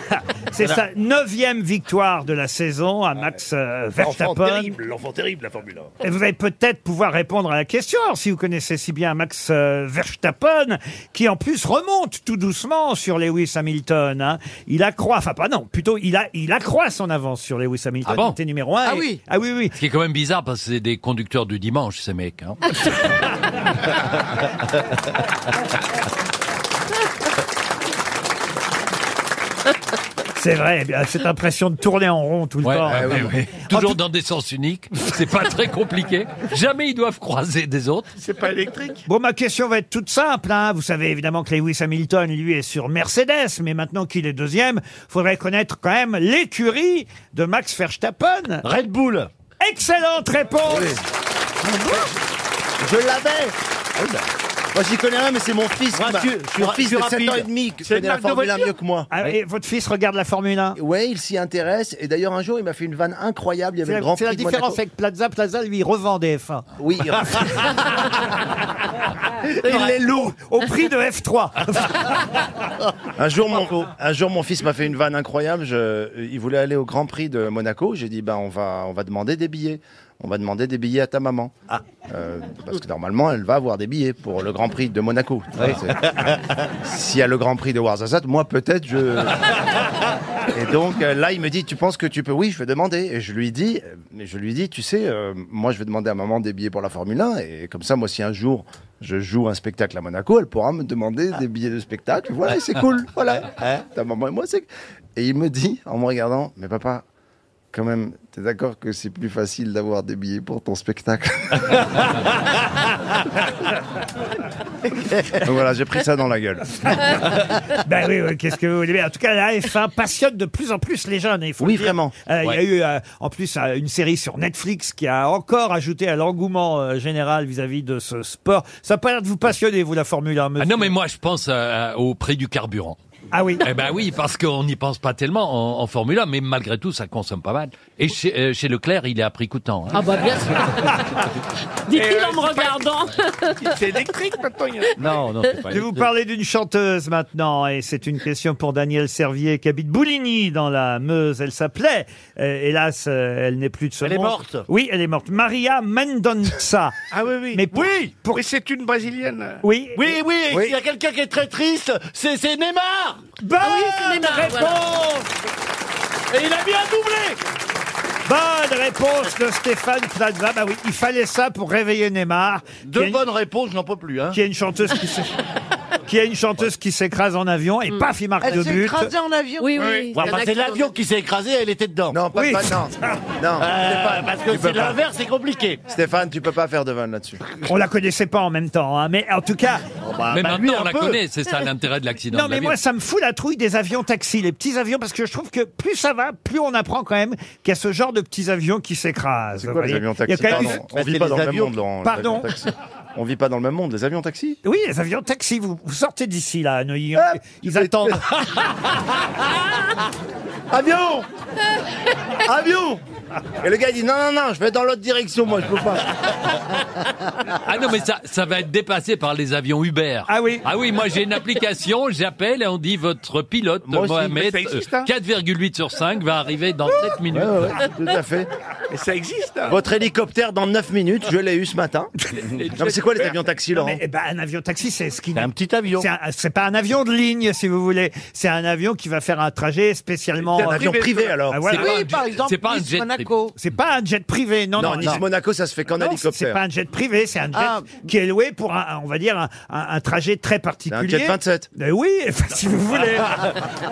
Speaker 1: c'est sa neuvième victoire de la saison à Max euh,
Speaker 10: L'enfant
Speaker 1: Verstappen.
Speaker 10: terrible, l'enfant terrible, la Formule 1.
Speaker 1: Et vous allez peut-être pouvoir répondre à la question si vous connaissez si bien Max euh, Verstappen, qui en plus remonte tout doucement sur Lewis Hamilton. hein. Il accroît, enfin pas non, plutôt il, a, il accroît son avance sur Lewis Hamilton.
Speaker 6: Ah bon
Speaker 1: Il était numéro un.
Speaker 6: Ah
Speaker 1: et-
Speaker 6: oui.
Speaker 1: Ah oui, oui.
Speaker 6: Ce qui est quand même bizarre parce que c'est des conducteurs du dimanche, ces mecs. hein.
Speaker 1: C'est vrai, eh bien, cette impression de tourner en rond tout le
Speaker 6: Ouais,
Speaker 1: temps.
Speaker 6: ouais, ouais, ouais.
Speaker 1: En
Speaker 6: Toujours
Speaker 1: tout-
Speaker 6: dans des sens uniques. C'est pas très compliqué. Jamais ils doivent croiser des autres.
Speaker 10: C'est pas électrique.
Speaker 1: Bon, ma question va être toute simple. hein. Vous savez évidemment que Lewis Hamilton, lui, est sur Mercedes, mais maintenant qu'il est deuxième, faudrait connaître quand même l'écurie de Max Verstappen.
Speaker 10: Red Bull.
Speaker 1: Excellente réponse.
Speaker 10: Je l'avais.
Speaker 22: Ah bah.
Speaker 10: Moi, j'y connais rien, mais c'est mon fils.
Speaker 1: qui m'a- mon fils de sept ans et demi qui connaît la Formule un mieux que
Speaker 10: moi.
Speaker 1: Ah, et votre fils regarde la Formule 1
Speaker 10: Ouais, il s'y intéresse. Et d'ailleurs, un jour, il m'a fait une vanne incroyable. Il y
Speaker 1: C'est
Speaker 10: avait le
Speaker 1: la,
Speaker 10: Grand
Speaker 1: c'est
Speaker 10: Prix
Speaker 1: la
Speaker 10: de Monaco.
Speaker 1: différence avec Plaza. Plaza, lui, il revend des F1.
Speaker 10: Oui. il-
Speaker 1: Il les loue au prix de F3.
Speaker 10: Un jour, mon, un jour, mon fils m'a fait une vanne incroyable. Je- il voulait aller au Grand Prix de Monaco. J'ai dit, bah, on va, on va demander des billets. On va demander des billets à ta maman. Euh, parce que normalement, elle va avoir des billets pour le Grand Prix de Monaco. Tu vois, c'est- S'il y a le Grand Prix de Warzazat, moi, peut-être, je... Et donc, euh, là, il me dit, tu penses que tu peux Oui, je vais demander. Et je lui dis, euh, mais je lui dis tu sais, euh, moi, je vais demander à maman des billets pour la Formule 1. Et comme ça, moi, si un jour... Je joue un spectacle à Monaco, elle pourra me demander des billets de spectacle. Voilà, c'est cool. Voilà. Ta maman et moi, c'est. Et il me dit, en me regardant, mais papa, quand même, t'es d'accord que c'est plus facile d'avoir des billets pour ton spectacle Donc voilà, j'ai pris ça dans la gueule.
Speaker 1: ben oui, oui, qu'est-ce que vous voulez. Mais En tout cas, la F1 passionne de plus en plus les jeunes. Il faut
Speaker 10: Oui,
Speaker 1: le dire.
Speaker 10: vraiment.
Speaker 1: Euh, Il y a
Speaker 10: Ouais.
Speaker 1: eu, euh, en plus, euh, une série sur Netflix qui a encore ajouté à l'engouement euh, général vis-à-vis de ce sport. Ça a pas l'air de vous passionner, vous, la Formule 1, monsieur.
Speaker 6: Ah non, mais moi, je pense euh, au euh, prix du carburant.
Speaker 1: Ah oui.
Speaker 6: Eh ben oui, parce qu'on n'y pense pas tellement en, en Formule 1, mais malgré tout, ça consomme pas mal. Et chez, euh, chez Leclerc, il est à prix coûtant. hein.
Speaker 8: Ah bah bien sûr.
Speaker 2: euh,
Speaker 1: Dit-il en
Speaker 8: me regardant.
Speaker 11: C'est électrique maintenant. il y a-
Speaker 6: Ah Non, non, c'est pas
Speaker 1: Je vais vous parler d'une chanteuse maintenant, et c'est une question pour Daniel Servier qui habite Bouligny dans la Meuse. Elle s'appelait, euh, hélas, euh, elle n'est plus de ce
Speaker 2: Elle est
Speaker 1: monde.
Speaker 2: morte.
Speaker 1: Oui, elle est morte. Maria Mendonça.
Speaker 2: Ah oui, oui.
Speaker 1: Mais pour-
Speaker 2: oui,
Speaker 1: pour-
Speaker 11: Mais c'est une brésilienne.
Speaker 1: Oui.
Speaker 2: Oui, oui, et s'il y a quelqu'un qui est très triste, c'est c'est Neymar
Speaker 1: Bonne
Speaker 2: ah oui, c'est Neymar, réponse Et il a mis un doublé
Speaker 1: Bonne réponse de Stéphane Plaza. Bah oui, il fallait ça pour réveiller Neymar. Deux bonnes
Speaker 2: réponses, je n'en peux plus. hein.
Speaker 1: Qui est une chanteuse qui s'é- qui est une chanteuse qui s'écrase en avion et paf, il marque
Speaker 7: Mm. Elle
Speaker 1: deux
Speaker 7: s'est
Speaker 1: buts.
Speaker 7: écrasée en avion. Oui, oui.
Speaker 2: Enfin, c'est l'avion qui s'est écrasé, elle était dedans. Non,
Speaker 10: pas- Oui. pas- non. Non, Stéphane,
Speaker 2: Euh, parce
Speaker 10: tu
Speaker 2: que
Speaker 10: peux
Speaker 2: c'est
Speaker 10: pas.
Speaker 2: l'inverse, c'est compliqué.
Speaker 10: Stéphane, tu peux pas faire de vanne là-dessus.
Speaker 1: On la connaissait pas en même temps, hein, mais en tout cas.
Speaker 10: Oh, bah,
Speaker 6: Mais maintenant, on la connaît, c'est ça l'intérêt de l'accident.
Speaker 1: Non,
Speaker 6: de
Speaker 1: mais
Speaker 6: l'avion.
Speaker 1: moi, ça me fout la trouille des avions taxis, les petits avions, parce que je trouve que plus ça va, plus on apprend quand même qu'il y a ce genre de petits avions qui s'écrasent.
Speaker 10: Quoi,
Speaker 1: Vous
Speaker 10: les
Speaker 1: voyez
Speaker 10: avions
Speaker 1: Il y a
Speaker 10: taxis
Speaker 1: quand même-
Speaker 10: Pardon, on vit pas dans le même monde, Laurent. les
Speaker 1: Pardon.
Speaker 10: avions taxis. On vit pas dans le même monde, les avions taxis
Speaker 1: Oui, les avions taxis, vous, vous sortez d'ici, là, à Neuilly. hein.
Speaker 2: Ah,
Speaker 1: Ils attendent.
Speaker 10: Avion Avion Et le gars dit non, non, non, je vais dans l'autre direction, moi, je peux pas.
Speaker 6: Ah non, mais ça, ça va être dépassé par les avions Uber. Ah
Speaker 1: oui.
Speaker 6: Ah oui, moi j'ai une application, j'appelle et on dit votre pilote
Speaker 10: Moi aussi,
Speaker 6: Mohamed,
Speaker 10: mais ça existe,
Speaker 6: euh,
Speaker 10: hein
Speaker 6: 4,8 sur 5 va arriver dans 7 minutes.
Speaker 10: Ouais, ouais, tout à fait.
Speaker 11: Et ça existe.
Speaker 10: Votre hélicoptère dans 9 minutes, je l'ai eu ce matin. non, mais c'est quoi les avions taxis,
Speaker 1: Non,
Speaker 10: Laurent
Speaker 1: mais, eh ben, un avion taxi, c'est ce qui.
Speaker 10: un petit avion.
Speaker 1: C'est un- C'est pas un avion de ligne, si vous voulez. C'est un avion qui va faire un trajet spécialement.
Speaker 10: C'est un avion privé, alors.
Speaker 1: Ah, voilà.
Speaker 10: C'est pas Oui, un par jet- exemple, c'est pas un Nice, jet privé. Monaco.
Speaker 1: C'est pas un jet privé, non.
Speaker 10: Non,
Speaker 1: non,
Speaker 10: Nice,
Speaker 1: non.
Speaker 10: Monaco, ça se fait qu'en
Speaker 1: Non,
Speaker 10: hélicoptère.
Speaker 1: C'est pas un jet privé, c'est un jet
Speaker 10: Ah.
Speaker 1: qui est loué pour, un, on va dire, un, un- un trajet très particulier.
Speaker 10: jet 27.
Speaker 1: Mais oui, si vous voulez.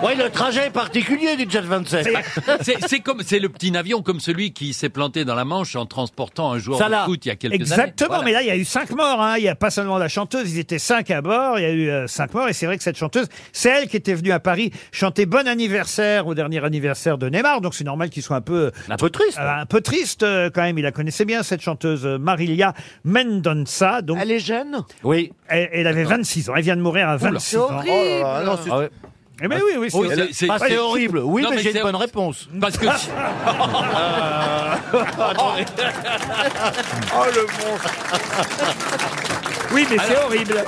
Speaker 2: Oui, le trajet est particulier du Jet 27.
Speaker 6: C'est- C'est comme c'est le petit avion comme celui qui s'est planté dans la Manche en transportant un joueur
Speaker 1: Salah.
Speaker 6: de foot il y a quelques années.
Speaker 1: Exactement,
Speaker 6: Voilà.
Speaker 1: mais là, il y a eu cinq morts. hein. Il n'y a pas seulement la chanteuse, ils étaient cinq à bord. Il y a eu euh, cinq morts. Et c'est vrai que cette chanteuse, c'est elle qui était venue à Paris chanter bon anniversaire au dernier anniversaire de Neymar. Donc c'est normal qu'il soit un peu. Un peu triste. un peu triste euh, quand même. Il la connaissait bien, cette chanteuse euh, Marilia Mendonça. Donc, elle est jeune
Speaker 2: Oui.
Speaker 1: Elle, elle avait 26 ans. Elle vient de mourir à 26 ans.
Speaker 2: horrible. Oh là là, non, c'est-
Speaker 1: Ah ouais. Eh ben oui, oui,
Speaker 2: Oui, c'est-
Speaker 1: c'est
Speaker 2: Ah, c'est
Speaker 1: Ouais,
Speaker 2: horrible. Oui,
Speaker 1: Non,
Speaker 2: mais, j'ai
Speaker 1: c'est-
Speaker 2: une bonne réponse.
Speaker 6: Parce que.
Speaker 2: oh le monstre
Speaker 1: Oui, mais
Speaker 2: Alors-
Speaker 1: horrible.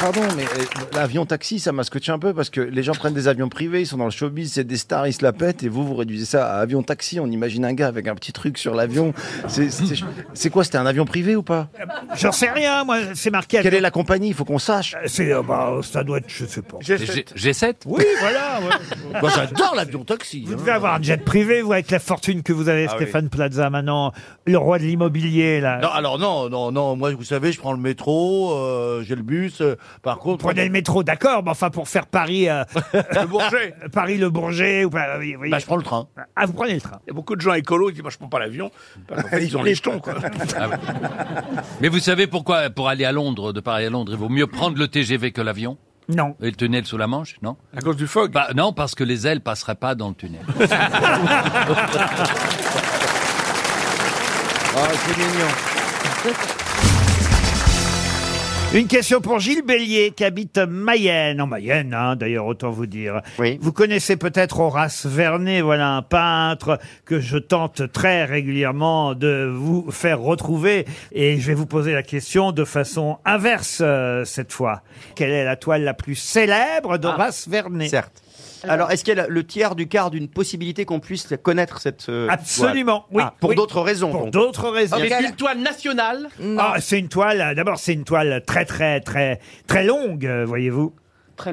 Speaker 10: Pardon, mais euh, l'avion taxi, ça m'a scotché un peu parce que les gens prennent des avions privés, ils sont dans le showbiz, c'est des stars, ils se la pètent et vous, vous réduisez ça à avion taxi. On imagine un gars avec un petit truc sur l'avion. C'est- C'est c'est quoi C'était un avion privé ou pas
Speaker 1: J'en sais rien, moi, c'est marqué.
Speaker 10: Quelle est la compagnie Il faut qu'on sache.
Speaker 1: C'est, euh, bah, ça doit être, je sais pas.
Speaker 6: G- G7
Speaker 1: Oui, voilà. ouais.
Speaker 2: Moi, j'adore l'avion taxi.
Speaker 1: Vous devez avoir un jet privé, vous, avec la fortune que vous avez,
Speaker 2: Ah oui.
Speaker 1: Stéphane Plaza, maintenant, le roi de l'immobilier, là.
Speaker 2: Non, alors non, non, non. Moi, vous savez, je prends le métro, euh, j'ai le bus. euh, par contre,
Speaker 1: Prenez le métro, d'accord, mais enfin, pour faire Paris... euh, le
Speaker 11: Bourget.
Speaker 1: Paris-Le Bourget, ou pas... oui, oui.
Speaker 2: Bah, je prends le train.
Speaker 1: Ah, vous prenez le train.
Speaker 11: Il y a beaucoup de gens écolos qui disent, moi, je prends pas l'avion. Parce qu'en fait, ils ont les jetons, quoi.
Speaker 6: Ah ouais. Mais vous savez pourquoi pour aller à Londres de Paris à Londres il vaut mieux prendre le TGV que l'avion
Speaker 1: Non.
Speaker 6: Et le tunnel sous la Manche non
Speaker 11: À cause du fog
Speaker 6: bah, Non parce que les ailes passeraient pas dans le tunnel.
Speaker 10: Ah, c'est mignon.
Speaker 1: Une question pour Gilles Bélier, qui habite Mayenne. En Mayenne, hein, d'ailleurs, autant vous dire. Vous connaissez peut-être Horace Vernet, voilà un peintre que je tente très régulièrement de vous faire retrouver. Et je vais vous poser la question de façon inverse, euh, cette fois. Quelle est la toile la plus célèbre d'Horace Vernet
Speaker 12: Ah. Certes. Alors, est-ce qu'il y a le tiers du quart d'une possibilité qu'on puisse connaître cette. euh,
Speaker 1: Absolument, oui.
Speaker 12: toile Ah, pour
Speaker 1: oui.
Speaker 12: d'autres raisons.
Speaker 1: Pour
Speaker 12: donc. Ah,
Speaker 1: d'autres raisons.
Speaker 8: Ah,
Speaker 12: Ok.
Speaker 16: toile nationale.
Speaker 1: Ah, c'est une toile, euh, d'abord, c'est une toile très, très, très, très longue, euh, voyez-vous.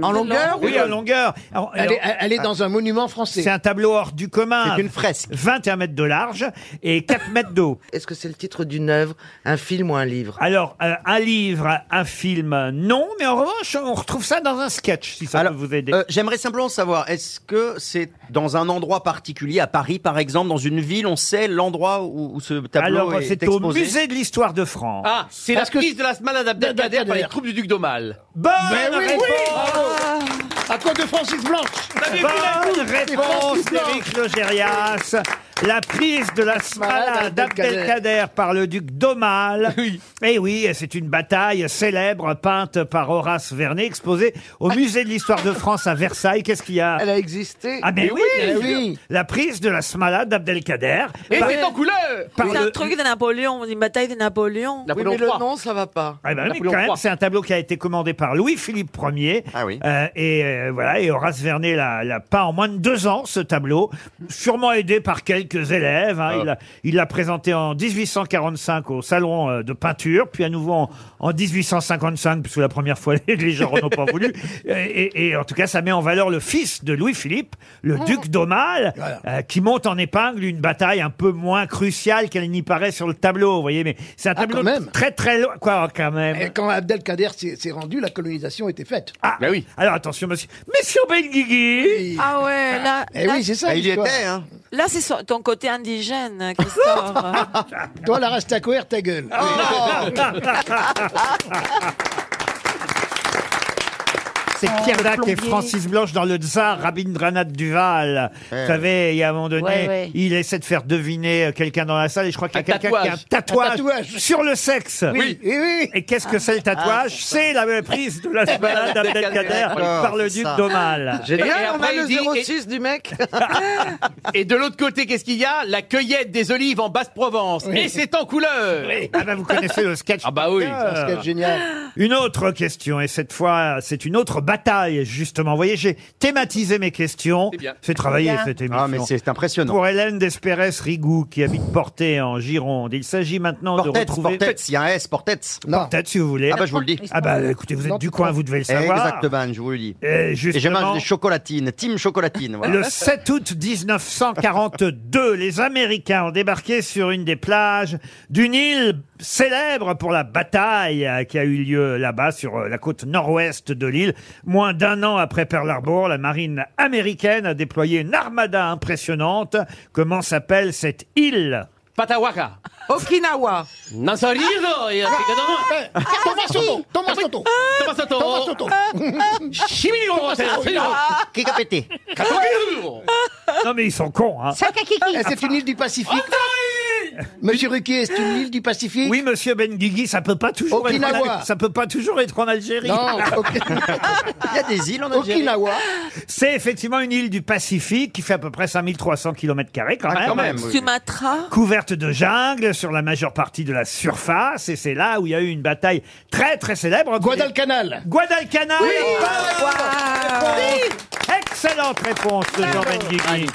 Speaker 16: En longueur
Speaker 1: Oui, en longueur.
Speaker 16: Elle est- elle est dans
Speaker 1: un monument français. C'est un tableau hors du commun. C'est une fresque. 21 mètres de large et 4 mètres d'eau.
Speaker 7: Est-ce que c'est le titre d'une œuvre, un film ou un livre
Speaker 1: Alors, euh, un livre, un film, non, mais en revanche, on retrouve ça dans un sketch, si ça peut vous aider.
Speaker 12: Euh, J'aimerais simplement savoir, est-ce que c'est dans un endroit particulier, à Paris par exemple, dans une ville, on sait l'endroit où, où ce tableau
Speaker 1: Alors,
Speaker 12: est
Speaker 1: c'est
Speaker 12: exposé
Speaker 1: au musée de l'histoire de France.
Speaker 16: Ah, c'est la prise de la malade Abdelkader par les troupes du duc d'Aumale.
Speaker 1: Bonne
Speaker 16: Ben oui,
Speaker 1: réponse.
Speaker 16: oui, À cause de Francis Blanche
Speaker 1: Bonne réponse d'Éric Logérias. La prise de la Smala d'Abdelkader par le duc d'Aumale. Eh oui, c'est une bataille célèbre peinte par Horace Vernet, exposée au musée de l'histoire de France à Versailles. Qu'est-ce qu'il y
Speaker 5: Eh
Speaker 1: a
Speaker 7: Elle a
Speaker 5: ben,
Speaker 7: existé.
Speaker 1: Ah mais oui,
Speaker 7: bien
Speaker 1: bien
Speaker 7: sûr.
Speaker 1: sûr. La prise de la Smala d'Abdelkader.
Speaker 5: Eh,
Speaker 7: Et
Speaker 1: par-
Speaker 7: c'est en couleur
Speaker 1: par
Speaker 28: C'est un
Speaker 1: le-
Speaker 28: truc de Napoléon, une bataille de Napoléon.
Speaker 7: Oui, mais le nom, ça va pas.
Speaker 1: Ah ben oui, mais quand même, c'est un tableau qui a été commandé par Louis-Philippe Ier. Euh, et euh, voilà, et Horace Vernet l'a l'a peint en moins de deux ans, ce tableau, sûrement aidé par quelques élèves. hein. Il l'a- Il l'a présenté en 1845 au Salon euh, de peinture, puis à nouveau en, en 1855, puisque la première fois, les- les gens n'ont pas voulu. Et, et- et en tout cas, ça met en valeur le fils de Louis-Philippe, le
Speaker 28: Ah.
Speaker 1: duc d'Aumale, euh, qui monte en épingle une bataille un peu moins cruciale qu'elle n'y paraît sur le tableau, vous voyez. Mais c'est un tableau très très loin. Quoi, quand même
Speaker 5: Ah, Et quand Abdelkader s'est s'est rendu, la colonisation était faite.
Speaker 1: Ah, oui. Alors attention, monsieur. Monsieur Benguigui
Speaker 28: Ah ouais, là.
Speaker 5: Eh
Speaker 28: là-
Speaker 5: oui, c'est ça.
Speaker 12: Ah,
Speaker 5: l'histoire.
Speaker 28: hein.
Speaker 12: hein.
Speaker 28: Là, c'est son- ton côté indigène qui sort.
Speaker 5: Toi, la rasta cohère, ta gueule.
Speaker 12: Ah,
Speaker 1: C'est
Speaker 28: Oh,
Speaker 1: Pierre
Speaker 28: le
Speaker 1: Dac et
Speaker 28: plombier.
Speaker 1: Francis Blanche dans le Tsar Rabindranath Duval.
Speaker 28: Ouais.
Speaker 1: Vous savez, il y a un moment donné,
Speaker 28: Ouais, ouais.
Speaker 1: il essaie de faire deviner euh, quelqu'un dans la salle et je crois qu'il y a quelqu'un qui a un tatouage,
Speaker 5: Un tatouage.
Speaker 1: sur le sexe.
Speaker 5: Oui. Oui,
Speaker 1: Et qu'est-ce que c'est le
Speaker 5: Ah.
Speaker 1: tatouage C'est la euh, prise de la balade d'Abdelkader par le duc d'Aumale.
Speaker 16: Ah, Et
Speaker 7: Génial, on a
Speaker 16: après,
Speaker 7: le
Speaker 16: il dit-
Speaker 7: 06 du mec.
Speaker 16: Et de l'autre côté, qu'est-ce qu'il y a La cueillette des olives en Basse-Provence.
Speaker 1: Oui.
Speaker 16: Et c'est en couleur.
Speaker 1: Ah bah vous connaissez le sketch.
Speaker 16: Ah bah oui.
Speaker 1: Ah. Une autre question, et cette fois, c'est une autre bataille, justement. Vous voyez, j'ai thématisé mes questions.
Speaker 12: bien.
Speaker 1: C'est travaillé,
Speaker 12: C'est bien.
Speaker 1: cette
Speaker 12: Ah,
Speaker 1: émission.
Speaker 12: mais c'est impressionnant.
Speaker 1: Pour Hélène Despérès-Rigou, qui habite Portet, en Gironde. Il s'agit maintenant de
Speaker 12: Portet,
Speaker 1: retrouver...
Speaker 12: Portet, il y a un S, Portet.
Speaker 1: Non. Portet, si vous voulez.
Speaker 12: Ah bah je vous le dis.
Speaker 1: Ah bah écoutez, vous êtes du coin, vous devez le savoir.
Speaker 12: Exactement, je vous le dis.
Speaker 1: Et justement-
Speaker 12: je mange des chocolatines, team chocolatine. voilà.
Speaker 1: Le 7 août 1942, les Américains ont débarqué sur une des plages d'une île célèbre pour la bataille euh, qui a eu lieu là-bas sur euh, la côte nord-ouest de l'île. Moins d'un an après Pearl Harbor, la marine américaine a déployé une armada impressionnante. Comment s'appelle cette île
Speaker 16: Patawaka.
Speaker 7: Okinawa.
Speaker 16: Nansariro. et-
Speaker 8: Ah,
Speaker 1: Ah,
Speaker 5: Thomas Soto, Thomas Soto.
Speaker 16: Thomas Soto.
Speaker 5: Thomas Soto.
Speaker 1: Ah,
Speaker 16: Chimiro, c'est la suite.
Speaker 12: Qui a pété
Speaker 16: Katoguro.
Speaker 1: Non mais ils sont cons, hein
Speaker 5: Eh, C'est une île du Pacifique. Monsieur Ruquier, c'est une île du Pacifique
Speaker 1: Oui, monsieur Benguigui, ça peut pas toujours être en
Speaker 5: Okinawa.
Speaker 1: Al- ça peut pas toujours être en Algérie.
Speaker 5: Non,
Speaker 12: Il y a des îles en Algérie.
Speaker 5: Okinawa.
Speaker 1: C'est effectivement une île du Pacifique qui fait à peu près 5300 km carrés quand
Speaker 28: Ah,
Speaker 1: même.
Speaker 28: quand même, oui. Sumatra.
Speaker 1: Couverte de jungle sur la majeure partie de la surface et c'est là où il y a eu une bataille très très célèbre. Guadalcanal. Guadalcanal. Bonne réponse. Excellente réponse de Jean Benguigui.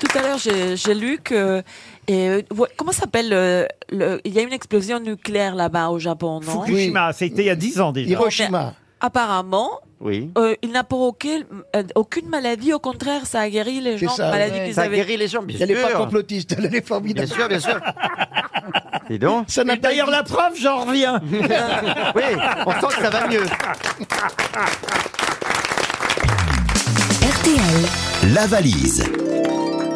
Speaker 28: Tout à l'heure, j'ai j'ai lu que. Et, euh, ouais, comment s'appelle euh, le- Il y a une explosion nucléaire là-bas au Japon, non
Speaker 1: Fukushima, c'était il y a 10 ans déjà.
Speaker 28: Mais Apparemment,
Speaker 12: Oui.
Speaker 28: euh, il n'a provoqué euh, aucune maladie. Au contraire, ça a guéri les gens. de maladies qu'ils
Speaker 12: Ça a
Speaker 28: avaient.
Speaker 12: guéri les gens, bien
Speaker 5: Elle n'est pas
Speaker 12: sûr.
Speaker 5: complotiste, elle est formidable.
Speaker 12: Bien sûr, bien sûr. Et donc
Speaker 5: Ça n'a
Speaker 1: D'ailleurs, la preuve, j'en reviens.
Speaker 12: Oui, on sent que ça va mieux.
Speaker 13: La valise.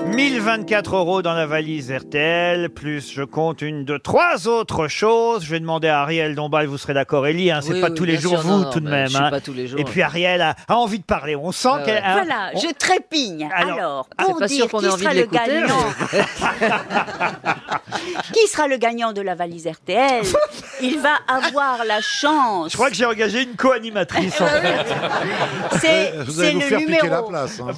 Speaker 1: 1024 euros dans la valise RTL, plus je compte une de trois autres choses. Je vais demander à Ariel Dombal, vous serez d'accord, Ellie, hein, c'est
Speaker 18: Oui,
Speaker 1: pas
Speaker 18: oui,
Speaker 1: tous les
Speaker 18: bien
Speaker 1: jours
Speaker 18: sûr,
Speaker 1: vous
Speaker 18: non,
Speaker 1: tout de
Speaker 18: mais
Speaker 1: même. hein.
Speaker 18: je suis pas tous les jours. Ah
Speaker 1: Et puis Ariel a, a envie de parler, on sent qu'elle... hein,
Speaker 18: Voilà,
Speaker 1: on- Ah,
Speaker 18: je trépigne. Alors,
Speaker 1: c'est
Speaker 18: pour
Speaker 1: pas
Speaker 18: dire
Speaker 1: sûr qu'on
Speaker 18: qui
Speaker 1: ait envie
Speaker 18: sera
Speaker 1: de
Speaker 18: le
Speaker 1: l'écouter, mais-
Speaker 18: gagnant. qui sera le gagnant de la valise RTL Il va avoir la chance.
Speaker 1: Je crois que j'ai engagé une co-animatrice. en fait.
Speaker 18: C'est
Speaker 1: Euh, vous allez
Speaker 18: c'est
Speaker 1: nous
Speaker 18: le
Speaker 1: faire piquer la
Speaker 18: numéro.
Speaker 1: place, hein.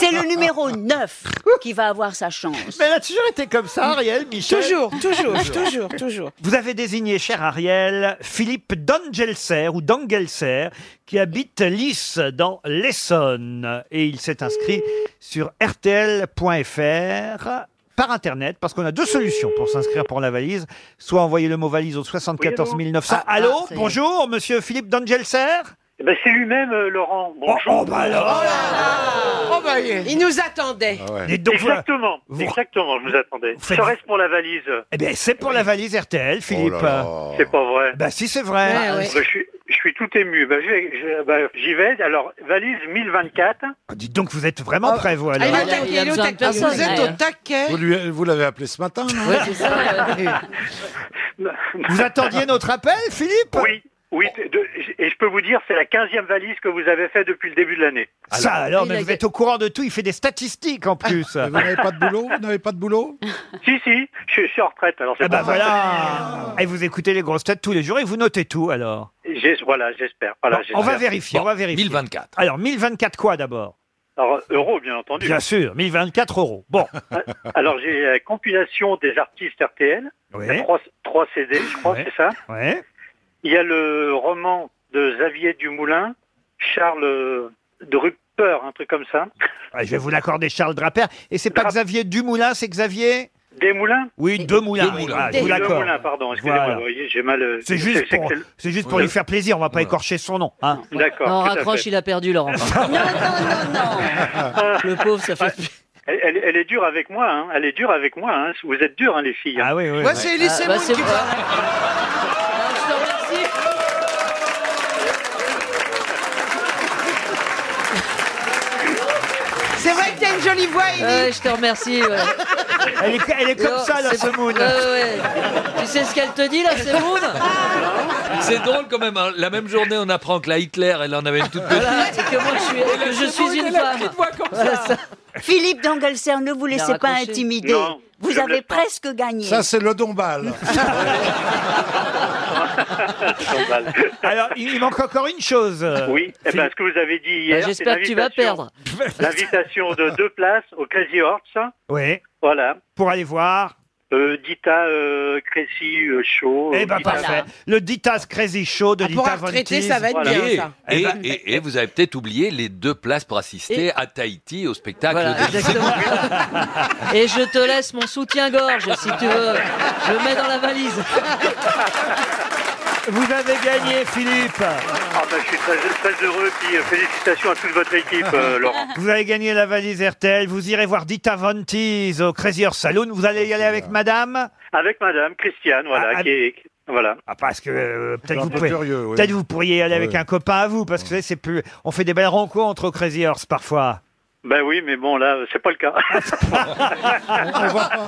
Speaker 18: C'est le numéro 9 qui va avoir sa chance.
Speaker 1: Mais elle a toujours été comme ça, Ariel, Michel.
Speaker 18: Toujours, toujours,
Speaker 28: toujours, toujours.
Speaker 1: Vous avez désigné, cher Ariel, Philippe Dangelser ou Dangelser, qui habite Lys dans l'Essonne. Et il s'est inscrit sur rtl.fr par Internet, parce qu'on a deux solutions pour s'inscrire pour la valise. Soit envoyer le mot valise au 74 900.
Speaker 27: Ah,
Speaker 1: Allô,
Speaker 27: ah, ça y est.
Speaker 1: bonjour, monsieur Philippe Dangelser
Speaker 27: Eh ben, c'est lui-même, euh, Laurent. Bonjour.
Speaker 1: Oh, bah alors
Speaker 2: Ah,
Speaker 27: Oh, bah, il
Speaker 7: Il nous attendait.
Speaker 1: Et donc, voilà.
Speaker 27: exactement, exactement, je vous attendais.
Speaker 1: faites-
Speaker 27: Serait-ce pour la valise
Speaker 1: Eh bien, c'est pour la valise RTL, Philippe.
Speaker 27: Oh C'est pas vrai.
Speaker 1: Bah si, c'est vrai.
Speaker 27: Ah, Je, suis, je suis tout ému. Bah, je vais- je- bah, J'y vais. Alors, valise 1024.
Speaker 1: Dites donc, vous êtes
Speaker 7: Ah,
Speaker 1: vraiment prêt, vous,
Speaker 27: Ah,
Speaker 1: alors.
Speaker 7: Vous êtes au taquet.
Speaker 32: vous l'avez appelé ce matin, non
Speaker 1: Vous attendiez notre appel, Philippe
Speaker 27: Oui, Oui, de- et je peux vous dire, c'est la 15e valise que vous avez fait depuis le début de l'année.
Speaker 1: Ça alors, mais vous êtes au courant de tout, il fait des statistiques en plus. Ah, vous
Speaker 27: n'avez pas de
Speaker 1: boulot Vous n'avez pas de boulot
Speaker 27: Si, si, je, suis- je suis en retraite, alors c'est
Speaker 1: Ah bah
Speaker 27: pour ça.
Speaker 1: voilà Et vous écoutez les grosses têtes tous les jours et vous notez tout alors
Speaker 27: J'ai- Voilà, j'espère. Voilà,
Speaker 1: Bon,
Speaker 27: j'espère.
Speaker 1: On va vérifier, on va vérifier. 1024. Alors, 1024 quoi d'abord
Speaker 27: Alors, euros, bien entendu.
Speaker 1: Bien sûr, 1024 euros. Bon,
Speaker 27: Ah, Alors, j'ai la compilation des artistes RTL.
Speaker 1: Oui.
Speaker 27: Il y a Trois, trois CD, je crois, c'est ça.
Speaker 1: ouais.
Speaker 27: Il y a le roman de Xavier Dumoulin, Charles euh, de Rupert, un truc comme ça.
Speaker 1: Ouais, je vais vous l'accorder, Charles Draper. Et c'est pas Xavier Dumoulin, c'est Xavier
Speaker 27: Desmoulins
Speaker 1: Oui, Demoulin.
Speaker 27: Des-
Speaker 1: Moulins.
Speaker 27: Des-
Speaker 1: ah, je vous l'accorde.
Speaker 27: Desmoulins, pardon, excusez-moi,
Speaker 1: Voilà.
Speaker 27: vous voyez, j'ai mal. euh,
Speaker 1: C'est
Speaker 27: c'est-
Speaker 1: juste
Speaker 27: c'est
Speaker 1: pour,
Speaker 27: que c'est le-
Speaker 1: c'est juste pour lui faire plaisir, on va pas écorcher son nom. Hein.
Speaker 27: D'accord.
Speaker 21: Non,
Speaker 27: tout à
Speaker 21: raccroche,
Speaker 27: fait.
Speaker 21: il a perdu, Laurent.
Speaker 27: Le pauvre, ça fait. Elle, elle- elle est dure avec moi, hein. Elle est dure avec moi, hein. Vous êtes durs, hein, les filles.
Speaker 1: Ah oui, oui.
Speaker 27: Moi,
Speaker 8: c'est Elie Ah, Semoun bah, c'est qui vrai. parle.
Speaker 17: C'est vrai que t'as une jolie voix, Élie.
Speaker 21: Ouais, je te remercie. ouais.
Speaker 1: Elle est, elle est comme
Speaker 21: Oh,
Speaker 1: ça, la
Speaker 21: c'est-
Speaker 1: Semoun.
Speaker 21: Ouais, ouais. Tu sais ce qu'elle te dit, la Semoun
Speaker 6: C'est drôle quand même. hein. La même journée, on apprend que la Hitler, elle en avait une toute petite.
Speaker 21: Voilà, c'est que moi, je suis, que je suis une femme. Voilà, ça.
Speaker 18: Philippe d'Angelser, ne vous
Speaker 21: Il a
Speaker 18: laissez pas
Speaker 21: raccroché.
Speaker 18: intimider.
Speaker 21: Non,
Speaker 18: vous
Speaker 21: je me
Speaker 18: avez
Speaker 21: laisse pas.
Speaker 18: presque gagné.
Speaker 3: Ça, c'est le dombal.
Speaker 1: Alors, il il manque encore une chose.
Speaker 27: Oui, eh ben, ce que vous avez dit hier.
Speaker 1: Bah,
Speaker 27: c'est
Speaker 1: j'espère que tu vas
Speaker 27: l'invitation- L'invitation de deux places au Crazy Horse.
Speaker 1: Oui.
Speaker 27: Voilà.
Speaker 1: Pour aller voir.
Speaker 27: Euh, Dita euh, Crécy euh, Shaw.
Speaker 1: Eh ben
Speaker 27: Dita-
Speaker 1: parfait. Le Ditas Crazy Show de Dita Von Teese.
Speaker 6: et, Et, et- et vous avez peut-être oublié les deux places pour assister à Tahiti au spectacle. de-
Speaker 21: Et je te laisse mon soutien-gorge, si tu veux. Je le mets dans la valise.
Speaker 1: Vous avez gagné, Philippe.
Speaker 27: Ah ben, je suis très, très heureux. Puis euh, félicitations à toute votre équipe, euh, Laurent.
Speaker 1: Vous avez gagné la valise RTL. Vous irez voir Dita Von Teese au Crazy Horse Saloon. Vous allez y aller avec madame
Speaker 27: Avec Madame Christiane, voilà.
Speaker 1: Ah,
Speaker 27: qui est- qui- voilà.
Speaker 1: parce que euh, peut-être
Speaker 27: Un
Speaker 1: vous,
Speaker 27: peu
Speaker 1: pouvez-
Speaker 27: curieux, oui.
Speaker 1: peut-être vous pourriez y aller avec
Speaker 27: Ouais.
Speaker 1: un copain à vous, parce que vous savez, c'est plus. On fait des belles rencontres au Crazy Horse parfois.
Speaker 27: Ben oui, mais bon, là, c'est pas le cas.
Speaker 3: On va pas,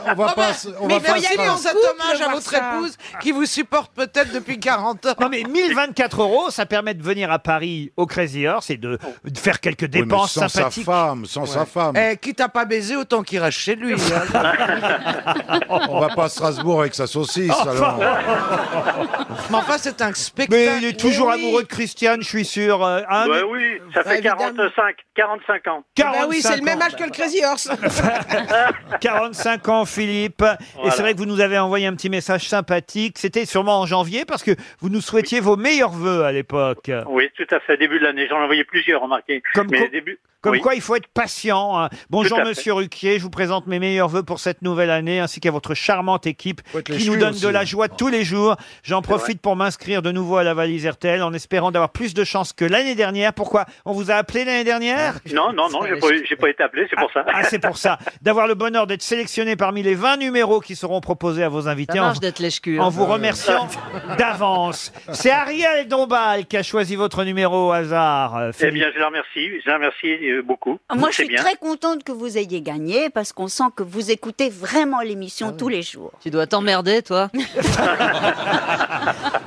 Speaker 3: on va
Speaker 1: Oh,
Speaker 3: pas se- on
Speaker 7: Ah ben, Mais
Speaker 3: va
Speaker 7: il faut
Speaker 3: pas
Speaker 7: y
Speaker 3: se-
Speaker 7: aller en cet hommage à
Speaker 1: voir
Speaker 7: votre
Speaker 1: ça.
Speaker 7: épouse qui vous supporte peut-être depuis 40 ans.
Speaker 1: Non mais 1024 euros, ça permet de venir à Paris au Crazy Horse et de, de faire quelques
Speaker 7: mais
Speaker 1: dépenses
Speaker 7: sans sa
Speaker 1: sympathiques.
Speaker 7: femme, sans sa femme. Eh, qui t'a pas baisé, autant qu'il reste chez lui.
Speaker 3: On va pas à Strasbourg avec sa saucisse, alors.
Speaker 7: Mais enfin, c'est un spectacle.
Speaker 1: Mais il est toujours amoureux de Christiane, je suis sûr. euh, hein,
Speaker 27: Ouais,
Speaker 1: mais-
Speaker 27: Bah oui, ça
Speaker 7: Bah,
Speaker 27: fait 45, 45 ans.
Speaker 1: Bah oui, c'est le 45 même âge
Speaker 7: que le Crazy Horse.
Speaker 1: 45 ans, Philippe. Et
Speaker 27: Voilà.
Speaker 1: c'est vrai que vous nous avez envoyé un petit message sympathique. C'était sûrement en janvier parce que vous nous souhaitiez vos meilleurs voeux à l'époque.
Speaker 27: Oui, tout à fait. Début de l'année, j'en ai envoyé plusieurs, remarquez.
Speaker 1: Comme
Speaker 27: mais
Speaker 1: quoi-
Speaker 27: début...
Speaker 1: Comme
Speaker 27: oui.
Speaker 1: quoi, il faut être patient. hein. Bonjour,
Speaker 27: à fait.
Speaker 1: monsieur Ruquier. Je vous présente mes meilleurs voeux pour cette nouvelle année ainsi qu'à votre charmante équipe
Speaker 27: les
Speaker 1: qui nous
Speaker 27: chouilles
Speaker 1: donne
Speaker 27: aussi,
Speaker 1: de la
Speaker 27: hein.
Speaker 1: joie tous les jours. J'en
Speaker 27: vrai.
Speaker 1: profite pour m'inscrire de nouveau à la valise RTL en espérant d'avoir plus de chance que l'année dernière. Pourquoi On vous a appelé l'année dernière
Speaker 27: Non, non, non, j'ai pas, eu- j'ai pas été appelé, c'est pour ça.
Speaker 1: Ah, c'est pour ça. D'avoir le bonheur d'être sélectionné parmi les 20 numéros qui seront proposés à vos invités.
Speaker 21: Ça marche
Speaker 1: en-
Speaker 21: d'être lèche-cul, hein.
Speaker 1: En vous remerciant d'avance. C'est Ariel Dombal qui a choisi votre numéro au hasard.
Speaker 27: Eh
Speaker 1: euh, Philippe.
Speaker 27: bien, je la remercie, je la remercie euh, beaucoup.
Speaker 18: Ah, Moi, je
Speaker 27: C'est
Speaker 18: suis
Speaker 27: bien.
Speaker 18: très contente que vous ayez gagné parce qu'on sent que vous écoutez vraiment l'émission tous les jours.
Speaker 21: Ah Tu dois t'emmerder, toi.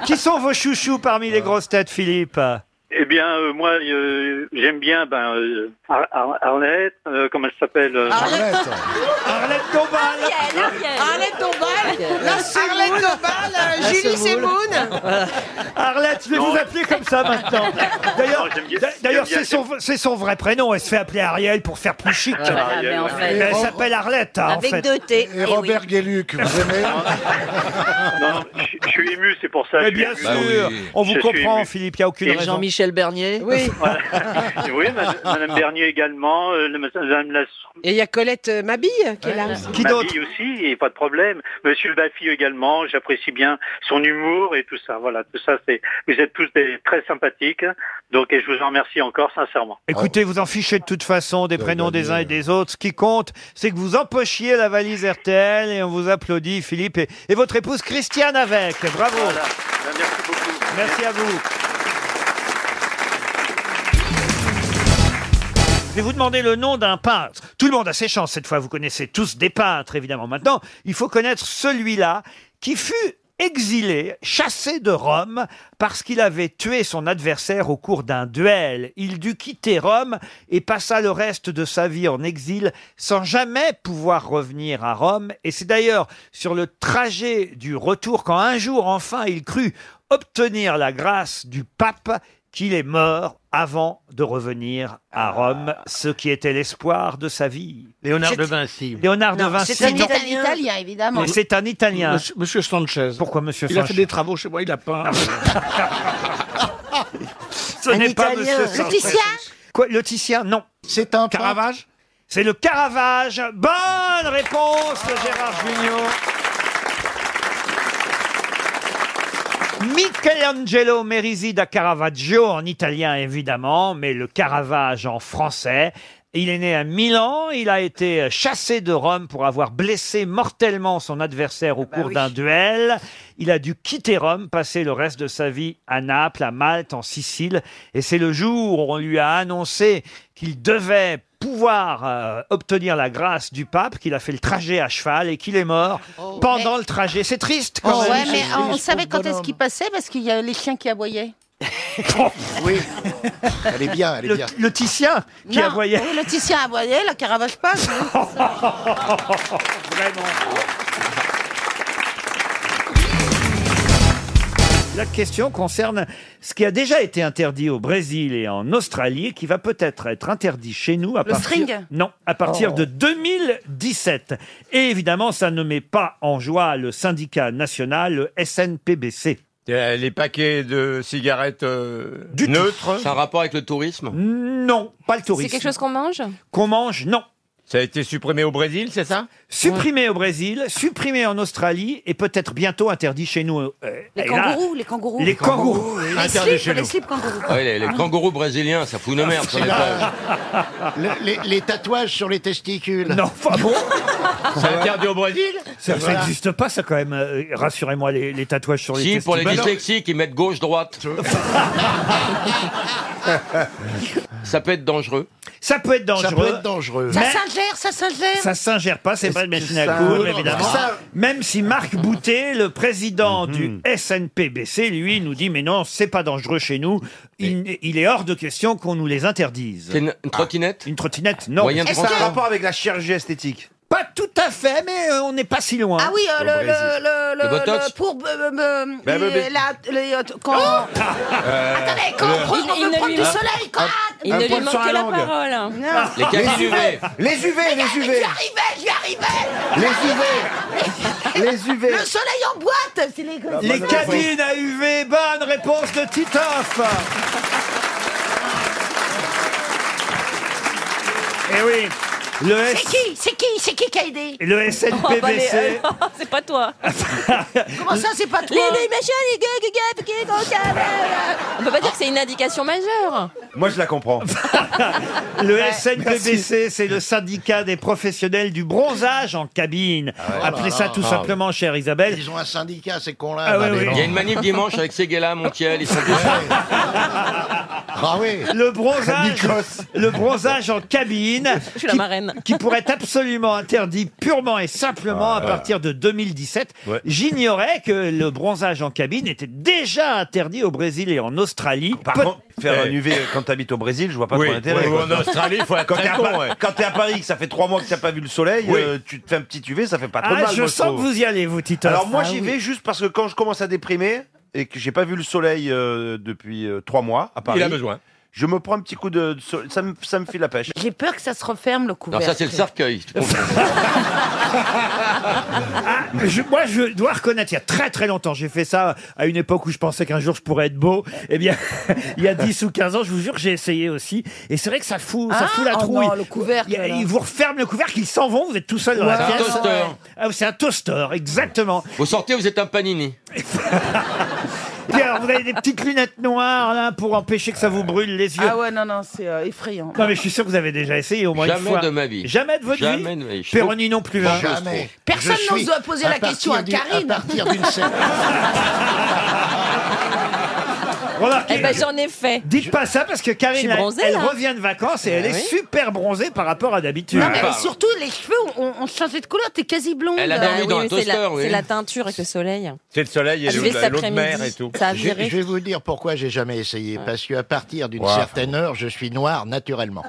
Speaker 1: Qui sont vos chouchous parmi les grosses têtes, Philippe
Speaker 27: Eh bien, euh, moi, euh, j'aime bien ben, euh, Ar- Ar- Arlette, euh, comment elle s'appelle euh,
Speaker 1: Arlette Dombal
Speaker 7: Arlette Dombal, la Arlette Dombal,
Speaker 27: La
Speaker 7: euh, Julie
Speaker 27: Semoule.
Speaker 7: Semoun.
Speaker 1: Euh, Arlette, je vais vous appeler comme ça maintenant. D'ailleurs,
Speaker 27: Non, Oh, j'aime bien-
Speaker 1: d'a- d'ailleurs,
Speaker 27: j'aime
Speaker 1: c'est
Speaker 27: bien-
Speaker 1: son, c'est son vrai prénom. Elle se fait appeler Ariel pour faire plus chic.
Speaker 18: Ah, voilà, mais en fait-
Speaker 1: elle s'appelle Arlette. hein, en
Speaker 18: Avec
Speaker 1: fait.
Speaker 18: deux T. eh
Speaker 3: Et Robert Guéluc, vous aimez
Speaker 27: Non, non, je je suis ému, c'est pour ça. je
Speaker 1: Mais
Speaker 27: suis
Speaker 1: bien
Speaker 27: ému. Bah
Speaker 1: sûr, on vous
Speaker 27: Je suis
Speaker 1: comprend,
Speaker 27: ému.
Speaker 1: Philippe. Il n'y a aucune
Speaker 21: Et
Speaker 1: raison.
Speaker 21: Jean-Michel Bernier.
Speaker 7: Oui.
Speaker 27: Oui, madame, madame Bernier également, euh, madame Lass-
Speaker 7: Et il y a Colette euh, Mabille qui est là aussi.
Speaker 27: Ma fille aussi, et pas de problème. Monsieur Baffy également, j'apprécie bien son humour et tout ça. Voilà, tout ça, c'est. Vous êtes tous des- très sympathiques, donc et je vous en remercie encore sincèrement.
Speaker 1: Écoutez, vous en fichez de toute façon des prénoms des uns et des autres. Ce qui compte, c'est que vous empochiez la valise RTL et on vous applaudit, Philippe, et, et votre épouse Christiane avec. Bravo.
Speaker 27: Ben, Merci beaucoup.
Speaker 1: Merci à vous. Je vais vous demander le nom d'un peintre. Tout le monde a ses chances cette fois. Vous connaissez tous des peintres, évidemment. Maintenant, il faut connaître celui-là qui fut exilé, chassé de Rome, parce qu'il avait tué son adversaire au cours d'un duel. Il dut quitter Rome et passa le reste de sa vie en exil sans jamais pouvoir revenir à Rome. Et c'est d'ailleurs sur le trajet du retour, quand un jour enfin il crut obtenir la grâce du pape, qu'il est mort avant de revenir à Rome, ce qui était l'espoir de sa vie.
Speaker 8: Léonard de Vinci.
Speaker 1: Léonard de Vinci.
Speaker 2: C'est un
Speaker 1: non.
Speaker 2: Italien, Italien, évidemment.
Speaker 1: Mais C'est un Italien.
Speaker 37: Monsieur- Sanchez.
Speaker 1: Pourquoi Monsieur
Speaker 37: Il a
Speaker 1: Sanchez Ah.
Speaker 37: fait des travaux chez moi, il a peint.
Speaker 1: Ce n'est pas Monsieur Sanchez.
Speaker 2: Le Titien
Speaker 1: Quoi, le Titien, non.
Speaker 37: C'est un
Speaker 1: Caravage C'est le Caravage. Bonne réponse de Gérard Junior. Michelangelo Merisi da Caravaggio en italien évidemment, mais le Caravage en français. Il est né à Milan, il a été chassé de Rome pour avoir blessé mortellement son adversaire
Speaker 2: Bah
Speaker 1: au cours d'un duel. Il a dû quitter Rome, passer le reste de sa vie à Naples, à Malte, en Sicile. Et c'est le jour où on lui a annoncé qu'il devait pouvoir euh, obtenir la grâce du pape, qu'il a fait le trajet à cheval et qu'il est mort pendant le trajet. C'est triste quand même.
Speaker 2: Oh. Ouais, mais on, on savait quand est-ce qu'il passait parce qu'il y a les chiens qui aboyaient.
Speaker 19: Oui. Elle est bien, elle est
Speaker 1: le,
Speaker 19: bien.
Speaker 1: le Titien qui
Speaker 2: Non,
Speaker 1: aboyait.
Speaker 2: oui, le Titien aboyait, la Caravage passe. oui.
Speaker 1: Vraiment. La question concerne ce qui a déjà été interdit au Brésil et en Australie et qui va peut-être être interdit chez nous à
Speaker 2: Le
Speaker 1: partir
Speaker 2: string
Speaker 1: Non, à partir
Speaker 2: Oh.
Speaker 1: de 2017. Et évidemment, ça ne met pas en joie le syndicat national le SNPBC.
Speaker 8: Euh, Les paquets de cigarettes euh, neutres. Ça a un rapport avec le tourisme
Speaker 1: Non, pas le tourisme.
Speaker 22: C'est quelque chose qu'on mange
Speaker 1: qu'on mange Non.
Speaker 8: Ça a été supprimé au Brésil, c'est ça
Speaker 1: Supprimé au Brésil, supprimé en Australie et peut-être bientôt interdit chez nous. euh,
Speaker 2: Les
Speaker 1: et là-
Speaker 2: kangourous, les kangourous.
Speaker 1: Les kangourous.
Speaker 2: Les
Speaker 8: Interdit
Speaker 2: slips,
Speaker 8: chez
Speaker 2: les
Speaker 8: nous.
Speaker 2: slips kangourous.
Speaker 6: Ah
Speaker 2: Ah.
Speaker 8: Ouais, les, les kangourous brésiliens, ça
Speaker 11: Ah,
Speaker 8: fout une merde sur les plages.
Speaker 19: Le- les, les tatouages sur les testicules.
Speaker 1: Non, pas bon.
Speaker 8: C'est interdit au Brésil
Speaker 1: Ça ça
Speaker 8: Voilà.
Speaker 1: n'existe pas, ça quand même. euh, Rassurez-moi, les, les tatouages sur les
Speaker 8: Si, pour les
Speaker 1: testicules.
Speaker 8: dyslexiques, ils mettent gauche-droite. ça peut être dangereux.
Speaker 1: Ça peut être dangereux.
Speaker 8: Ça peut être dangereux.
Speaker 2: Ça
Speaker 1: Mais-
Speaker 2: s'ingère, ça s'ingère.
Speaker 1: Ça s'ingère pas, c'est pas le machine à
Speaker 8: ça-
Speaker 1: coudre, évidemment.
Speaker 8: Ça-
Speaker 1: Même si Marc Boutet, le président du SNPBC, lui, nous dit mais non, c'est pas dangereux chez nous. Il, il est hors de question qu'on nous les interdise. Ah.
Speaker 8: C'est une, une trottinette
Speaker 1: Une trottinette, non.
Speaker 8: Moyen de
Speaker 1: Est-ce qu'il y a un
Speaker 8: transport.
Speaker 1: rapport avec la chirurgie esthétique Pas tout à fait, mais euh, on n'est pas si loin.
Speaker 2: Ah oui, euh, le, le, le,
Speaker 1: Le
Speaker 2: le,
Speaker 1: Botox.
Speaker 2: le- pour euh, euh, euh,
Speaker 1: Ben,
Speaker 2: les-
Speaker 1: ben, ben.
Speaker 2: la- les- euh, quand
Speaker 8: Euh,
Speaker 2: attendez quand
Speaker 1: Euh,
Speaker 2: on prend- on veut prendre du soleil quand
Speaker 22: Il ne lui manque que la parole.
Speaker 2: Les
Speaker 8: cabines UV.
Speaker 2: Les UV, les UV. J'y arrivais, j'y arrivais. Les UV. Les UV. Le soleil en boîte, c'est les
Speaker 1: Les cabines à UV, bonne réponse de Titoff Eh oui le
Speaker 2: C'est qui C'est qui C'est qui qui a aidé
Speaker 1: Et le
Speaker 22: Oh,
Speaker 1: SNPBC.
Speaker 22: bah, c'est pas toi.
Speaker 2: Comment ça, c'est pas toi
Speaker 22: Les, les machins, les gueux, gueux, gueux, gueux, gueux, gueux, gueux. On peut pas dire que c'est une indication majeure.
Speaker 1: Moi, je la comprends. le SNPBC, c'est le syndicat des professionnels du bronzage en cabine. Appelez ça tout
Speaker 19: Ah,
Speaker 1: simplement, chère Isabelle.
Speaker 19: Ils ont un syndicat, ces cons-là.
Speaker 1: Ah,
Speaker 19: bah,
Speaker 1: oui,
Speaker 19: les
Speaker 1: oui.
Speaker 19: gens.
Speaker 8: Il y a une manif dimanche avec Seguela, Montiel, ils sont tous...
Speaker 19: Ah oui.
Speaker 1: Le bronzage, le bronzage en cabine,
Speaker 22: Je suis la marraine.
Speaker 1: qui pourrait être absolument interdit purement et
Speaker 10: Ah
Speaker 1: simplement à partir de 2017. J'ignorais que le bronzage en cabine était déjà interdit au Brésil et en Australie. Eh. Peut-
Speaker 10: Faire un UV quand t'habites au Brésil, je vois pas
Speaker 8: Oui,
Speaker 10: ton intérêt.
Speaker 8: oui,
Speaker 10: quoi.
Speaker 8: en Australie, faut être
Speaker 10: quand
Speaker 8: très
Speaker 10: t'es à
Speaker 8: con,
Speaker 10: Pa-
Speaker 8: ouais.
Speaker 10: Quand t'es à Paris, que ça fait trois mois que t'as pas vu le soleil,
Speaker 8: Oui.
Speaker 10: euh, tu te fais un petit UV, ça fait pas trop
Speaker 1: Ah,
Speaker 10: mal.
Speaker 1: je
Speaker 10: moi,
Speaker 1: sens que
Speaker 10: trouve.
Speaker 1: vous y allez, vous, Tito.
Speaker 10: Alors moi,
Speaker 1: Ah
Speaker 10: j'y
Speaker 1: oui.
Speaker 10: vais juste parce que quand je commence à déprimer et que j'ai pas vu le soleil euh, depuis euh, trois mois à Paris,
Speaker 8: Il a besoin.
Speaker 10: Je me prends un petit coup de, de soleil, ça me ça me file la pêche.
Speaker 2: J'ai peur que ça se referme le
Speaker 8: Non,
Speaker 2: couvercle.
Speaker 8: ça c'est le cercueil. tu comprends.
Speaker 1: Je- moi, je dois reconnaître, il y a très très longtemps, j'ai fait ça à une époque où je pensais qu'un jour je pourrais être beau. Eh bien, il y
Speaker 2: Ah.
Speaker 1: a 10 ou 15 ans, je vous jure que j'ai essayé aussi. Et c'est vrai que ça fout, ça
Speaker 2: Ah,
Speaker 1: fout la
Speaker 2: oh
Speaker 1: trouille.
Speaker 2: non, le couvercle,
Speaker 1: Il y a-
Speaker 2: là.
Speaker 1: Ils vous referment le couvercle, ils s'en vont, vous êtes tout seul dans la
Speaker 8: C'est un
Speaker 1: pièce.
Speaker 8: toaster.
Speaker 1: Ah, C'est un toaster, exactement.
Speaker 8: Vous sortez, vous êtes un panini.
Speaker 1: Et alors, vous avez des petites lunettes noires là pour empêcher que ça vous brûle les yeux.
Speaker 2: Ah ouais, non, non, c'est euh, effrayant.
Speaker 1: Non mais je suis sûr que vous avez déjà essayé au moins une
Speaker 8: Jamais
Speaker 1: fois.
Speaker 8: de ma vie.
Speaker 1: Jamais de votre
Speaker 8: Jamais
Speaker 1: vie.
Speaker 8: de ma vie. Je suis
Speaker 1: Perroni non plus. hein.
Speaker 19: Jamais.
Speaker 2: Personne
Speaker 19: Je
Speaker 2: n'ose
Speaker 19: suis
Speaker 2: poser la question
Speaker 19: partir
Speaker 2: à
Speaker 19: du- À
Speaker 2: Karine.
Speaker 19: partir d'une scène.
Speaker 1: Remarquez.
Speaker 22: Eh ben, j'en ai fait.
Speaker 1: Dites pas ça parce que
Speaker 22: Je
Speaker 1: Karine,
Speaker 22: suis
Speaker 1: elle,
Speaker 22: bronzée,
Speaker 1: elle
Speaker 22: là. Ben
Speaker 1: revient de vacances et elle est
Speaker 22: oui.
Speaker 1: super bronzée par rapport à d'habitude.
Speaker 22: Non, mais elle est sur-
Speaker 2: Surtout, les cheveux ont, ont changé de couleur, t'es quasi blonde.
Speaker 6: Elle a dormi dans un
Speaker 22: Bah mais c'est la-
Speaker 6: toaster, oui.
Speaker 22: C'est la teinture avec le soleil.
Speaker 6: C'est le soleil et
Speaker 22: Ah, Je
Speaker 6: l'eau
Speaker 22: vais
Speaker 6: de-
Speaker 22: cet
Speaker 6: l'eau de mer
Speaker 22: après-midi.
Speaker 6: et tout.
Speaker 22: Ça a
Speaker 6: Je-
Speaker 22: viré.
Speaker 15: Je vais vous dire pourquoi j'ai jamais essayé. Parce qu'à partir d'une
Speaker 6: Ouah.
Speaker 15: certaine heure, je suis noir naturellement.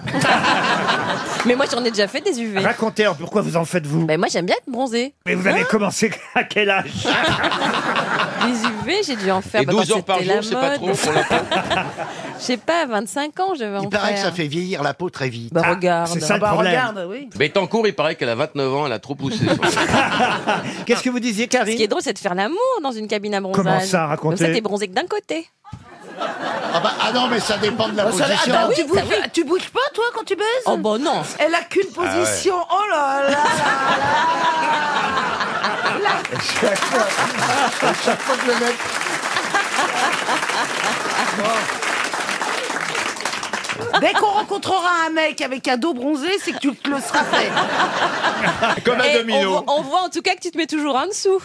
Speaker 22: Mais moi, j'en ai déjà fait des UV.
Speaker 1: Racontez en pourquoi vous en faites vous.
Speaker 22: Mais moi, j'aime bien être bronzée.
Speaker 1: Mais vous avez commencé à quel âge
Speaker 22: Les UV, j'ai dû en faire.
Speaker 1: Et
Speaker 22: bah, quand
Speaker 1: 12 heures par
Speaker 22: c'était la
Speaker 1: jour, c'est pas trop
Speaker 22: mode.
Speaker 1: pour la
Speaker 22: Je sais pas, à 25 ans, je vais en
Speaker 15: Il paraît que ça
Speaker 22: faire.
Speaker 15: fait vieillir la peau très vite.
Speaker 22: Bah, regarde. Ah, bah, regarde, oui.
Speaker 6: Mais Tancourt, il paraît qu'elle a 29 ans, elle a trop poussé.
Speaker 1: Qu'est-ce que vous disiez, Karine
Speaker 22: Ce qui est drôle, c'est de faire l'amour dans une cabine à bronzage.
Speaker 6: Comment ça, racontez
Speaker 22: Comme ça, t'es bronzé que d'un côté.
Speaker 15: Ah, bah, ah non, mais ça dépend de la
Speaker 2: Oh, ça va-
Speaker 15: position.
Speaker 22: Ah bah
Speaker 2: Attends, tu, bouges, tu bouges pas, toi, quand tu baises Oh,
Speaker 22: bon, bah non.
Speaker 2: Elle a qu'une
Speaker 15: Ah,
Speaker 2: position. Oh là là là là
Speaker 15: Chaque fois que le mec-
Speaker 2: là. Dès qu'on rencontrera un mec avec un dos bronzé, c'est que tu te le seras fait.
Speaker 22: Comme un domino. On, voit- on voit en tout cas que tu te mets toujours en dessous.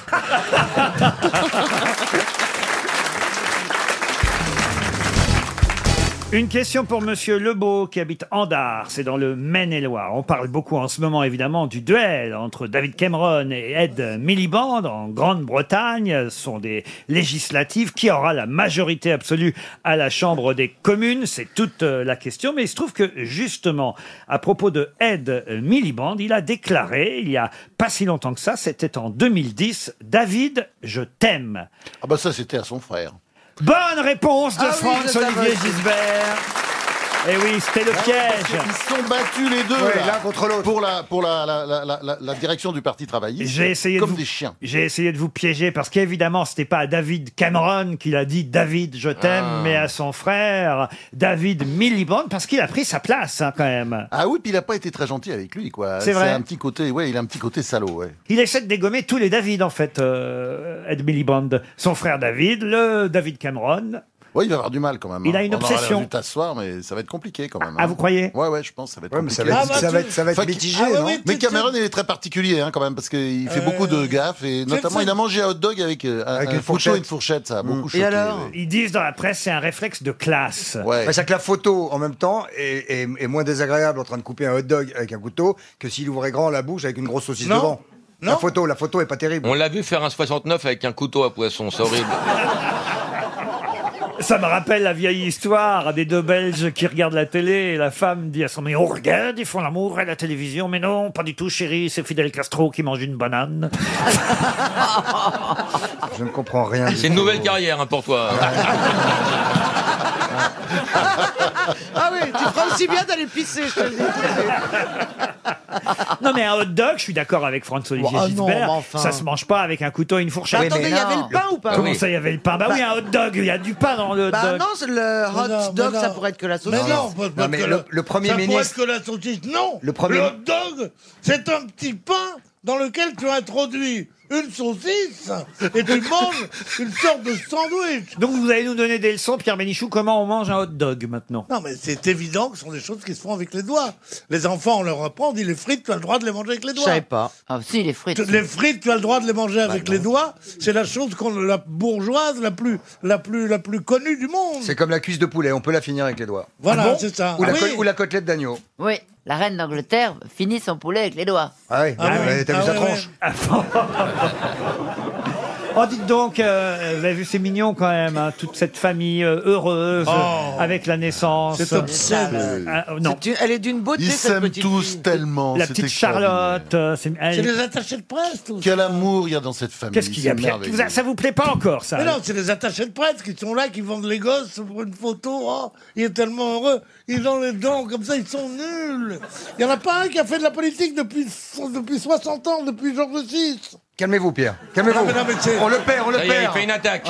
Speaker 1: Une question pour Monsieur Lebeau qui habite Andar, c'est dans le Maine-et-Loire. On parle beaucoup en ce moment évidemment du duel entre David Cameron et Ed Miliband en Grande-Bretagne. Ce sont des législatives. Qui aura la majorité absolue à la Chambre des communes C'est toute euh, la question. Mais il se trouve que justement, à propos de Ed Miliband, il a déclaré il y a pas si longtemps que ça, c'était en 2010, David, je t'aime.
Speaker 15: Ah bah ça c'était à son frère.
Speaker 1: Bonne réponse de
Speaker 15: Ah oui,
Speaker 1: Franz
Speaker 15: je savais.
Speaker 1: Olivier Gisbert. Et Eh oui, c'était le
Speaker 12: Ah oui, parce
Speaker 1: piège.
Speaker 12: qu'ils se sont battus les deux,
Speaker 1: Ouais,
Speaker 12: là,
Speaker 1: l'un
Speaker 12: contre l'autre. Pour, la, pour la, la, la, la- la- la direction du Parti travailliste.
Speaker 1: J'ai essayé
Speaker 12: comme
Speaker 1: de vous,
Speaker 12: des chiens.
Speaker 1: J'ai essayé de vous piéger parce qu'évidemment, c'était pas à David Cameron qu'il a dit David, je t'aime,
Speaker 12: Ah.
Speaker 1: mais à son frère David Miliband parce qu'il a pris sa place hein, quand même.
Speaker 12: Ah oui, puis il n'a pas été très gentil avec lui, quoi.
Speaker 1: C'est vrai.
Speaker 12: un petit côté, ouais, il a un petit côté salaud, ouais.
Speaker 1: Il essaie de dégommer tous les David en fait, euh, Ed Miliband, son frère David, le David Cameron.
Speaker 12: Ouais, il va avoir du mal quand même.
Speaker 1: Il
Speaker 12: hein.
Speaker 1: a une
Speaker 12: On aura l'air
Speaker 1: obsession.
Speaker 12: du t'asseoir, mais ça va être compliqué quand même. hein.
Speaker 1: Ah, vous croyez
Speaker 12: Ouais, ouais, je pense que ça va être
Speaker 1: Ouais, mais
Speaker 12: compliqué.
Speaker 1: ça va être- Ah, bah, ça va tu- être- ça va être
Speaker 12: Enfin, qui-
Speaker 1: mitigé,
Speaker 12: ah, ouais,
Speaker 1: non
Speaker 12: ouais, mais Cameron, il est très particulier hein, quand même, parce qu'il fait beaucoup de gaffes, et notamment,
Speaker 1: c'est-
Speaker 12: il a mangé un hot dog avec, euh, un,
Speaker 1: Avec
Speaker 12: un
Speaker 1: une
Speaker 12: couteau
Speaker 1: fourchette.
Speaker 12: et une fourchette, Mm. ça a beaucoup
Speaker 1: Mm. Et
Speaker 12: choqué.
Speaker 1: alors
Speaker 12: ouais.
Speaker 1: Ils disent dans la presse, c'est un réflexe de classe.
Speaker 9: Bah, C'est-à-dire que la photo, en même temps, est, est- est moins désagréable en train de couper un hot dog avec un couteau que s'il ouvrait grand la bouche avec une grosse saucisse
Speaker 6: Non.
Speaker 9: devant. La photo, la photo est pas terrible.
Speaker 6: On l'a vu faire un 69 avec un couteau à poisson, c'est horrible.
Speaker 1: Ça me rappelle la vieille histoire des deux Belges qui regardent la télé et la femme dit à son mari On regarde, ils font l'amour à la télévision. Mais non, pas du tout, chérie, c'est Fidel Castro qui mange une banane.
Speaker 9: Je ne comprends rien.
Speaker 6: C'est une nouvelle carrière hein, pour toi.
Speaker 5: Ah oui, tu feras aussi bien d'aller pisser, je te le dis.
Speaker 1: non, mais un hot dog, je suis d'accord avec François-Olivier
Speaker 5: Oh, ah non,
Speaker 1: Gisbert,
Speaker 5: mais enfin.
Speaker 1: ça se mange pas avec un couteau et une fourchette.
Speaker 5: Mais attendez, il y avait le pain ou pas
Speaker 1: Comment
Speaker 5: Oui.
Speaker 1: ça, il y avait le pain Bah,
Speaker 5: Bah-
Speaker 1: oui, un hot dog, il y a du pain dans le hot
Speaker 5: Bah
Speaker 1: dog.
Speaker 5: non, c'est le hot dog, ça pourrait être que la saucisse.
Speaker 8: Mais non, pas- pas que la- ça pourrait être que la saucisse, non.
Speaker 9: Le Premier-
Speaker 8: hot dog, c'est un petit pain dans lequel tu introduis une saucisse et tu manges une sorte de sandwich.
Speaker 1: Donc vous allez nous donner des leçons, Pierre Bénichou, comment on mange un hot dog maintenant
Speaker 8: Non, mais c'est évident que ce sont des choses qui se font avec les doigts. Les enfants, on leur apprend, on dit les frites, tu as le droit de les manger avec les doigts.
Speaker 5: pas. Ah si, les frites.
Speaker 8: Les frites, tu as le droit de les manger avec les doigts. C'est la chose qu'on, la bourgeoise la plus, la plus, la plus connue du monde.
Speaker 9: C'est comme la cuisse de poulet, on peut la finir avec les doigts.
Speaker 8: Voilà, Ah bon c'est ça.
Speaker 9: Ou, la
Speaker 8: Ah oui.
Speaker 9: co- ou la côtelette d'agneau.
Speaker 32: Oui, la reine d'Angleterre finit son poulet avec les doigts.
Speaker 9: Ah ouais,
Speaker 1: Ah
Speaker 9: ouais,
Speaker 1: oui.
Speaker 9: ouais, t'as
Speaker 1: Ah
Speaker 9: vu sa
Speaker 1: ouais,
Speaker 9: tranche
Speaker 1: Oh, dites donc, euh, vous avez vu, c'est mignon quand même, hein, toute cette famille euh, heureuse
Speaker 8: Oh.
Speaker 1: avec la naissance.
Speaker 8: C'est obscène.
Speaker 1: Ah, euh, non.
Speaker 8: elle est d'une beauté,
Speaker 12: Ils s'aiment tous tellement.
Speaker 1: La
Speaker 12: c'est
Speaker 1: petite
Speaker 12: extraordinaire.
Speaker 1: Charlotte. euh, c'est- elle-
Speaker 8: C'est les attachés de presse, tout
Speaker 12: Quel amour il y a dans cette famille.
Speaker 1: Qu'est-ce qu'il y a,
Speaker 12: c'est
Speaker 1: Pierre
Speaker 12: merveilleux.
Speaker 1: Vous a- Ça vous plaît pas encore, ça
Speaker 8: Mais non, c'est les attachés de presse qui sont là, qui vendent les gosses pour une photo. Oh, il est tellement heureux. Ils ont les dents comme ça, ils sont nuls. Il n'y en a pas un qui a fait de la politique depuis, depuis 60 ans, depuis Georges VI.
Speaker 9: Calmez-vous, Pierre. Calmez-vous.
Speaker 8: Non, mais non, mais c'est-
Speaker 9: on le perd, on le
Speaker 8: Ça y est,
Speaker 9: perd.
Speaker 8: il fait une attaque.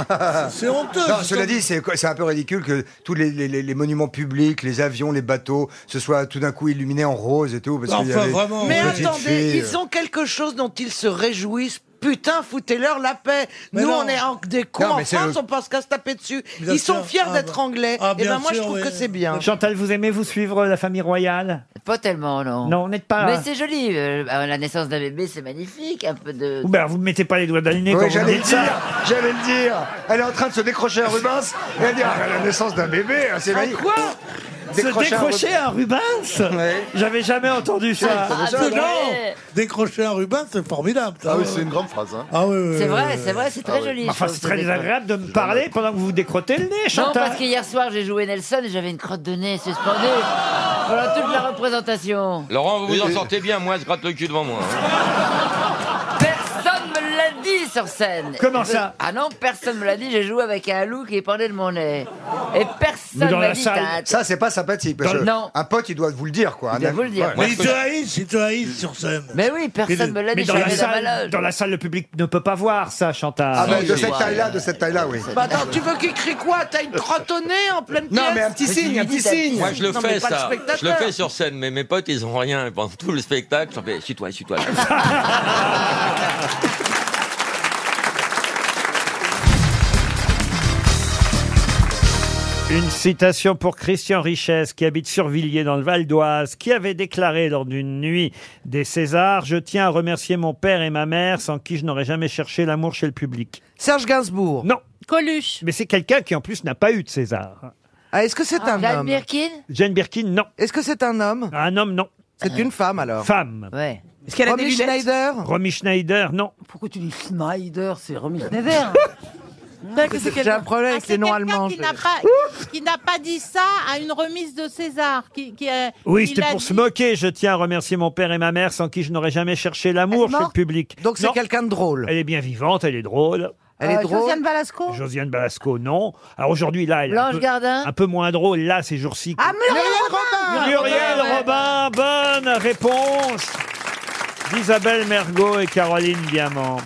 Speaker 8: C'est honteux,
Speaker 9: Non,
Speaker 8: justement.
Speaker 9: cela dit, c'est c'est un peu ridicule que tous les, les- les- les monuments publics, les avions, les bateaux, ce soit tout d'un coup illuminés en rose et tout. Parce qu'il y
Speaker 8: Enfin,
Speaker 20: Ah
Speaker 9: avait
Speaker 8: vraiment.
Speaker 9: une
Speaker 8: Mais
Speaker 9: petite
Speaker 8: attendez,
Speaker 9: fille, euh.
Speaker 5: Ils ont quelque chose dont ils se réjouissent
Speaker 7: Putain, foutez-leur la paix.
Speaker 20: Mais
Speaker 7: Nous,
Speaker 20: non.
Speaker 7: on est en- des cons
Speaker 20: Non,
Speaker 7: en
Speaker 20: mais c'est
Speaker 7: France,
Speaker 20: le-
Speaker 7: on pense qu'à se taper dessus.
Speaker 20: Bien
Speaker 7: Ils sont
Speaker 20: sûr.
Speaker 7: fiers
Speaker 20: Ah,
Speaker 7: d'être
Speaker 20: bah.
Speaker 7: anglais.
Speaker 20: Ah,
Speaker 7: et
Speaker 20: bien
Speaker 7: ben moi, je
Speaker 20: sûr,
Speaker 7: trouve
Speaker 20: oui. Bah,
Speaker 7: que c'est bien.
Speaker 1: Chantal, vous aimez vous suivre la famille royale
Speaker 32: Pas tellement, non.
Speaker 1: Non, vous n'êtes pas.
Speaker 32: Mais c'est joli. euh, à la naissance d'un bébé, c'est magnifique. Un peu de.
Speaker 1: Ou bien, vous ne mettez pas les doigts dans le nez
Speaker 32: Oui,
Speaker 1: quand vous
Speaker 32: j'allais
Speaker 1: dites
Speaker 32: le dire.
Speaker 1: ça.
Speaker 9: J'allais le dire. Elle est en train de se décrocher un Rubens et elle dit ah, la naissance d'un bébé, hein, c'est magnifique.
Speaker 1: quoi
Speaker 9: Décrocher
Speaker 1: Se
Speaker 9: un
Speaker 1: décrocher un Rubens J'avais jamais entendu ça.
Speaker 20: non Décrocher un ruban, c'est formidable. ça.
Speaker 4: Ah oui, c'est une grande phrase. hein.
Speaker 20: Ah oui, oui, oui, oui.
Speaker 32: très joli,
Speaker 1: Ah Enfin,
Speaker 32: je
Speaker 1: c'est
Speaker 32: trouve,
Speaker 1: très
Speaker 32: ce décor.
Speaker 1: désagréable de me parler pendant que vous vous décrottez le nez,
Speaker 32: Non,
Speaker 1: Chantal.
Speaker 32: parce qu'hier soir, j'ai joué Nelson et j'avais une crotte de nez suspendue pendant toute la représentation.
Speaker 15: Laurent, vous vous en sortez bien, moi je gratte le cul devant moi. hein.
Speaker 32: Personne me l'a dit sur scène.
Speaker 1: Comment ça
Speaker 32: Ah non, personne me l'a dit. J'ai joué avec un loup qui parlait de mon nez. Et personne m'a dit. t'as-
Speaker 9: ça c'est pas sympathique. Parce
Speaker 32: Dans-
Speaker 9: que
Speaker 32: non.
Speaker 9: Un pote, il doit vous le dire, quoi.
Speaker 32: Il doit
Speaker 9: Un-
Speaker 32: vous le dire.
Speaker 9: Ouais.
Speaker 32: Mais il te
Speaker 20: haïssent, ils te haïssent sur scène.
Speaker 32: Mais oui, personne me l'a
Speaker 1: Mais
Speaker 32: dit.
Speaker 1: dans
Speaker 32: j'avais
Speaker 1: la, salle,
Speaker 32: malade.
Speaker 1: dans la salle, le public ne peut pas voir ça, Chantal.
Speaker 9: Ah, ben, de cette taille-là, de cette taille-là, oui.
Speaker 7: Bah attends, tu veux qu'il crie quoi T'as une crotte au nez en pleine pièce
Speaker 9: Non, mais un petit signe, un petit signe.
Speaker 15: Moi je le
Speaker 7: Non, mais
Speaker 15: fais
Speaker 7: pas le
Speaker 15: ça. Je le
Speaker 7: spectateur.
Speaker 15: fais sur scène, mais mes potes ils ont rien. Pendant tout le spectacle, j'en fais suis-toi, suis-toi.
Speaker 1: Une citation pour Christian Richesse, qui habite Survilliers dans le Val d'Oise, qui avait déclaré lors d'une nuit des Césars Je tiens à remercier mon père et ma mère, sans qui je n'aurais jamais cherché l'amour chez le public.
Speaker 7: Serge Gainsbourg.
Speaker 1: Non.
Speaker 7: Coluche.
Speaker 1: Mais c'est quelqu'un qui, en plus, n'a pas eu de César.
Speaker 5: Ah, est-ce que c'est un homme
Speaker 1: Jane Birkin, non.
Speaker 5: Est-ce que c'est un homme
Speaker 1: Un homme, non.
Speaker 5: C'est une femme alors
Speaker 1: Femme.
Speaker 5: Ouais.
Speaker 1: Est-ce qu'elle a des lunettes
Speaker 5: Schneider
Speaker 1: Romy Schneider, non.
Speaker 5: Pourquoi tu dis Schneider Ah, C'est Romy
Speaker 10: Schneider.
Speaker 5: J'ai un problème avec les noms allemands.
Speaker 10: Qui n'a pas, qui n'a pas dit ça à une remise de César. Qui, qui a-
Speaker 1: Oui,
Speaker 10: il
Speaker 1: c'était
Speaker 10: a
Speaker 1: pour
Speaker 10: dit-
Speaker 1: se moquer. Je tiens à remercier mon père et ma mère, sans qui je n'aurais jamais cherché
Speaker 10: Elle
Speaker 1: l'amour
Speaker 10: est
Speaker 1: chez le
Speaker 10: morte
Speaker 1: public.
Speaker 5: Donc c'est
Speaker 1: quelqu'un de drôle. Elle est bien vivante, elle est drôle.
Speaker 5: Elle est Euh, drôle. Josiane
Speaker 10: Balasco
Speaker 1: Josiane Balasco, non. Alors aujourd'hui, là, elle est un
Speaker 5: Blanche
Speaker 1: peu,
Speaker 5: Gardin
Speaker 1: un peu moins drôle, là, ces jours-ci.
Speaker 5: Ah, Muriel
Speaker 1: Robin Muriel Robin, bonne réponse d'Isabelle Mergot et Caroline Diamant.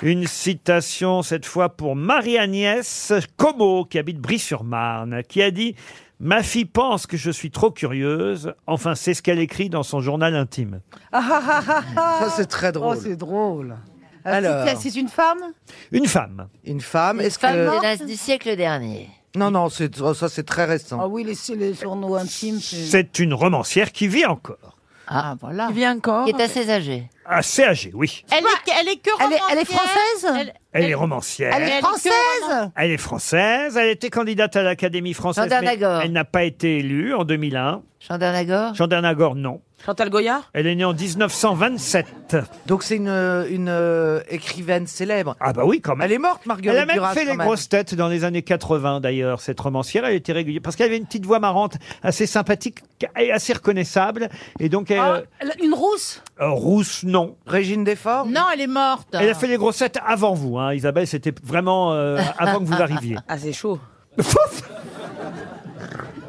Speaker 1: Une citation cette fois pour Marie-Agnès Como, qui habite Brie-sur-Marne, qui a dit « Ma fille pense que je suis trop curieuse. Enfin, c'est ce qu'elle écrit dans son journal intime.
Speaker 2: Ah,
Speaker 5: Ça,
Speaker 1: c'est très drôle.
Speaker 5: Oh, c'est drôle. Ah,
Speaker 10: Euh,
Speaker 5: Alors,
Speaker 10: c'est- C'est une femme »
Speaker 1: Une femme.
Speaker 5: une
Speaker 12: Ah,
Speaker 5: femme, est-ce
Speaker 10: femme
Speaker 5: que...
Speaker 10: morte Hélas,
Speaker 5: du siècle dernier. Non, non, c'est- oh, ça, c'est très récent.
Speaker 10: Ah oui, les, les journaux intimes. C'est
Speaker 1: C'est une romancière qui vit encore.
Speaker 10: ah, voilà. Qui vient encore Ah,
Speaker 32: Qui est assez âgée.
Speaker 1: Assez âgée, oui.
Speaker 10: Elle est, elle est que romancière. Elle est, française
Speaker 1: Elle est romancière.
Speaker 10: Elle est française
Speaker 1: Elle est française. Elle était candidate à l'Académie française,
Speaker 32: Jean
Speaker 1: mais
Speaker 32: Dernagor. Ah.
Speaker 1: elle n'a pas été élue en 2001.
Speaker 32: Chandernagor
Speaker 1: Jean Dernagor, non.
Speaker 5: Chantal Goyard
Speaker 1: Elle est née en 1927.
Speaker 5: Donc c'est une, une euh, écrivaine célèbre.
Speaker 1: Ah bah oui, quand même.
Speaker 5: Elle est morte, Marguerite
Speaker 1: elle a même
Speaker 5: Duras,
Speaker 1: fait
Speaker 5: quand
Speaker 1: les grosses têtes dans les années 80 d'ailleurs, cette romancière. Elle était régulière parce qu'elle avait une petite voix marrante, assez sympathique et assez reconnaissable. Et donc,
Speaker 32: Ah.
Speaker 1: elle,
Speaker 10: Une rousse
Speaker 1: euh, rousse, non.
Speaker 5: Régine Desforges
Speaker 10: Non, elle est morte.
Speaker 1: Elle a fait les grossettes avant vous, hein, Isabelle. C'était vraiment euh, avant que vous arriviez.
Speaker 5: Ah, c'est chaud.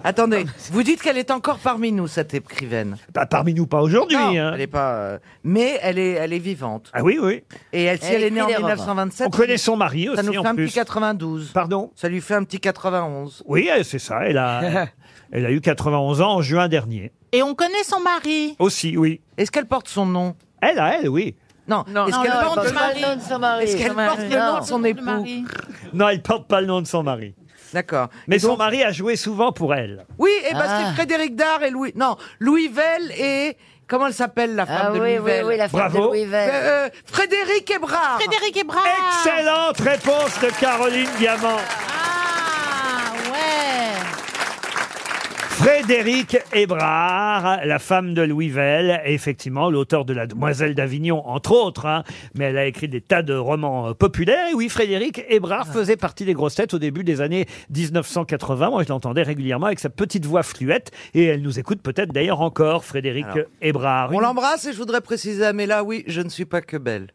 Speaker 5: Attendez, vous dites qu'elle est encore parmi nous, cette écrivaine.
Speaker 1: Pas parmi nous, pas aujourd'hui. hein.
Speaker 5: Elle est pas. euh, mais elle est, elle est vivante.
Speaker 1: Ah oui, oui.
Speaker 5: Et elle, si Elle elle, est écrit née en des romans. 1927.
Speaker 1: On connaît son mari
Speaker 5: Ça
Speaker 1: aussi,
Speaker 5: nous fait
Speaker 1: en
Speaker 5: un
Speaker 1: plus.
Speaker 5: petit 92.
Speaker 1: Pardon
Speaker 5: Ça lui fait un petit 91.
Speaker 1: Oui, euh, c'est ça. Elle a, elle a eu 91 ans en juin dernier.
Speaker 10: Et on connaît son mari.
Speaker 1: Aussi, oui.
Speaker 5: Est-ce qu'elle porte son nom
Speaker 1: Elle, à elle, oui.
Speaker 5: Non, est-ce
Speaker 10: Non,
Speaker 5: qu'elle
Speaker 10: non,
Speaker 5: porte
Speaker 10: elle
Speaker 5: le
Speaker 10: porte
Speaker 5: nom
Speaker 10: pas le nom de son mari.
Speaker 5: Est-ce qu'elle
Speaker 10: Son
Speaker 5: porte
Speaker 10: mari.
Speaker 5: le nom
Speaker 10: Non.
Speaker 5: de son
Speaker 10: Le
Speaker 5: époux
Speaker 10: mari.
Speaker 1: Non, elle porte pas le nom de son mari.
Speaker 5: D'accord.
Speaker 1: Mais
Speaker 5: Et
Speaker 1: son
Speaker 5: donc-
Speaker 1: mari a joué souvent pour elle.
Speaker 5: Oui, et ben
Speaker 32: Ah.
Speaker 5: c'est Frédéric Dard et Louis. Non, Louis Vell et. Comment elle s'appelle la femme
Speaker 32: Ah
Speaker 5: de
Speaker 32: oui,
Speaker 5: Louis
Speaker 32: oui,
Speaker 5: Vell
Speaker 32: oui, la femme de Bravo. Louis Vell.
Speaker 5: Euh, euh, Frédéric Ebrard.
Speaker 10: Frédéric Ebrard.
Speaker 1: Excellente réponse de Caroline Diamant.
Speaker 10: Ah ouais.
Speaker 1: Frédéric Hébrard, la femme de Louis Vell, est effectivement l'auteur de La Demoiselle d'Avignon, entre autres, hein. mais elle a écrit des tas de romans euh, populaires. Et oui, Frédéric Hébrard
Speaker 10: Ah.
Speaker 1: faisait partie des grosses têtes au début des années 1980. Moi, je l'entendais régulièrement avec sa petite voix fluette, et elle nous écoute peut-être d'ailleurs encore, Frédéric
Speaker 5: Alors,
Speaker 1: Hébrard.
Speaker 5: On
Speaker 1: Une-
Speaker 5: l'embrasse et je voudrais préciser à Mela, oui, je ne suis pas que belle.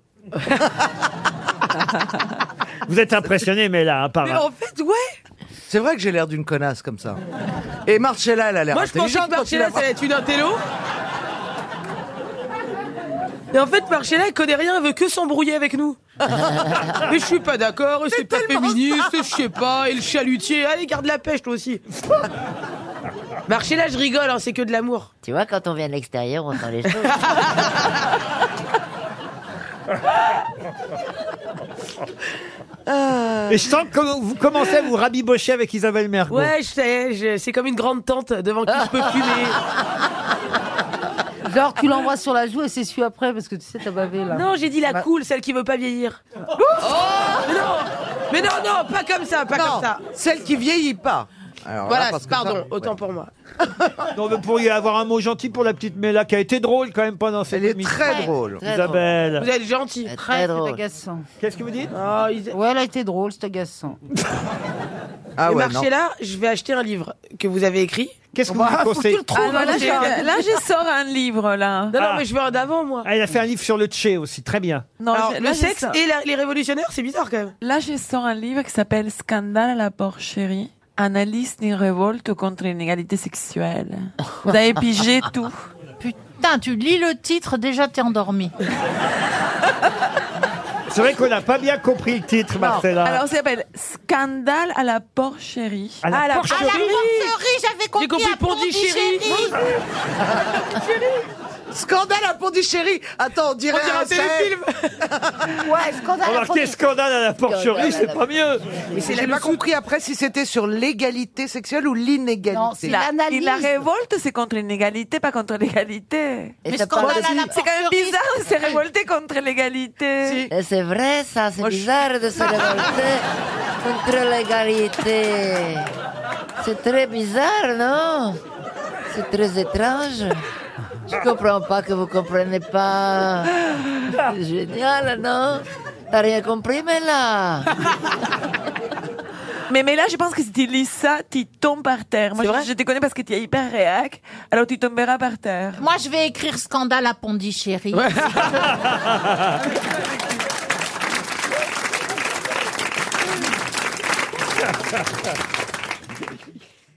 Speaker 1: Vous êtes impressionné, mais là, par...
Speaker 5: Mais en fait, ouais. C'est vrai que j'ai l'air d'une connasse comme ça. Et Marcella, elle a l'air
Speaker 12: Moi, je pensais
Speaker 5: intelligente
Speaker 12: que
Speaker 5: quand
Speaker 12: Marcella,
Speaker 5: tu la
Speaker 12: ça allait être une intello. Et en fait, Marcella, elle connaît rien, elle veut que s'embrouiller avec nous. Mais je suis pas d'accord, c'est pas féministe, je sais pas, et le chalutier, allez, garde la pêche, toi aussi. Marcella, je rigole, hein, c'est que de l'amour.
Speaker 32: Tu vois, quand on vient de l'extérieur, on sent les choses.
Speaker 5: Ah.
Speaker 10: Euh,
Speaker 1: Et je sens que vous commencez à vous rabibocher avec Isabelle Mergo.
Speaker 5: Ouais, je sais, je- c'est comme une grande tante devant qui je peux fumer.
Speaker 2: Genre, tu l'envoies sur la joue et s'essuie après parce que tu sais, t'as bavé là.
Speaker 5: Non, j'ai dit la
Speaker 2: Bah-
Speaker 5: cool, celle qui veut pas vieillir. Mais non, mais non, non, pas comme ça, pas comme ça.
Speaker 38: Celle qui vieillit pas.
Speaker 1: Alors là,
Speaker 5: voilà,
Speaker 1: parce que
Speaker 5: pardon,
Speaker 1: ça-
Speaker 5: autant pour moi.
Speaker 1: Non, mais pour y avoir un mot gentil pour la petite Mela qui a été drôle quand même pendant cette émission.
Speaker 5: très Très, drôle. très
Speaker 1: Isabelle.
Speaker 5: Vous êtes gentil.
Speaker 2: Très, c'est agaçant.
Speaker 1: Qu'est-ce que vous dites
Speaker 2: Ouais, elle a été drôle, c'est agaçant.
Speaker 5: Ah
Speaker 2: ouais,
Speaker 5: là, je vais acheter un livre que vous avez écrit.
Speaker 1: Qu'est-ce
Speaker 5: que
Speaker 1: vous Bah, nous faut que conseillez tu le trouves,
Speaker 5: Ah là,
Speaker 12: hein,
Speaker 1: là,
Speaker 5: j'ai-
Speaker 28: Ah,
Speaker 1: j'ai-
Speaker 5: là, je sors un livre, là. Non, non,
Speaker 1: Ah.
Speaker 5: mais je veux un d'avant, moi.
Speaker 1: Ah, il a fait un livre sur le Tché aussi, très bien.
Speaker 5: Non,
Speaker 28: j'ai- là,
Speaker 5: le
Speaker 28: j'ai
Speaker 5: sexe
Speaker 28: ça.
Speaker 5: et la- les révolutionnaires, c'est bizarre quand même.
Speaker 28: Là, je sors un livre qui s'appelle Scandale à la porcherie. Analyse d'une révolte contre l'inégalité sexuelle. Vous avez pigé tout.
Speaker 2: Putain, tu lis le titre, déjà t'es endormi.
Speaker 1: C'est vrai qu'on n'a pas bien compris le titre, Marcella.
Speaker 28: Alors, ça s'appelle Scandale à la porcherie.
Speaker 1: À la Ah, la porcherie.
Speaker 28: porcherie,
Speaker 5: j'avais compris. J'ai compris Pondichéry.
Speaker 38: Scandale à Pondichéry. Attends, on dirait,
Speaker 5: On dirait un
Speaker 38: c'est-
Speaker 5: téléfilm.
Speaker 38: ouais, scandale
Speaker 1: Remarquez, Oh, scandale à la porcherie, c'est pas mieux.
Speaker 38: J'ai pas compris après si c'était sur l'égalité sexuelle ou l'inégalité. Non,
Speaker 28: La- La révolte, c'est contre l'inégalité, pas contre l'égalité.
Speaker 32: Et Mais ça scandale parle- à la
Speaker 28: c'est quand même
Speaker 32: porcherie.
Speaker 28: bizarre de se révolter contre l'égalité.
Speaker 32: Et Eh, c'est vrai, ça, c'est bizarre de se révolter contre l'égalité. C'est très bizarre, non C'est très étrange. Je comprends pas que vous comprenez pas. C'est génial, non T'as rien compris, mais là
Speaker 28: Mais, mais là, je pense que si tu lis ça, tu tombes par terre. Moi, je, je te connais parce que tu es hyper réac, alors tu tomberas par terre.
Speaker 2: Moi, je vais écrire scandale à Pondichéry.